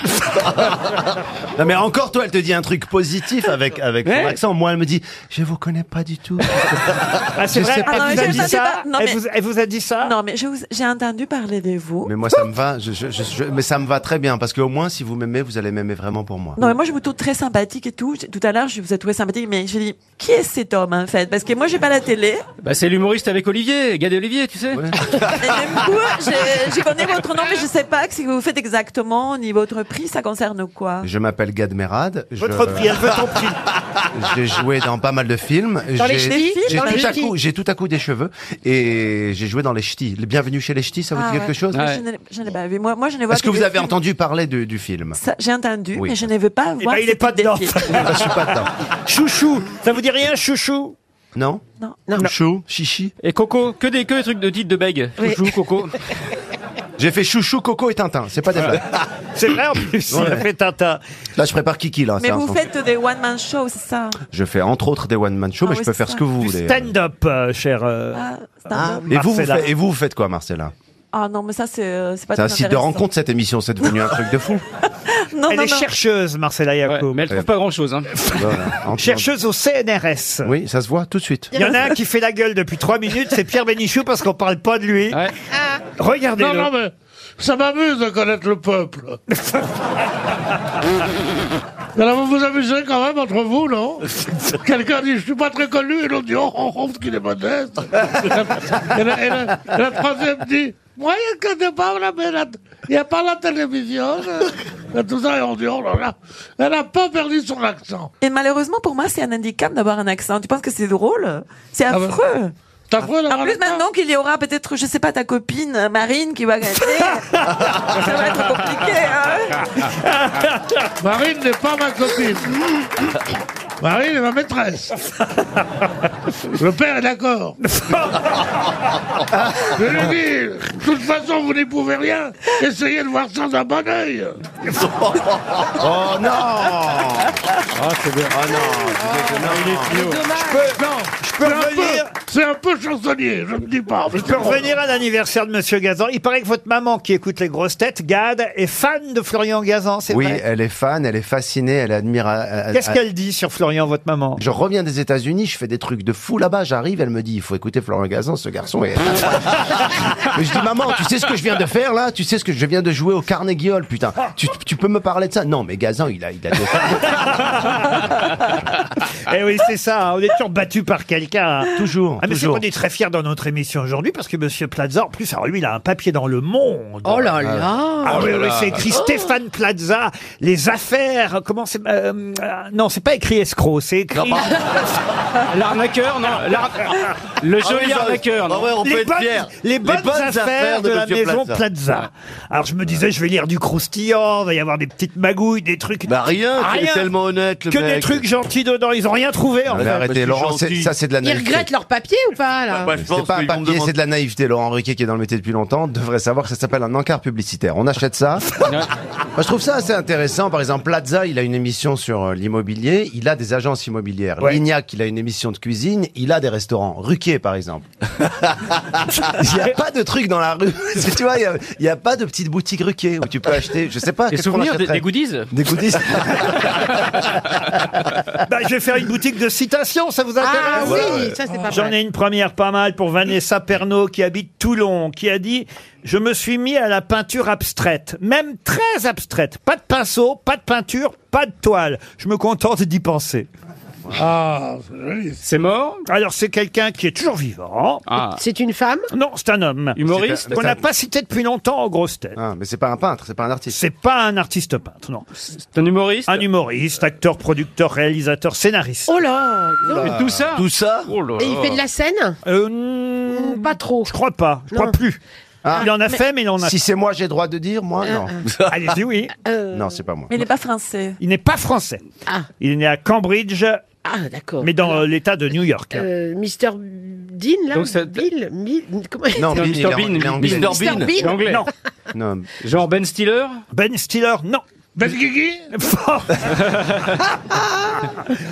[SPEAKER 13] Non mais encore toi, elle te dit un truc positif avec avec son accent. Moi, elle me dit, je vous connais pas du tout.
[SPEAKER 1] Ah, c'est
[SPEAKER 13] Je
[SPEAKER 1] vrai,
[SPEAKER 13] sais
[SPEAKER 1] elle
[SPEAKER 13] pas
[SPEAKER 1] vous
[SPEAKER 13] qui
[SPEAKER 1] a
[SPEAKER 13] vous
[SPEAKER 1] dit
[SPEAKER 13] a dit
[SPEAKER 1] ça.
[SPEAKER 30] Non,
[SPEAKER 1] Elle
[SPEAKER 30] mais-
[SPEAKER 1] vous, elle vous a dit ça.
[SPEAKER 30] Non, mais je vous- j'ai entendu parler de vous.
[SPEAKER 13] Mais moi, ça me va. Je, je- je- je- mais ça me va très bien parce que au moins, si vous m'aimez, vous allez m'aimer vraiment pour moi.
[SPEAKER 30] Non, mais moi, je vous trouve très sympathique et tout. J'ai- Tout à l'heure, je vous ai trouvé sympathique, mais j'ai dit, qui est cet homme, en fait Parce que moi, j'ai pas la télé.
[SPEAKER 17] Bah, c'est l'humoriste avec Olivier, Gad Olivier, tu sais.
[SPEAKER 30] Du coup, je, je connais votre nom, mais je sais pas ce que vous faites exactement, ni votre prix, ça concerne quoi
[SPEAKER 13] Je m'appelle Gad Merad. Je-
[SPEAKER 30] Votre prix, elle veut ton prix.
[SPEAKER 13] J'ai joué dans pas mal de films.
[SPEAKER 30] Dans les
[SPEAKER 13] J'ai-
[SPEAKER 30] ch'tis
[SPEAKER 13] j'ai
[SPEAKER 30] Dans les
[SPEAKER 13] tout à
[SPEAKER 30] ch'tis
[SPEAKER 13] coup- J'ai tout à coup des cheveux et j'ai joué dans les ch'tis. Le Bienvenue chez les ch'tis, ça vous
[SPEAKER 30] Ah
[SPEAKER 13] dit
[SPEAKER 30] ouais.
[SPEAKER 13] quelque chose
[SPEAKER 30] Mais Je n'ai- je n'ai pas vu. Moi, moi je ne vois
[SPEAKER 13] Est-ce que
[SPEAKER 30] des
[SPEAKER 13] vous avez
[SPEAKER 30] films.
[SPEAKER 13] entendu parler de- du film
[SPEAKER 30] Ça, J'ai entendu,
[SPEAKER 13] Oui.
[SPEAKER 30] mais je ne veux pas voir.
[SPEAKER 1] ben, il est pas dedans.
[SPEAKER 13] Je suis pas dedans.
[SPEAKER 1] Chouchou, ça vous dit rien, chouchou
[SPEAKER 13] Non
[SPEAKER 30] Non.
[SPEAKER 13] Chouchou, chichi.
[SPEAKER 17] Et Coco, que des que des trucs de titre de bègue.
[SPEAKER 13] Oui.
[SPEAKER 17] Chouchou, Coco.
[SPEAKER 13] J'ai fait chouchou, coco et tintin. C'est pas des blagues.
[SPEAKER 1] C'est vrai en plus.
[SPEAKER 13] Ouais.
[SPEAKER 1] Il a fait Tintin.
[SPEAKER 13] Là, je prépare Kiki là.
[SPEAKER 30] mais
[SPEAKER 13] Ah, c'est un
[SPEAKER 30] vous
[SPEAKER 13] son.
[SPEAKER 30] faites des one-man shows, c'est ça
[SPEAKER 13] Je fais entre autres des one man shows,
[SPEAKER 30] Ah
[SPEAKER 13] mais
[SPEAKER 30] oui,
[SPEAKER 13] je peux
[SPEAKER 30] c'est
[SPEAKER 13] faire
[SPEAKER 30] ça.
[SPEAKER 13] ce que vous
[SPEAKER 30] Du
[SPEAKER 13] voulez.
[SPEAKER 1] Stand-up, euh, cher. euh,
[SPEAKER 30] Ah, Stand-up.
[SPEAKER 13] Ah. Et vous, vous
[SPEAKER 1] Marcella.
[SPEAKER 13] faites- et vous, vous faites quoi, Marcella
[SPEAKER 30] Ah non, mais ça, c'est euh, c'est pas
[SPEAKER 13] C'est un
[SPEAKER 30] très
[SPEAKER 13] site de
[SPEAKER 30] intéressant.
[SPEAKER 13] rencontre cette émission. C'est devenu un truc de fou.
[SPEAKER 30] Non,
[SPEAKER 1] elle
[SPEAKER 30] non,
[SPEAKER 1] est
[SPEAKER 30] non.
[SPEAKER 1] chercheuse, Marcella Yacoub.
[SPEAKER 17] mais elle trouve pas grand-chose. Hein.
[SPEAKER 1] Chercheuse au CNRS.
[SPEAKER 13] Oui, ça se voit tout de suite.
[SPEAKER 1] Il y en a un qui fait la gueule depuis trois minutes, c'est Pierre Bénichou parce qu'on parle pas de lui. Ah. Regardez-le.
[SPEAKER 12] Non, non, mais ça m'amuse de connaître le peuple. Alors vous vous amusez quand même entre vous, non Quelqu'un dit je suis pas très connu et l'autre dit oh, oh, oh qu'il est modeste. et, la, et la- et la troisième dit moi il y a que pas la mais la- il n'y a pas la télévision. euh, Et tout ça et on dit oh là là, elle n'a pas perdu son accent.
[SPEAKER 30] Et malheureusement, pour moi, c'est un handicap d'avoir un accent. Tu penses que c'est drôle C'est affreux.
[SPEAKER 12] C'est Ah, bah, affreux
[SPEAKER 30] En plus, maintenant qu'il y aura peut-être, je sais pas, ta copine euh, Marine qui va gagner, ça va être compliqué. hein.
[SPEAKER 12] Marine n'est pas ma copine. Marine est ma maîtresse. Le père est d'accord. Je lui ai dit, de toute façon, vous n'y pouvez rien. Essayez de voir ça d'un bon oeil.
[SPEAKER 13] Oh non
[SPEAKER 17] Ah, c'est bien. Ah non. il est
[SPEAKER 12] Ah, C'est un peu- C'est un peu chansonnier, je ne dis pas. mais
[SPEAKER 1] Je peux
[SPEAKER 12] c'est bon.
[SPEAKER 1] revenir à l'anniversaire de Monsieur Gazan. Il paraît que votre maman, qui écoute les grosses têtes, Gad, est fan de Florian Gazan, c'est
[SPEAKER 13] Oui,
[SPEAKER 1] vrai
[SPEAKER 13] elle est fan, elle est fascinée, elle admire. euh, euh,
[SPEAKER 1] Qu'est-ce
[SPEAKER 13] euh,
[SPEAKER 1] qu'elle dit sur Florian, votre maman
[SPEAKER 13] Je reviens des États-Unis, je fais des trucs de fou là-bas, j'arrive, elle me dit, il faut écouter Florent Gazan, ce garçon est. Mais je dis, maman, tu sais ce que je viens de faire là Tu sais ce que je viens de jouer au Carnegie Hall, putain. Tu, tu peux me parler de ça Non, mais Gazan, il a, il a des-
[SPEAKER 1] Eh oui, c'est ça. hein. On est toujours battu par quelqu'un. hein.
[SPEAKER 13] toujours.
[SPEAKER 1] Ah, mais c'est
[SPEAKER 13] toujours.
[SPEAKER 1] qu'on est très fiers dans notre émission aujourd'hui parce que Monsieur Plaza, en plus, alors lui, il a un papier dans le monde.
[SPEAKER 21] Oh là là.
[SPEAKER 1] Ah
[SPEAKER 21] Oh
[SPEAKER 1] oui,
[SPEAKER 21] là
[SPEAKER 1] oui,
[SPEAKER 21] là.
[SPEAKER 1] c'est écrit Stéphane Plaza, les affaires. Comment c'est euh, euh, Non, c'est pas écrit escroc, c'est écrit.
[SPEAKER 17] L'arnaqueur, non. l'ar- Le
[SPEAKER 13] Ah oui,
[SPEAKER 17] joli
[SPEAKER 13] ça-
[SPEAKER 17] arnaqueur, non.
[SPEAKER 13] Ah ouais, on peut
[SPEAKER 1] les,
[SPEAKER 13] être
[SPEAKER 1] bonnes,
[SPEAKER 13] fier.
[SPEAKER 1] les bonnes affaires, de, la
[SPEAKER 13] Monsieur
[SPEAKER 1] maison Plaza.
[SPEAKER 13] Plaza.
[SPEAKER 1] Alors je me disais, je vais lire du croustillant, il va y avoir des petites magouilles, des trucs.
[SPEAKER 13] Bah, rien, c'est tellement honnête, le
[SPEAKER 1] Que
[SPEAKER 13] mec.
[SPEAKER 1] des trucs gentils dedans, ils ont rien trouvé en
[SPEAKER 13] Non, mais
[SPEAKER 1] fait.
[SPEAKER 13] arrêtez, Laurent, c'est- ça c'est de la Bah,
[SPEAKER 11] Ils
[SPEAKER 13] naïveté.
[SPEAKER 11] regrettent leur papier ou pas là
[SPEAKER 17] Bah,
[SPEAKER 13] C'est pas un papier, c'est de la naïveté. Laurent Ruquier, qui est dans le métier depuis longtemps, devrait savoir que ça s'appelle un encart publicitaire. On achète ça. Moi, je trouve ça assez intéressant. Par exemple, Plaza, il a une émission sur euh, l'immobilier. Il a des agences immobilières. Lignac, il a une émission de cuisine. Il a des restaurants. Ruquier, par exemple. Il n'y a pas de truc dans la rue. tu vois, il y a- il n'y a, pas de petite boutique Ruquier où tu peux acheter, je sais pas.
[SPEAKER 17] Des
[SPEAKER 13] qu'est-ce qu'on
[SPEAKER 17] souvenirs, des,
[SPEAKER 13] achèterait
[SPEAKER 17] des goodies
[SPEAKER 13] Des goodies
[SPEAKER 1] Bah, je vais faire une boutique de citations, ça vous intéresse
[SPEAKER 11] Ah oui, Ouais, ouais. ça, c'est pas
[SPEAKER 1] J'en
[SPEAKER 11] mal.
[SPEAKER 1] ai une première pas mal pour Vanessa Pernaud qui habite Toulon, qui a dit Je me suis mis à la peinture abstraite, même très abstraite. Pas de pinceau, pas de peinture, pas de toile. Je me contente d'y penser.
[SPEAKER 12] Ah, c'est joli.
[SPEAKER 17] C'est mort Ah.
[SPEAKER 1] Alors, c'est quelqu'un qui est toujours vivant.
[SPEAKER 11] C'est une femme
[SPEAKER 1] Non, c'est un homme.
[SPEAKER 13] Humoriste
[SPEAKER 1] Qu'on n'a pas cité depuis longtemps en grosses têtes.
[SPEAKER 13] Ah, mais c'est pas un peintre, c'est pas un artiste.
[SPEAKER 1] C'est pas un artiste peintre, non.
[SPEAKER 17] C'est un humoriste
[SPEAKER 1] Un humoriste, acteur, producteur, réalisateur, scénariste.
[SPEAKER 11] Oh là non.
[SPEAKER 17] Mais tout ça
[SPEAKER 13] Tout ça
[SPEAKER 17] Oh là
[SPEAKER 11] Et il
[SPEAKER 17] là.
[SPEAKER 11] fait de la scène
[SPEAKER 1] Euh,
[SPEAKER 11] Pas trop.
[SPEAKER 1] Je crois pas, je crois
[SPEAKER 11] Non.
[SPEAKER 1] plus.
[SPEAKER 13] Ah.
[SPEAKER 1] il en a
[SPEAKER 11] Mais-
[SPEAKER 1] fait, mais il en a.
[SPEAKER 13] Si c'est moi, j'ai droit de dire, moi, non.
[SPEAKER 1] Allez-y, oui.
[SPEAKER 11] Euh,
[SPEAKER 13] Non, c'est pas moi.
[SPEAKER 30] Mais il n'est pas français.
[SPEAKER 1] Il n'est pas français.
[SPEAKER 11] Ah,
[SPEAKER 1] Il est né à Cambridge,
[SPEAKER 11] ah d'accord.
[SPEAKER 1] mais dans euh, l'État de New York. hein.
[SPEAKER 11] Euh, Mister B- Dean, là,
[SPEAKER 17] Donc ça-
[SPEAKER 11] Bill, Mil- comment il
[SPEAKER 13] Non,
[SPEAKER 11] s'appelle
[SPEAKER 13] Bill, il est en- il est en-
[SPEAKER 17] Mr. Bean.
[SPEAKER 11] Mr. Bean.
[SPEAKER 17] Il est anglais.
[SPEAKER 11] Non.
[SPEAKER 13] Non.
[SPEAKER 17] Genre Ben Stiller
[SPEAKER 1] Ben Stiller, non.
[SPEAKER 12] Ben Guigui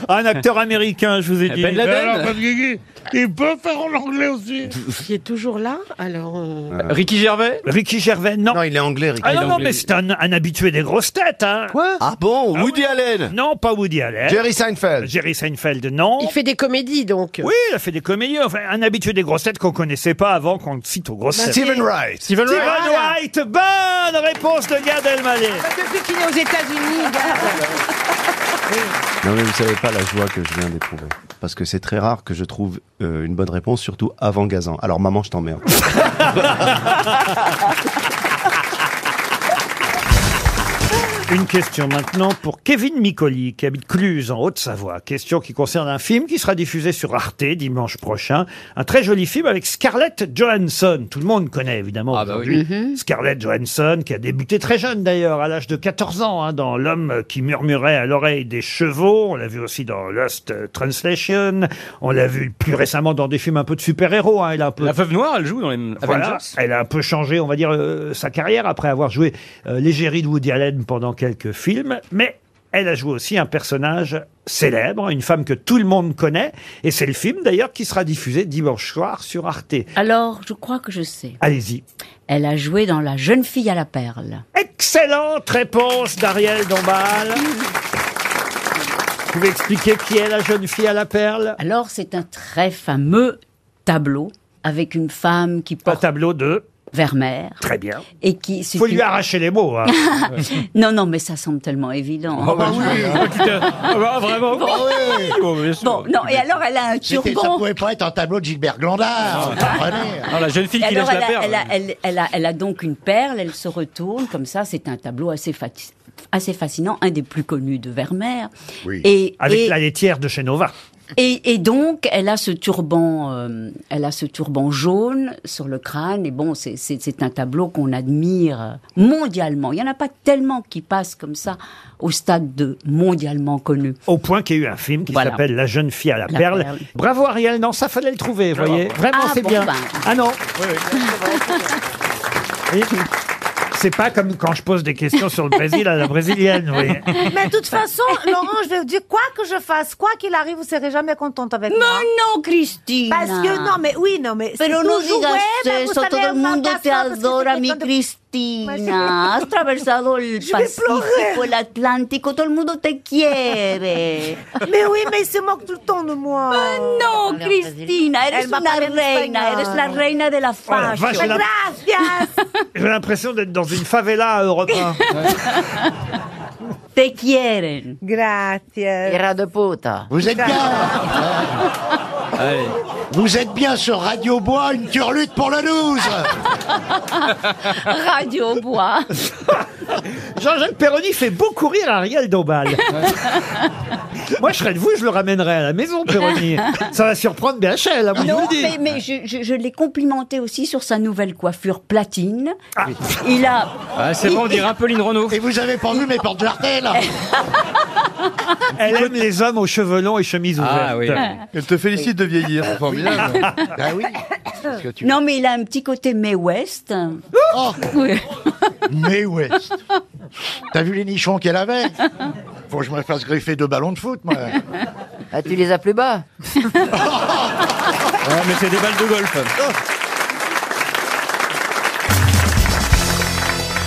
[SPEAKER 1] Un acteur américain, je vous
[SPEAKER 13] Euh,
[SPEAKER 1] ai dit.
[SPEAKER 12] Mais alors, Ben Guigui, il peut faire en anglais aussi.
[SPEAKER 11] Qui est toujours là, alors... euh,
[SPEAKER 1] Ah.
[SPEAKER 17] Ricky Gervais
[SPEAKER 1] Ricky Gervais, non.
[SPEAKER 13] Non, il est anglais,
[SPEAKER 1] Ah non, non, mais c'est un, un habitué des grosses têtes. Hein. Quoi
[SPEAKER 13] Ah bon
[SPEAKER 1] Woody Allen Non, pas Woody Allen.
[SPEAKER 13] Jerry Seinfeld
[SPEAKER 1] Jerry Seinfeld, non.
[SPEAKER 11] Il fait des comédies, donc.
[SPEAKER 1] Oui, il a fait des comédies. Enfin, un habitué des grosses têtes qu'on connaissait pas avant qu'on le cite aux grosses têtes.
[SPEAKER 13] Steven Wright.
[SPEAKER 1] Steven
[SPEAKER 13] Steven
[SPEAKER 1] Wright. Bonne réponse de Gad Elmaleh.
[SPEAKER 30] Depuis qu'il est aux États-Unis,
[SPEAKER 13] Non mais vous savez pas la joie que je viens d'éprouver. Parce que c'est très rare que je trouve euh, une bonne réponse, surtout avant Gazan. Alors maman, je t'emmerde.
[SPEAKER 1] Une question maintenant pour Kevin Micoli, qui habite Cluse, en Haute-Savoie. Question qui concerne un film qui sera diffusé sur Arte dimanche prochain. Un très joli film avec Scarlett Johansson. Tout le monde connaît évidemment
[SPEAKER 17] Ah, bah
[SPEAKER 1] aujourd'hui Scarlett Johansson, qui a débuté très jeune d'ailleurs, à l'âge de 14 ans, hein, dans L'homme qui murmurait à l'oreille des chevaux. On l'a vu aussi dans Lost Translation. On l'a vu plus récemment dans des films un peu de super-héros. hein. Elle a un peu
[SPEAKER 17] La Veuve Noire, elle joue dans les
[SPEAKER 1] voilà,
[SPEAKER 17] Avengers.
[SPEAKER 1] elle a un peu changé, on va dire, euh, sa carrière après avoir joué euh, l'égérie de Woody Allen pendant quelques films, mais elle a joué aussi un personnage célèbre, une femme que tout le monde connaît, et c'est le film d'ailleurs qui sera diffusé dimanche soir sur Arte.
[SPEAKER 4] Alors, je crois que je sais.
[SPEAKER 1] Allez-y.
[SPEAKER 4] Elle a joué dans La jeune fille à la perle.
[SPEAKER 1] Excellente réponse d'Ariel Dombal. Vous pouvez expliquer qui est la jeune fille à la perle
[SPEAKER 4] Alors, c'est un très fameux tableau avec une femme qui porte. Un
[SPEAKER 1] tableau de
[SPEAKER 4] Vermeer.
[SPEAKER 1] Très bien.
[SPEAKER 4] Et qui. c'est
[SPEAKER 1] Faut
[SPEAKER 4] une-
[SPEAKER 1] lui arracher les mots. hein.
[SPEAKER 4] non, non, mais ça semble tellement évident.
[SPEAKER 1] Oh, bah oui.
[SPEAKER 4] Ah,
[SPEAKER 17] tu t'es- ah, bah, vraiment
[SPEAKER 4] Bon. Bon, non, et alors elle a un
[SPEAKER 29] C'était-
[SPEAKER 4] turban.
[SPEAKER 29] Ça pouvait pas être un tableau de Gilbert Glandard. vous comprenez
[SPEAKER 17] Ah, la jeune fille qui
[SPEAKER 4] Alors,
[SPEAKER 17] lèche
[SPEAKER 4] elle,
[SPEAKER 17] la
[SPEAKER 4] a,
[SPEAKER 17] perle.
[SPEAKER 4] elle, a, elle- elle a- elle a donc une perle, elle se retourne comme ça. C'est un tableau assez, fa- assez fascinant, un des plus connus de Vermeer. Et,
[SPEAKER 1] Avec
[SPEAKER 4] et-
[SPEAKER 1] la laitière de Chenova.
[SPEAKER 4] et, et donc, elle a ce turban, euh, elle a ce turban jaune sur le crâne. Et bon, c'est- c'est c'est un tableau qu'on admire mondialement. Il y en a pas tellement qui passent comme ça au stade de mondialement connu.
[SPEAKER 1] Au point qu'il y a eu un film qui
[SPEAKER 4] Voilà.
[SPEAKER 1] s'appelle La jeune fille à la,
[SPEAKER 4] La
[SPEAKER 1] perle.
[SPEAKER 4] perle.
[SPEAKER 1] Bravo Ariel, non, ça fallait le trouver, vous voyez. Vraiment,
[SPEAKER 4] Ah,
[SPEAKER 1] c'est
[SPEAKER 4] bon,
[SPEAKER 1] bien.
[SPEAKER 4] ben.
[SPEAKER 1] Ah non. Et C'est pas comme quand je pose des questions sur le Brésil à la brésilienne, vous voyez.
[SPEAKER 15] Mais de toute façon, Laurent, je vais vous dire, quoi que je fasse, quoi qu'il arrive, vous serez jamais contente avec moi.
[SPEAKER 4] Non, non, Christine.
[SPEAKER 15] Parce que, non, mais oui, non, mais
[SPEAKER 4] Pero no
[SPEAKER 15] toujours,
[SPEAKER 4] digas
[SPEAKER 15] ouais, mais vous
[SPEAKER 4] eso,
[SPEAKER 15] savez,
[SPEAKER 4] todo el
[SPEAKER 15] on
[SPEAKER 4] mundo
[SPEAKER 15] parle
[SPEAKER 4] te
[SPEAKER 15] pas parce que
[SPEAKER 4] adora,
[SPEAKER 15] c'est
[SPEAKER 4] mi
[SPEAKER 15] quelqu'un de-
[SPEAKER 4] Cristina. Has atravesado el
[SPEAKER 15] Je vais pleurer.
[SPEAKER 4] Pacífico, el Atlántico, todo el mundo te quiere.
[SPEAKER 15] Mais oui, mais il se moque tout le temps de moi.
[SPEAKER 24] Bah,
[SPEAKER 4] No, Cristina, eres
[SPEAKER 15] Elle va
[SPEAKER 4] una
[SPEAKER 15] parler en
[SPEAKER 4] reina,
[SPEAKER 15] espagnol.
[SPEAKER 4] eres la reina de la
[SPEAKER 1] la
[SPEAKER 4] fashion.
[SPEAKER 1] vache, elle a- J'ai l'impression d'être dans une favela européenne.
[SPEAKER 4] Te quieren.
[SPEAKER 15] Gracias.
[SPEAKER 26] Ira de puta.
[SPEAKER 29] Vous êtes bien. Vous êtes bien sur Radio Bois, une turlute pour la loose.
[SPEAKER 4] Radio Bois.
[SPEAKER 1] Jean-Jacques Perroni fait beaucoup rire Ariel Dombal. Moi, je serais de vous, je le ramènerais à la maison, Perroni. Ça va surprendre BHL, à moi, je hein, vous
[SPEAKER 4] Non,
[SPEAKER 1] le dis.
[SPEAKER 4] mais, mais je, je- je l'ai complimenté aussi sur sa nouvelle coiffure platine. Il a.
[SPEAKER 17] Ah, c'est bon, on dirait un peu Lynn Renault.
[SPEAKER 29] Et vous avez pas vu mes portes de jartel
[SPEAKER 1] Elle aime les hommes aux cheveux longs et chemises ouvertes.
[SPEAKER 17] Ah oui.
[SPEAKER 1] Elle te félicite de vieillir, c'est
[SPEAKER 4] formidable.
[SPEAKER 29] Ah oui.
[SPEAKER 4] Non, mais il a un petit côté May West. Oui.
[SPEAKER 29] Oh, Mais ouais. T'as vu les nichons qu'elle avait Faut que je me fasse greffer deux ballons de foot, moi.
[SPEAKER 26] Ah, tu les as plus bas
[SPEAKER 17] Ouais, mais c'est des balles de golf.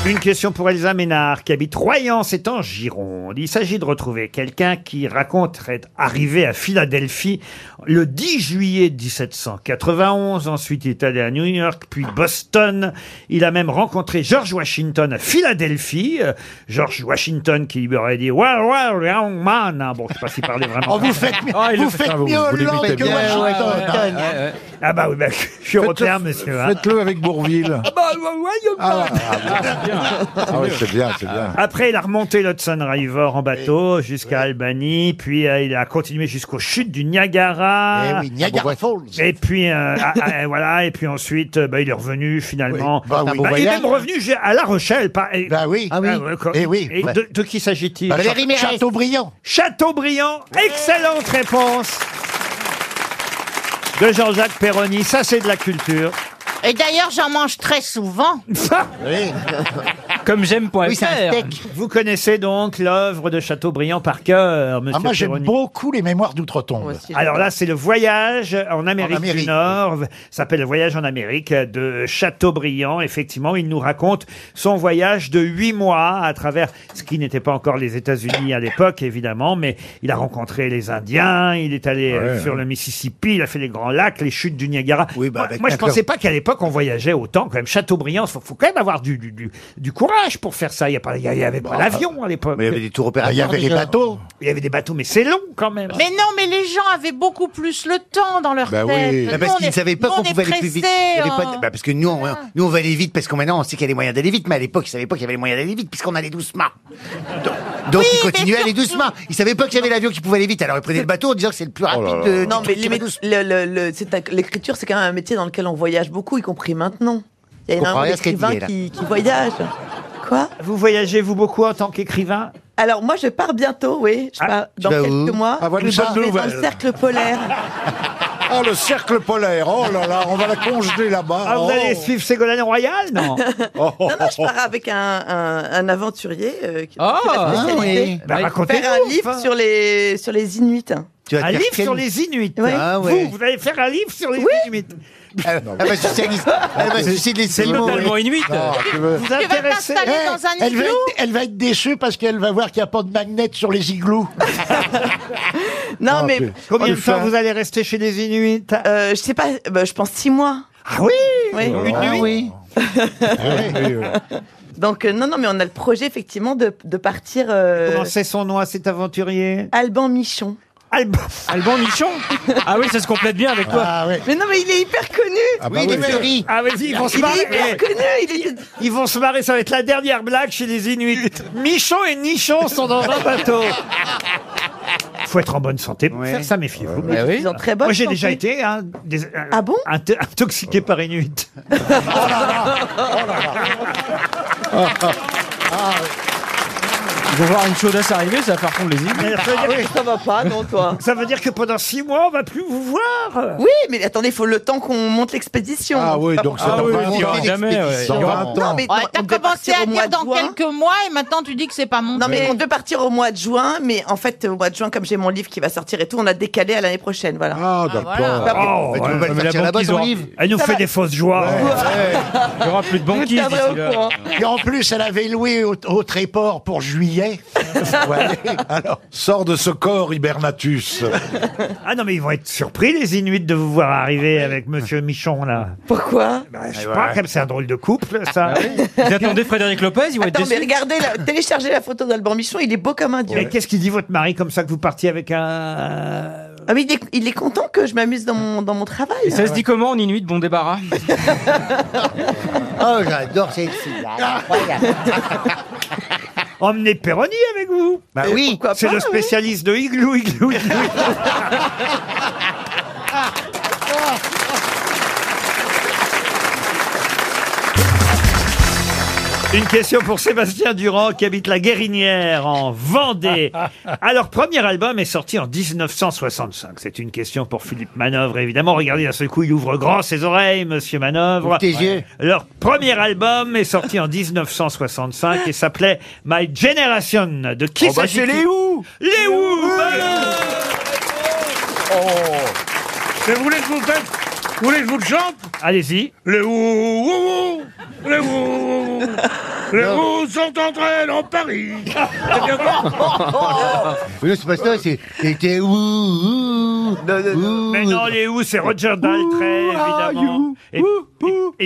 [SPEAKER 1] Une question pour Elsa Ménard, qui habite Royan, c'est en Gironde. Il s'agit de retrouver quelqu'un qui raconte être arrivé à Philadelphie le 10 juillet 1791. Ensuite, il est allé à New York, puis Boston. Il a même rencontré George Washington à Philadelphie. Euh, George Washington qui lui aurait dit, well, well, young man. Ah, Bon, je sais pas s'il parlait vraiment.
[SPEAKER 29] Oh, vous faites,
[SPEAKER 1] Ah, il le
[SPEAKER 29] vous
[SPEAKER 1] fait
[SPEAKER 29] faites
[SPEAKER 1] bien,
[SPEAKER 29] mieux
[SPEAKER 1] vous- vous
[SPEAKER 29] Hollande
[SPEAKER 1] l'imitez
[SPEAKER 29] que
[SPEAKER 1] bien.
[SPEAKER 29] Washington.
[SPEAKER 1] Ah bah oui, bah, je suis européen, monsieur. hein.
[SPEAKER 8] Faites-le avec Bourville.
[SPEAKER 7] bah,
[SPEAKER 8] Ah, ah oui, c'est bien, c'est bien.
[SPEAKER 1] Après, il a remonté l'Hudson River en bateau jusqu'à Albany, puis euh, il a continué jusqu'aux chutes du Niagara. Ah,
[SPEAKER 29] Eh oui, Niagara Falls.
[SPEAKER 1] Et puis euh, ah, ah, voilà, et puis ensuite, euh, bah, il est revenu finalement. Ah,
[SPEAKER 29] Oui, bah oui.
[SPEAKER 1] il est
[SPEAKER 29] Voyage.
[SPEAKER 1] même revenu j'ai- à La Rochelle. Par... Bah
[SPEAKER 29] oui. Ah oui. Eh oui.
[SPEAKER 1] Et
[SPEAKER 29] Ouais.
[SPEAKER 1] de, de qui s'agit-il
[SPEAKER 29] Bah, Valérie Mérès.
[SPEAKER 1] Chateaubriand. Chateaubriand, excellente réponse de Jean-Jacques Perroni. Ça, c'est de la culture.
[SPEAKER 5] Et d'ailleurs, j'en mange très souvent.
[SPEAKER 1] Comme j'aime
[SPEAKER 5] Oui, c'est un steak.
[SPEAKER 1] Vous connaissez donc l'œuvre de Chateaubriand par cœur, monsieur
[SPEAKER 29] Ah, moi, j'aime
[SPEAKER 1] Perroni.
[SPEAKER 29] beaucoup les mémoires d'outre-tombe.
[SPEAKER 1] Alors là, c'est le voyage en Amérique, du
[SPEAKER 29] Amérique.
[SPEAKER 1] Nord. Ça s'appelle le voyage en Amérique de Chateaubriand. Effectivement, il nous raconte son voyage de huit mois à travers ce qui n'était pas encore les États-Unis à l'époque, évidemment, mais il a rencontré les Indiens, il est allé euh,
[SPEAKER 29] Ouais,
[SPEAKER 1] sur
[SPEAKER 29] ouais. bah,
[SPEAKER 1] le Mississippi, il a fait les grands lacs, les chutes du Niagara. moi,
[SPEAKER 29] avec
[SPEAKER 1] moi, je
[SPEAKER 29] Macron.
[SPEAKER 1] pensais pas qu'à l'époque on voyageait autant quand même. Chateaubriand, faut, faut quand même avoir du, du, du- du courage pour faire ça. Il n'y a pas- il y a- il y avait pas
[SPEAKER 29] Bah,
[SPEAKER 1] l'avion à l'époque.
[SPEAKER 29] mais il y avait des tours opérateurs Ah, il y avait déjà. les Ah,
[SPEAKER 1] bateaux. Il y avait des bateaux, mais c'est long quand même.
[SPEAKER 22] Mais non, mais les gens avaient beaucoup plus le temps dans leur
[SPEAKER 16] Bah
[SPEAKER 22] tête.
[SPEAKER 16] oui.
[SPEAKER 22] Nous,
[SPEAKER 16] parce
[SPEAKER 22] on
[SPEAKER 16] qu'ils
[SPEAKER 22] est-
[SPEAKER 16] ne savaient pas
[SPEAKER 22] nous,
[SPEAKER 16] qu'on
[SPEAKER 22] on est
[SPEAKER 16] pouvait aller plus vite. Il y avait
[SPEAKER 22] pressés,
[SPEAKER 16] pas de-
[SPEAKER 22] hein.
[SPEAKER 16] bah, parce que nous, on, nous, on va aller vite parce qu'on maintenant, on sait qu'il y a les moyens d'aller vite, mais à l'époque, ils savaient pas qu'il y avait les moyens d'aller vite puisqu'on allait doucement. Donc, donc ils continuaient à aller doucement. Ils savaient pas qu'il y avait l'avion qui pouvait aller vite. Alors ils prenaient le bateau en disant que c'est le plus rapide de.
[SPEAKER 7] Euh,
[SPEAKER 11] Euh,
[SPEAKER 7] Non,
[SPEAKER 16] du
[SPEAKER 7] mais
[SPEAKER 16] truc qui
[SPEAKER 7] les
[SPEAKER 16] va
[SPEAKER 7] mét- le- le- le- c'est un- l'écriture, c'est quand même un métier dans lequel on voyage beaucoup, y compris maintenant. Il y
[SPEAKER 16] Je
[SPEAKER 7] a
[SPEAKER 16] comprends
[SPEAKER 7] énormément
[SPEAKER 16] rien à ce qu'elle dit,
[SPEAKER 7] d'écrivains qui,
[SPEAKER 16] là.
[SPEAKER 7] qui voyagent. Quoi
[SPEAKER 1] Vous voyagez, vous, beaucoup en tant qu'écrivain
[SPEAKER 7] Alors, moi, je pars bientôt, oui. Je
[SPEAKER 1] Ah,
[SPEAKER 7] pars
[SPEAKER 1] tu
[SPEAKER 7] dans
[SPEAKER 1] vas
[SPEAKER 7] quelques
[SPEAKER 1] où
[SPEAKER 7] mois.
[SPEAKER 1] Ah, voilà, nous
[SPEAKER 7] je vais
[SPEAKER 1] sommes
[SPEAKER 7] dans
[SPEAKER 1] nouvelles.
[SPEAKER 7] le cercle polaire.
[SPEAKER 8] Ah, le cercle polaire. Oh là là, on va la congeler là-bas. Oh.
[SPEAKER 7] Ah, vous allez
[SPEAKER 1] suivre Ségolène Royal
[SPEAKER 7] non non, non, je pars avec un, un- un aventurier euh, qui
[SPEAKER 1] Ah,
[SPEAKER 7] qui est ma
[SPEAKER 1] ah
[SPEAKER 7] spécialité.
[SPEAKER 1] oui. Bah, racontez-nous,
[SPEAKER 7] faire un livre
[SPEAKER 1] enfin.
[SPEAKER 7] sur les, sur les Inuits.
[SPEAKER 1] Tu vas te Un faire livre quel- sur les Inuits
[SPEAKER 7] Ouais.
[SPEAKER 1] Ah ouais. Ah, bah, Vous, vous allez faire un livre sur les Inuits.
[SPEAKER 16] Elle va sucer les-
[SPEAKER 1] ah,
[SPEAKER 16] elle va sucer les
[SPEAKER 29] C'est
[SPEAKER 16] animaux,
[SPEAKER 29] totalement
[SPEAKER 16] oui.
[SPEAKER 29] inuit. Non, tu veux-
[SPEAKER 16] Vous
[SPEAKER 29] Tu vas
[SPEAKER 16] intéressez-
[SPEAKER 29] t'installer
[SPEAKER 16] Eh,
[SPEAKER 29] dans un Elle va, être, elle va être déçue parce qu'elle va voir qu'il n'y a pas de magnet sur les igloos.
[SPEAKER 7] Non,
[SPEAKER 29] Ah,
[SPEAKER 7] mais.
[SPEAKER 29] puis- Combien de temps vous
[SPEAKER 1] allez rester chez les Inuits
[SPEAKER 7] Je sais pas, bah, je pense six mois.
[SPEAKER 1] Ah oui
[SPEAKER 7] Une nuit Donc, euh, non, non, mais on a le projet, effectivement, de, de partir. euh,
[SPEAKER 1] Comment c'est son nom à cet aventurier
[SPEAKER 7] Alban Michon.
[SPEAKER 1] Alban,
[SPEAKER 7] Alban Michon
[SPEAKER 17] Ah oui, ça se complète bien avec toi.
[SPEAKER 7] Mais non, mais il est hyper connu
[SPEAKER 1] Ah bah Oui, il oui. est fleuri. Ah oui, ils vont se
[SPEAKER 7] Il
[SPEAKER 1] marrer.
[SPEAKER 7] est hyper connu il est-
[SPEAKER 1] Ils vont se marrer, ça va être la dernière blague chez les Inuits. Michon et Nichon sont dans un bateau. Faut être en bonne santé pour faire ça, méfiez-vous.
[SPEAKER 7] ouais. Ils sont très bonne
[SPEAKER 1] Moi, j'ai
[SPEAKER 7] santé. Ah
[SPEAKER 1] déjà été hein, des- euh, int- intoxiqué par Oh, Inuit.
[SPEAKER 17] Ils vont voir une chaudasse arriver, ça va faire fondre les îles. Ah,
[SPEAKER 7] ça va pas, non, toi.
[SPEAKER 1] Ah Ça veut dire que pendant six mois, on va plus vous voir.
[SPEAKER 7] Oui, mais attendez, il faut le temps qu'on monte l'expédition.
[SPEAKER 8] Ah oui, donc ça
[SPEAKER 7] va
[SPEAKER 8] va pas longtemps. Dans vingt ans.
[SPEAKER 7] Non, mais
[SPEAKER 22] Ouais, T'as
[SPEAKER 7] on devait
[SPEAKER 22] commencé
[SPEAKER 7] partir
[SPEAKER 22] à
[SPEAKER 7] au mois
[SPEAKER 22] dire
[SPEAKER 7] de
[SPEAKER 22] dans
[SPEAKER 7] juin.
[SPEAKER 22] quelques mois et maintenant tu dis que c'est pas mon
[SPEAKER 7] Non, mais on devait partir au mois de juin, mais en fait, au mois de juin, comme j'ai mon livre qui va sortir et tout, on a décalé à l'année prochaine, voilà. Ah,
[SPEAKER 1] Oh, ouais.
[SPEAKER 16] pas le Mais la sortir là-bas, banquise ton aura- livre
[SPEAKER 1] hein. Elle nous
[SPEAKER 16] Ça
[SPEAKER 1] fait
[SPEAKER 16] va.
[SPEAKER 1] des fausses joies.
[SPEAKER 17] Il n'y aura plus de banquiers.
[SPEAKER 29] Et en plus, elle avait loué au, au Tréport pour juillet. Ouais.
[SPEAKER 8] Alors, sors de ce corps, Hibernatus.
[SPEAKER 1] Ah non, mais ils vont être surpris, les Inuits, de vous voir
[SPEAKER 17] Ah,
[SPEAKER 1] arriver avec Monsieur Michon, là. Bah,
[SPEAKER 7] Pourquoi
[SPEAKER 1] Je sais pas, comme c'est un drôle de couple, ça.
[SPEAKER 17] Ah, Vous attendez Frédéric Lopez, ils vont être
[SPEAKER 7] Attends, mais
[SPEAKER 17] déçus.
[SPEAKER 7] regardez, la- téléchargez la photo d'Alban Michon, il est beau comme un dieu.
[SPEAKER 1] Mais qu'est-ce qu'il dit votre mari comme ça que vous partiez avec euh, un...
[SPEAKER 7] Ah, mais il est, il est content que je m'amuse dans mon, dans mon travail. hein.
[SPEAKER 17] Et ça se dit comment en Inuit, bon débarras
[SPEAKER 16] Oh, j'adore cette fille. Incroyable.
[SPEAKER 1] Ah, Emmenez Perroni avec vous
[SPEAKER 16] Bah Et oui. pourquoi
[SPEAKER 1] c'est
[SPEAKER 16] pas,
[SPEAKER 1] le spécialiste de igloo, igloo, igloo. Une question pour Sébastien Durand qui habite la Guérinière en Vendée. Alors, premier album est sorti en 1965. C'est une question pour Philippe Manœuvre, évidemment. Regardez, d'un seul coup, il ouvre grand ses oreilles, monsieur Manœuvre.
[SPEAKER 16] Ouvre tes yeux.
[SPEAKER 1] Leur premier album est sorti en 1965 et s'appelait My Generation. De qui
[SPEAKER 16] Oh, bah,
[SPEAKER 1] s'agit-il
[SPEAKER 16] c'est Léo
[SPEAKER 1] Léo
[SPEAKER 12] Oh. Mais vous voulez que je vous fasse Vous voulez que je vous le chante
[SPEAKER 1] Allez-y.
[SPEAKER 12] Les ou ou ou Les ou ou ou. Les ou sont entrés dans Paris
[SPEAKER 20] Ah,
[SPEAKER 12] C'est bien
[SPEAKER 1] Oh.
[SPEAKER 12] bon
[SPEAKER 16] Mais non, c'est pas ça, c'est. C'était ouh, ouh, ouh.
[SPEAKER 1] Mais non, les où, c'est Roger Daltrey,
[SPEAKER 20] ah,
[SPEAKER 1] évidemment. Et-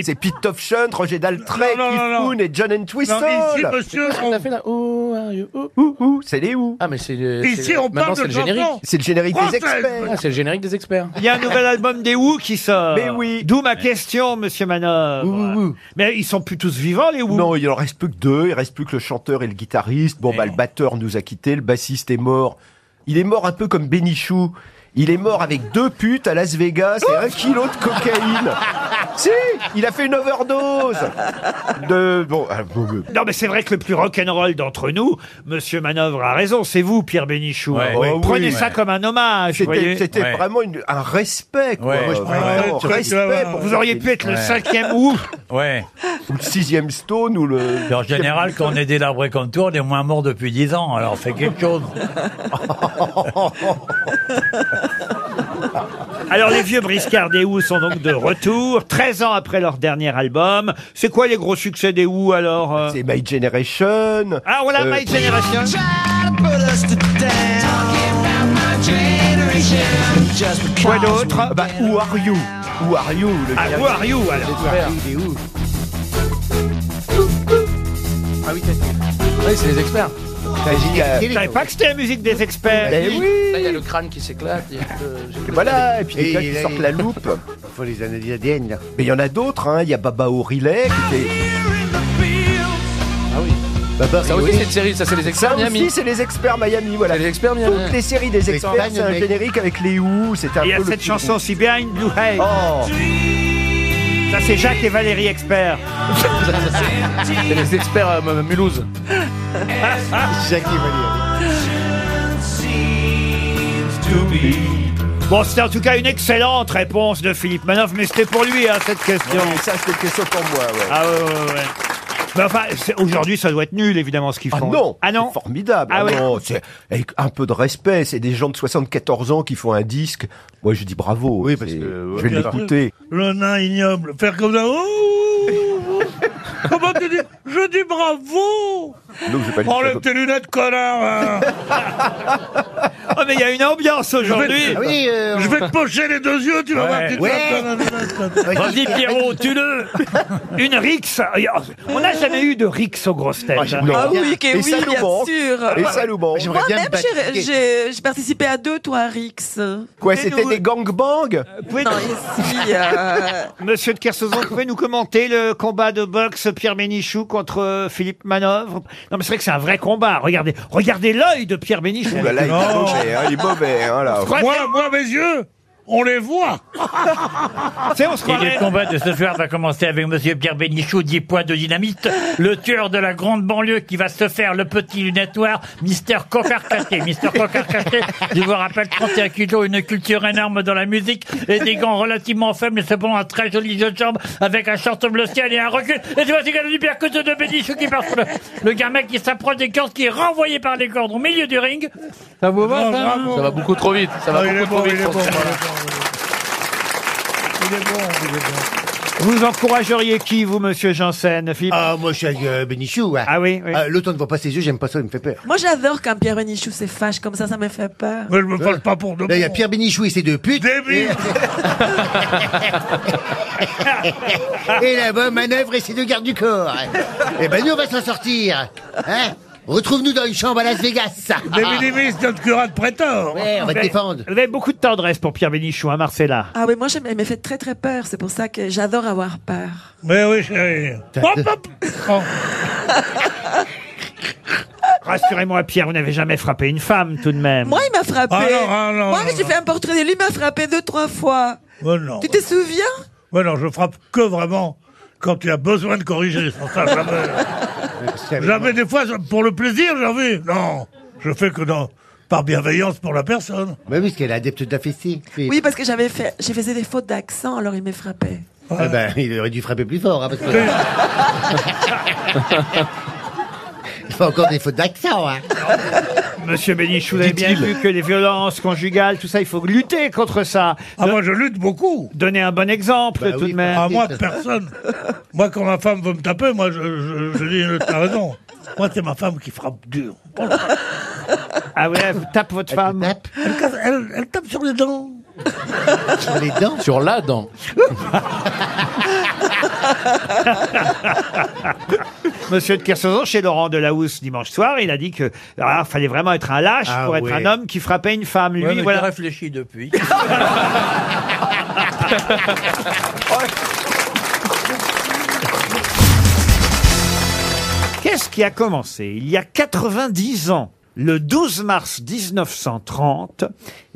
[SPEAKER 20] C'est Pete Townshend, Roger Daltrey,
[SPEAKER 12] non,
[SPEAKER 20] Keith
[SPEAKER 12] non, non.
[SPEAKER 20] Moon et John Entwistle.
[SPEAKER 12] Non, ici, monsieur, on-
[SPEAKER 20] C'est les où Ah, mais c'est le.
[SPEAKER 12] Ici, c'est- on maintenant, parle c'est de le générique. chansons
[SPEAKER 20] C'est le générique des
[SPEAKER 12] françaises.
[SPEAKER 20] experts.
[SPEAKER 12] Ah,
[SPEAKER 20] c'est le générique des experts.
[SPEAKER 1] Il y a un nouvel album des Who qui sort.
[SPEAKER 20] Mais oui.
[SPEAKER 1] D'où ma question, monsieur Manœuvre. Mais ils sont plus tous vivants, les Who.
[SPEAKER 20] Non, il en reste plus que deux. Il reste plus que le chanteur et le guitariste. Bon, bah, le batteur nous a quittés. Le bassiste est mort. Il est mort un peu comme Benichou. Il est mort avec deux putes à Las Vegas et un kilo de cocaïne. Si, il a fait une overdose.
[SPEAKER 1] De... Bon, non, mais c'est vrai que le plus rock'n'roll d'entre nous, Monsieur Manœuvre a raison, c'est vous, Pierre Bénichou.
[SPEAKER 20] Ouais.
[SPEAKER 1] Oh,
[SPEAKER 20] Ouais.
[SPEAKER 1] Prenez
[SPEAKER 20] Oui,
[SPEAKER 1] ça
[SPEAKER 20] ouais.
[SPEAKER 1] comme un hommage. vous
[SPEAKER 20] C'était
[SPEAKER 1] voyez.
[SPEAKER 20] c'était vraiment une- un respect. quoi. Moi, je prends vraiment respect pour
[SPEAKER 1] Vous auriez pu être le cinquième ou
[SPEAKER 23] Ouais.
[SPEAKER 20] Ou le sixième stone ou le.
[SPEAKER 23] Et en général, quand on est délabré comme toi, on est moins mort depuis 10 ans. Alors c'est quelque chose.
[SPEAKER 1] Alors les vieux briscards des Who sont donc de retour, 13 ans après leur dernier album. C'est quoi les gros succès des Who alors C'est
[SPEAKER 20] My Generation.
[SPEAKER 1] Ah voilà
[SPEAKER 20] Euh,
[SPEAKER 1] My Generation.
[SPEAKER 20] Quoi d'autre Bah, Who Are You Who Are You le
[SPEAKER 1] Ah,
[SPEAKER 20] gars-
[SPEAKER 1] Who Are You, alors.
[SPEAKER 20] Les
[SPEAKER 1] Who Are
[SPEAKER 20] frères.
[SPEAKER 1] You,
[SPEAKER 20] Ah oui, c'est Oui, c'est les experts.
[SPEAKER 1] Je savais pas que c'était la musique des experts.
[SPEAKER 20] Ben oui.
[SPEAKER 21] Là, il y a le crâne qui s'éclate. il y a le-
[SPEAKER 20] Et voilà, et puis les gars qui
[SPEAKER 21] il-
[SPEAKER 20] sortent la loupe. Faut les analyses ADN, là. Mais il y en a d'autres, hein. Il y a Baba O'Riley qui était... Ah oui. Baba
[SPEAKER 21] Ça aussi,
[SPEAKER 20] O'Riley.
[SPEAKER 21] c'est une série, ça, c'est les experts
[SPEAKER 20] Ça
[SPEAKER 21] Miami.
[SPEAKER 20] aussi, c'est les experts Miami, voilà. les experts
[SPEAKER 21] Miami.
[SPEAKER 20] Toutes les séries des
[SPEAKER 21] Les
[SPEAKER 20] experts,
[SPEAKER 21] experts
[SPEAKER 20] c'est un
[SPEAKER 21] Miami.
[SPEAKER 20] générique avec les Who, c'est un
[SPEAKER 1] Et il y a
[SPEAKER 20] peu le
[SPEAKER 1] cette
[SPEAKER 20] petit
[SPEAKER 1] chanson
[SPEAKER 20] groupe.
[SPEAKER 1] aussi Behind Blue Hay.
[SPEAKER 20] Oh.
[SPEAKER 1] Ça c'est Jacques et Valérie experts.
[SPEAKER 21] C'est les experts euh, M- Mulhouse.
[SPEAKER 1] Bon, c'était en tout cas une excellente réponse de Philippe Manoff, mais c'était pour lui hein, cette question.
[SPEAKER 20] ça c'était une question pour moi. Ouais.
[SPEAKER 1] Ah ouais, ouais, ouais. Mais enfin, c'est- aujourd'hui, ça doit être nul, évidemment, ce qu'ils
[SPEAKER 20] Ah
[SPEAKER 1] font.
[SPEAKER 20] non, c'est formidable.
[SPEAKER 1] Ah
[SPEAKER 20] Ah
[SPEAKER 1] ouais.
[SPEAKER 20] non, c'est- avec un peu de respect, c'est des gens de 74 ans qui font un disque. Moi, je dis bravo. Oui, parce que je vais l'écouter.
[SPEAKER 12] Le nain ignoble. Faire comme ça. Oh Comment tu dis Je dis bravo
[SPEAKER 20] Donc, je vais pas le
[SPEAKER 12] Enlève tes lunettes, connard
[SPEAKER 1] euh. Oh, mais il y a une ambiance aujourd'hui.
[SPEAKER 12] Je
[SPEAKER 20] Ah
[SPEAKER 12] vais,
[SPEAKER 20] euh,
[SPEAKER 12] je vais te pocher les deux yeux, tu vas
[SPEAKER 1] Ouais.
[SPEAKER 12] voir. tu te
[SPEAKER 1] Ouais.
[SPEAKER 12] tapes.
[SPEAKER 1] Vas-y, Pierrot, tue-le Une Rix On n'a jamais eu de Rix aux grosses têtes.
[SPEAKER 20] Ah, non.
[SPEAKER 30] Ah oui, que
[SPEAKER 20] Et
[SPEAKER 30] oui,
[SPEAKER 20] ça nous
[SPEAKER 30] bien
[SPEAKER 20] manque.
[SPEAKER 30] sûr.
[SPEAKER 20] Et ça nous manque. J'aimerais bien
[SPEAKER 30] Moi-même,
[SPEAKER 20] me
[SPEAKER 30] j'ai-
[SPEAKER 20] baptiser.
[SPEAKER 30] j'ai j'ai participé à deux, toi, Rix.
[SPEAKER 20] Quoi, c'était
[SPEAKER 1] euh,
[SPEAKER 20] des gangbangs
[SPEAKER 30] Non, ici, euh,
[SPEAKER 1] Monsieur de Kersauzon, pouvez nous commenter le combat de boxe Pierre Bénichou contre euh, Philippe Manœuvre Non, mais c'est vrai que c'est un vrai combat. Regardez, regardez l'œil de Pierre Bénichou.
[SPEAKER 20] Ouh là là, il est mauvais, hein, il est mauvais. Hein, là.
[SPEAKER 12] Moi, moi, mes yeux, on les voit
[SPEAKER 1] C'est on
[SPEAKER 23] Et
[SPEAKER 1] se croirait.
[SPEAKER 23] le combat de ce soir va commencer avec Monsieur Pierre Bénichou, 10 points de dynamite, le tueur de la grande banlieue qui va se faire le petit lunette noir, Mister Cocarcaté. Mister Cocarcaté, je vous rappelle, 31 kilos, une culture énorme dans la musique et des gants relativement faibles, mais cependant un très joli jeu de jambes avec un short bleu ciel et un recul. Et tu vois, c'est quand même du percute de Bénichou qui part sur le, le gamin qui s'approche des cordes, qui est renvoyé par les cordes au milieu du ring. Ça vous va, ça
[SPEAKER 21] Ça va beaucoup trop vite. Ça va
[SPEAKER 12] Ah, il est
[SPEAKER 21] beaucoup trop
[SPEAKER 12] bon,
[SPEAKER 21] vite.
[SPEAKER 12] il est
[SPEAKER 21] pour
[SPEAKER 12] bon,
[SPEAKER 21] ce-
[SPEAKER 12] Il est bon, il est bon.
[SPEAKER 1] Vous encourageriez qui, vous, monsieur Janssen Philippe
[SPEAKER 16] Ah, moi, je suis avec euh, Bénichou, ouais.
[SPEAKER 1] Ah oui, oui.
[SPEAKER 16] Euh, L'autre, on ne voit pas ses yeux, j'aime pas ça, il me fait peur.
[SPEAKER 30] Moi, j'adore quand Pierre Benichou se fâche comme ça, ça me fait peur.
[SPEAKER 12] Mais je me parle pas pour de
[SPEAKER 16] Là, il y a
[SPEAKER 12] bon.
[SPEAKER 16] Pierre Bénichou et ses deux putes.
[SPEAKER 12] Débile
[SPEAKER 16] Et là-bas, manœuvre et ses deux gardes du corps. Eh ben, nous, on va s'en sortir. Hein Retrouve-nous dans une chambre à Las Vegas.
[SPEAKER 12] Débilimis, notre curat de prétor
[SPEAKER 16] Ouais, Eh, on va te défendre.
[SPEAKER 1] Vous avez beaucoup de tendresse pour Pierre Bénichou, hein, Marcella
[SPEAKER 30] Ah oui, moi, j'aime- elle me fait très très peur. C'est pour ça que j'adore avoir peur.
[SPEAKER 12] Mais oui, chérie. Hop, hop Oh.
[SPEAKER 1] Rassurez-moi, Pierre, vous n'avez jamais frappé une femme, tout de même.
[SPEAKER 30] Moi, il m'a frappé.
[SPEAKER 12] Ah non, ah non,
[SPEAKER 30] moi,
[SPEAKER 12] non,
[SPEAKER 30] j'ai
[SPEAKER 12] non.
[SPEAKER 30] fait un portrait de lui, il m'a frappé deux, trois fois.
[SPEAKER 12] Oh non.
[SPEAKER 30] Tu te souviens
[SPEAKER 12] Ouais, non, je frappe que vraiment quand il y a besoin de corriger. Sans ça, jamais. jamais des fois, pour le plaisir, j'ai envie. Non, je fais que dans, par bienveillance pour la personne.
[SPEAKER 16] Bah oui, parce qu'elle est adepte de la fessée.
[SPEAKER 30] Oui, parce que j'avais fait, je faisais des fautes d'accent, alors il me frappait.
[SPEAKER 16] Ah ben, il aurait dû frapper plus fort, hein, parce que... il fait encore des fautes d'accent, hein.
[SPEAKER 1] Monsieur Bénichou, vous avez bien vu que les violences conjugales, tout ça, il faut lutter contre ça.
[SPEAKER 12] Ah, moi, je lutte beaucoup.
[SPEAKER 1] Donner un bon exemple,
[SPEAKER 16] Bah
[SPEAKER 1] tout
[SPEAKER 16] oui,
[SPEAKER 1] de même.
[SPEAKER 12] Ah, moi, personne. Moi, quand ma femme veut me taper, moi, je, je, je dis, euh, t'as raison. Moi, c'est ma femme qui frappe dur.
[SPEAKER 1] Ah ouais, vous tape votre femme.
[SPEAKER 12] Elle, casse- elle- elle tape sur les dents.
[SPEAKER 16] Sur les dents.
[SPEAKER 21] Sur la dent.
[SPEAKER 1] Monsieur de Kersauzon, chez Laurent Delahousse, dimanche soir, il a dit que ah, fallait vraiment être un lâche
[SPEAKER 16] Ah
[SPEAKER 1] pour être
[SPEAKER 16] ouais.
[SPEAKER 1] un homme qui frappait une femme. Lui,
[SPEAKER 23] Ouais, mais
[SPEAKER 1] voilà.
[SPEAKER 23] j'ai réfléchi depuis.
[SPEAKER 1] Qu'est-ce qui a commencé il y a 90 ans le 12 mars 1930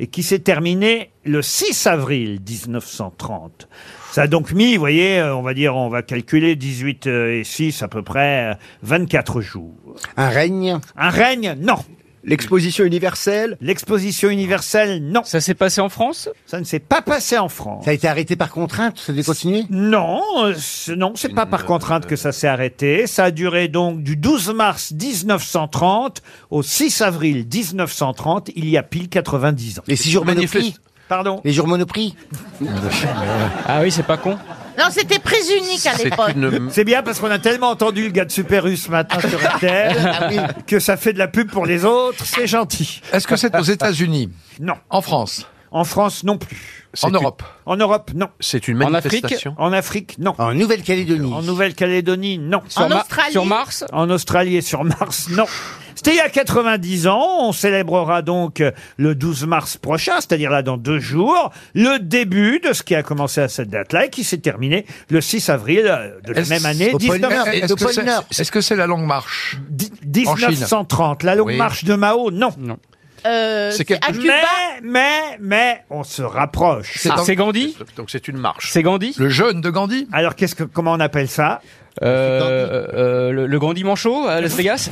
[SPEAKER 1] et qui s'est terminé le 6 avril 1930. Ça a donc mis, vous voyez, euh, on va dire, on va calculer 18 euh, et 6 à peu près euh, 24 jours. Un règne Un règne, non. L'exposition universelle L'exposition universelle, non. Ça s'est passé en France Ça ne s'est pas passé en France. Ça a été arrêté par contrainte Ça a continuer Non, euh, ce- non, c'est pas par contrainte que ça s'est arrêté. Ça a duré donc du 12 mars 1930 au 6 avril 1930, il y a pile 90 ans. Les six
[SPEAKER 16] jours Manifeste. Monoprix
[SPEAKER 1] Pardon
[SPEAKER 16] Les jours Monoprix
[SPEAKER 17] Ah oui, c'est pas con.
[SPEAKER 5] Non, c'était prise unique à l'époque.
[SPEAKER 1] C'est bien parce qu'on a tellement entendu le gars de Super U ce matin sur RTL
[SPEAKER 5] Ah oui.
[SPEAKER 1] que ça fait de la pub pour les autres, c'est gentil.
[SPEAKER 3] Est-ce que c'est aux États-Unis
[SPEAKER 1] Non.
[SPEAKER 3] En France
[SPEAKER 1] En France non plus.
[SPEAKER 3] En Europe
[SPEAKER 1] En Europe, non.
[SPEAKER 3] C'est une manifestation
[SPEAKER 1] En Afrique, non. En Nouvelle-Calédonie En Nouvelle-Calédonie, non.
[SPEAKER 17] Sur En Mar- Australie sur Mars
[SPEAKER 1] En Australie et sur Mars, non. C'était il y a 90 ans, on célébrera donc euh, le 12 mars prochain, c'est-à-dire là dans deux jours, le début de ce qui a commencé à cette date-là et qui s'est terminé le 6 avril euh, de la
[SPEAKER 3] Est-ce-
[SPEAKER 1] même année,
[SPEAKER 3] au pôle Nord,
[SPEAKER 1] 19...
[SPEAKER 3] Est-ce que c'est est-ce que c'est la longue marche en Chine
[SPEAKER 1] 1930, la longue
[SPEAKER 3] Oui.
[SPEAKER 1] marche de Mao, non.
[SPEAKER 17] Euh,
[SPEAKER 3] C'est quelque- c'est à Cuba
[SPEAKER 1] mais, mais, mais, on se rapproche.
[SPEAKER 3] C'est Ah, en- c'est
[SPEAKER 1] Gandhi
[SPEAKER 3] Donc c'est une marche.
[SPEAKER 17] C'est Gandhi
[SPEAKER 3] Le jeune de Gandhi
[SPEAKER 1] Alors qu'est-ce que comment on appelle ça
[SPEAKER 17] Euh, le, le Gandhi manchot à Las Vegas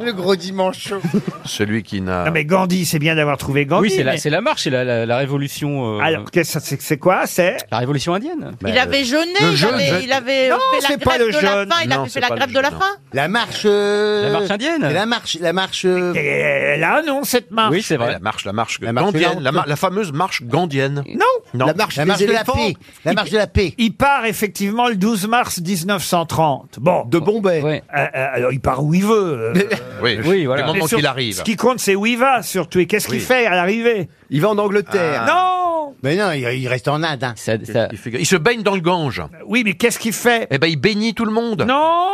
[SPEAKER 16] Le gros dimanche chaud.
[SPEAKER 17] Celui qui n'a.
[SPEAKER 1] Non Ah, mais Gandhi, c'est bien d'avoir trouvé Gandhi.
[SPEAKER 17] oui, c'est la,
[SPEAKER 1] mais-
[SPEAKER 17] c'est la marche, c'est la, la- la révolution.
[SPEAKER 1] Alors, qu'est-ce que c'est- c'est quoi C'est Bah,
[SPEAKER 17] la révolution indienne.
[SPEAKER 5] Il avait jeûné, il avait, il avait
[SPEAKER 16] Non,
[SPEAKER 5] fait la
[SPEAKER 16] c'est pas
[SPEAKER 5] grève
[SPEAKER 16] le
[SPEAKER 5] de la
[SPEAKER 16] jeûne.
[SPEAKER 5] faim, il
[SPEAKER 16] Non,
[SPEAKER 5] avait
[SPEAKER 16] c'est
[SPEAKER 5] fait la
[SPEAKER 16] pas le
[SPEAKER 5] grève de la
[SPEAKER 16] jeûne,
[SPEAKER 5] faim.
[SPEAKER 16] La marche. euh,
[SPEAKER 3] La marche indienne
[SPEAKER 16] La marche, la marche. euh,
[SPEAKER 1] Là, non, cette marche.
[SPEAKER 3] Oui, c'est vrai. La marche, la marche,
[SPEAKER 16] marche
[SPEAKER 3] gandienne,
[SPEAKER 16] lente.
[SPEAKER 3] la, mar- la fameuse marche gandienne.
[SPEAKER 1] Non,
[SPEAKER 3] non.
[SPEAKER 16] La marche de la paix. La marche de la paix.
[SPEAKER 1] Il part effectivement le 12 mars 1930. Bon. De
[SPEAKER 16] Bombay.
[SPEAKER 1] Euh, euh, alors il part où il veut. euh.
[SPEAKER 3] Oui, oui, voilà. Du moment
[SPEAKER 1] Mais sur-
[SPEAKER 3] qu'il arrive.
[SPEAKER 1] Ce qui compte, c'est où il va surtout et qu'est-ce qu'il
[SPEAKER 3] Oui.
[SPEAKER 1] fait à l'arrivée. Ah.
[SPEAKER 16] Il va en Angleterre.
[SPEAKER 1] Non
[SPEAKER 16] Mais non, il, il reste en Inde. hein. Euh,
[SPEAKER 3] Il, fait- il se baigne dans le Gange.
[SPEAKER 1] Oui, mais qu'est-ce qu'il fait
[SPEAKER 3] Eh ben, il bénit tout le monde.
[SPEAKER 1] Non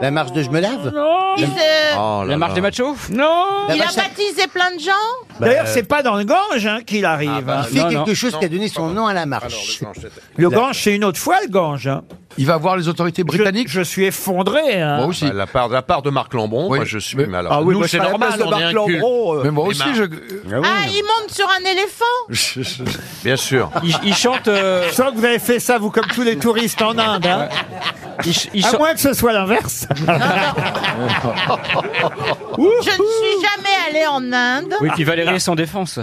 [SPEAKER 16] La marche de je me lave
[SPEAKER 5] Il s'est-
[SPEAKER 3] Oh là
[SPEAKER 17] la marche
[SPEAKER 3] là.
[SPEAKER 17] des machos
[SPEAKER 1] Non
[SPEAKER 5] il a baptisé plein de gens.
[SPEAKER 1] D'ailleurs, c'est pas dans le Gange hein, qu'il arrive. hein.
[SPEAKER 16] Il fait quelque chose qui a donné son nom à la marche.
[SPEAKER 1] Le Gange, c'est une autre fois le Gange. hein.
[SPEAKER 3] Il va voir les autorités britanniques.
[SPEAKER 1] Je, suis effondré. hein.
[SPEAKER 3] Moi aussi. la, part, la part de Marc Lambron, moi je suis. Mais alors,
[SPEAKER 20] Ah oui,
[SPEAKER 3] nous
[SPEAKER 20] moi,
[SPEAKER 3] c'est
[SPEAKER 20] je serais à la
[SPEAKER 3] normal,
[SPEAKER 20] place de
[SPEAKER 3] on est
[SPEAKER 20] Marc
[SPEAKER 3] un cul.
[SPEAKER 20] Lambron, euh.
[SPEAKER 3] Mais moi aussi,
[SPEAKER 20] Et
[SPEAKER 3] je.
[SPEAKER 20] Marc.
[SPEAKER 16] Oh.
[SPEAKER 5] Ah, il monte sur un éléphant
[SPEAKER 3] Bien sûr.
[SPEAKER 17] Il, il chante.
[SPEAKER 16] euh,
[SPEAKER 1] Je sens que vous avez fait ça, vous, comme tous les touristes en Inde. hein. à moins que ce soit l'inverse.
[SPEAKER 5] Je ne suis jamais allé en Inde.
[SPEAKER 17] Oui, puis Valérie est sans défense.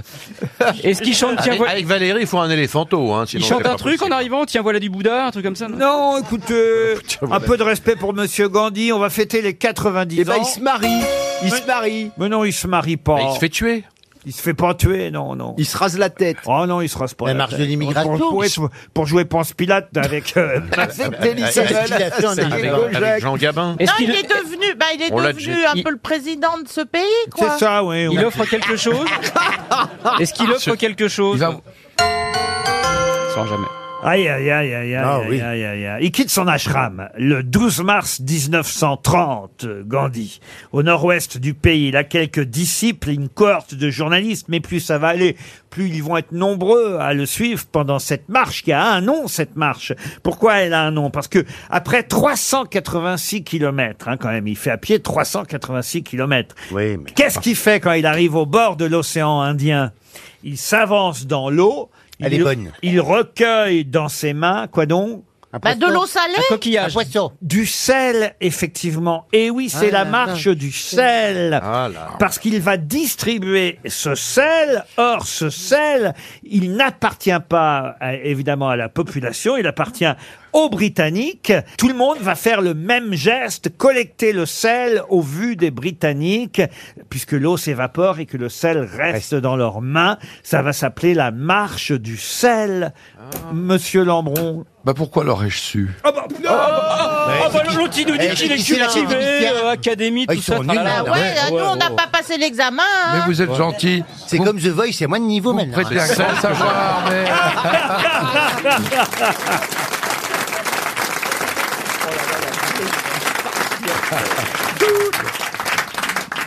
[SPEAKER 17] Est-ce qu'il chante Tiens,
[SPEAKER 3] Avec,
[SPEAKER 17] voilà.
[SPEAKER 3] avec Valérie, il faut un éléphanto. Hein,
[SPEAKER 17] Il
[SPEAKER 3] sinon
[SPEAKER 17] chante
[SPEAKER 3] c'est
[SPEAKER 17] un
[SPEAKER 3] pas
[SPEAKER 17] truc en arrivant, tiens voilà du Bouddha, un truc comme ça.
[SPEAKER 1] Non, écoutez, un peu de respect pour Monsieur Gandhi. On va fêter les 90 ans.
[SPEAKER 20] ben, il se marie. Il se marie.
[SPEAKER 1] Mais non, il se marie pas.
[SPEAKER 20] Mais il se fait
[SPEAKER 3] tuer.
[SPEAKER 1] Il se fait pas tuer, non, non. Il se rase la tête. Oh non, il se rase pas
[SPEAKER 16] La
[SPEAKER 1] la,
[SPEAKER 16] marche
[SPEAKER 1] tête.
[SPEAKER 16] de l'immigration.
[SPEAKER 1] Pour, pour- pour- pour jouer Ponce Pilate avec. euh,
[SPEAKER 16] Avec Denis Sassel. Avec qui il a fait en
[SPEAKER 3] Avec,
[SPEAKER 16] Avec
[SPEAKER 3] avec Jean Gabin.
[SPEAKER 5] Non, il est devenu, bah, il est
[SPEAKER 3] On l'a
[SPEAKER 5] devenu
[SPEAKER 3] déjà-
[SPEAKER 5] un
[SPEAKER 3] il-
[SPEAKER 5] peu le président de ce pays, quoi.
[SPEAKER 1] C'est ça, oui.
[SPEAKER 17] Il offre quelque chose Est-ce qu'il offre quelque chose Sans jamais.
[SPEAKER 1] Aïe, aïe, aïe, aïe, aïe,
[SPEAKER 17] Ah,
[SPEAKER 1] aïe,
[SPEAKER 17] oui.
[SPEAKER 1] aïe, aïe, aïe. Il quitte son ashram le 12 mars 1930, euh, Gandhi, au nord-ouest du pays. Il a quelques disciples, une cohorte de journalistes, mais plus ça va aller, plus ils vont être nombreux à le suivre pendant cette marche, qui a un nom, cette marche. Pourquoi elle a un nom Parce que après 386 kilomètres, hein, quand même, il fait à pied 386 kilomètres.
[SPEAKER 16] Oui, mais...
[SPEAKER 1] Qu'est-ce qu'il fait quand il arrive au bord de l'océan Indien Il s'avance dans l'eau.
[SPEAKER 16] Elle
[SPEAKER 1] il,
[SPEAKER 16] est bonne.
[SPEAKER 1] Il recueille dans ses mains, quoi donc
[SPEAKER 5] Bah, de l'eau salée
[SPEAKER 1] coquillage. Du sel, effectivement. Et oui, c'est
[SPEAKER 5] Ah
[SPEAKER 1] la
[SPEAKER 5] là
[SPEAKER 1] marche
[SPEAKER 5] là.
[SPEAKER 1] du sel. Parce qu'il va distribuer ce sel. Or, ce sel, il n'appartient pas, euh, évidemment, à la population. Il appartient aux Britanniques. Tout le monde va faire le même geste, collecter le sel au vu des Britanniques, puisque l'eau s'évapore et que le sel reste dans leurs mains. Ça va s'appeler la marche du sel.
[SPEAKER 5] Ah.
[SPEAKER 1] Monsieur Lambron.
[SPEAKER 3] Bah pourquoi l'aurais-je su
[SPEAKER 1] Ah bah, non,
[SPEAKER 17] Ah bah l'autre il nous dit
[SPEAKER 1] Eh,
[SPEAKER 17] qu'il est
[SPEAKER 1] c'est la
[SPEAKER 17] cultivé,
[SPEAKER 1] technicien.
[SPEAKER 17] euh, académie,
[SPEAKER 16] Ah,
[SPEAKER 17] tout
[SPEAKER 16] ils
[SPEAKER 17] ça.
[SPEAKER 16] sont nuls,
[SPEAKER 17] tralala.
[SPEAKER 16] là.
[SPEAKER 5] Ouais, euh, nous, on n'a pas passé l'examen. hein.
[SPEAKER 3] gentil.
[SPEAKER 16] C'est comme The Voice, c'est moins de niveau maintenant.
[SPEAKER 3] prêtez un
[SPEAKER 16] C'est
[SPEAKER 3] grand
[SPEAKER 16] ça.
[SPEAKER 3] savoir, mais-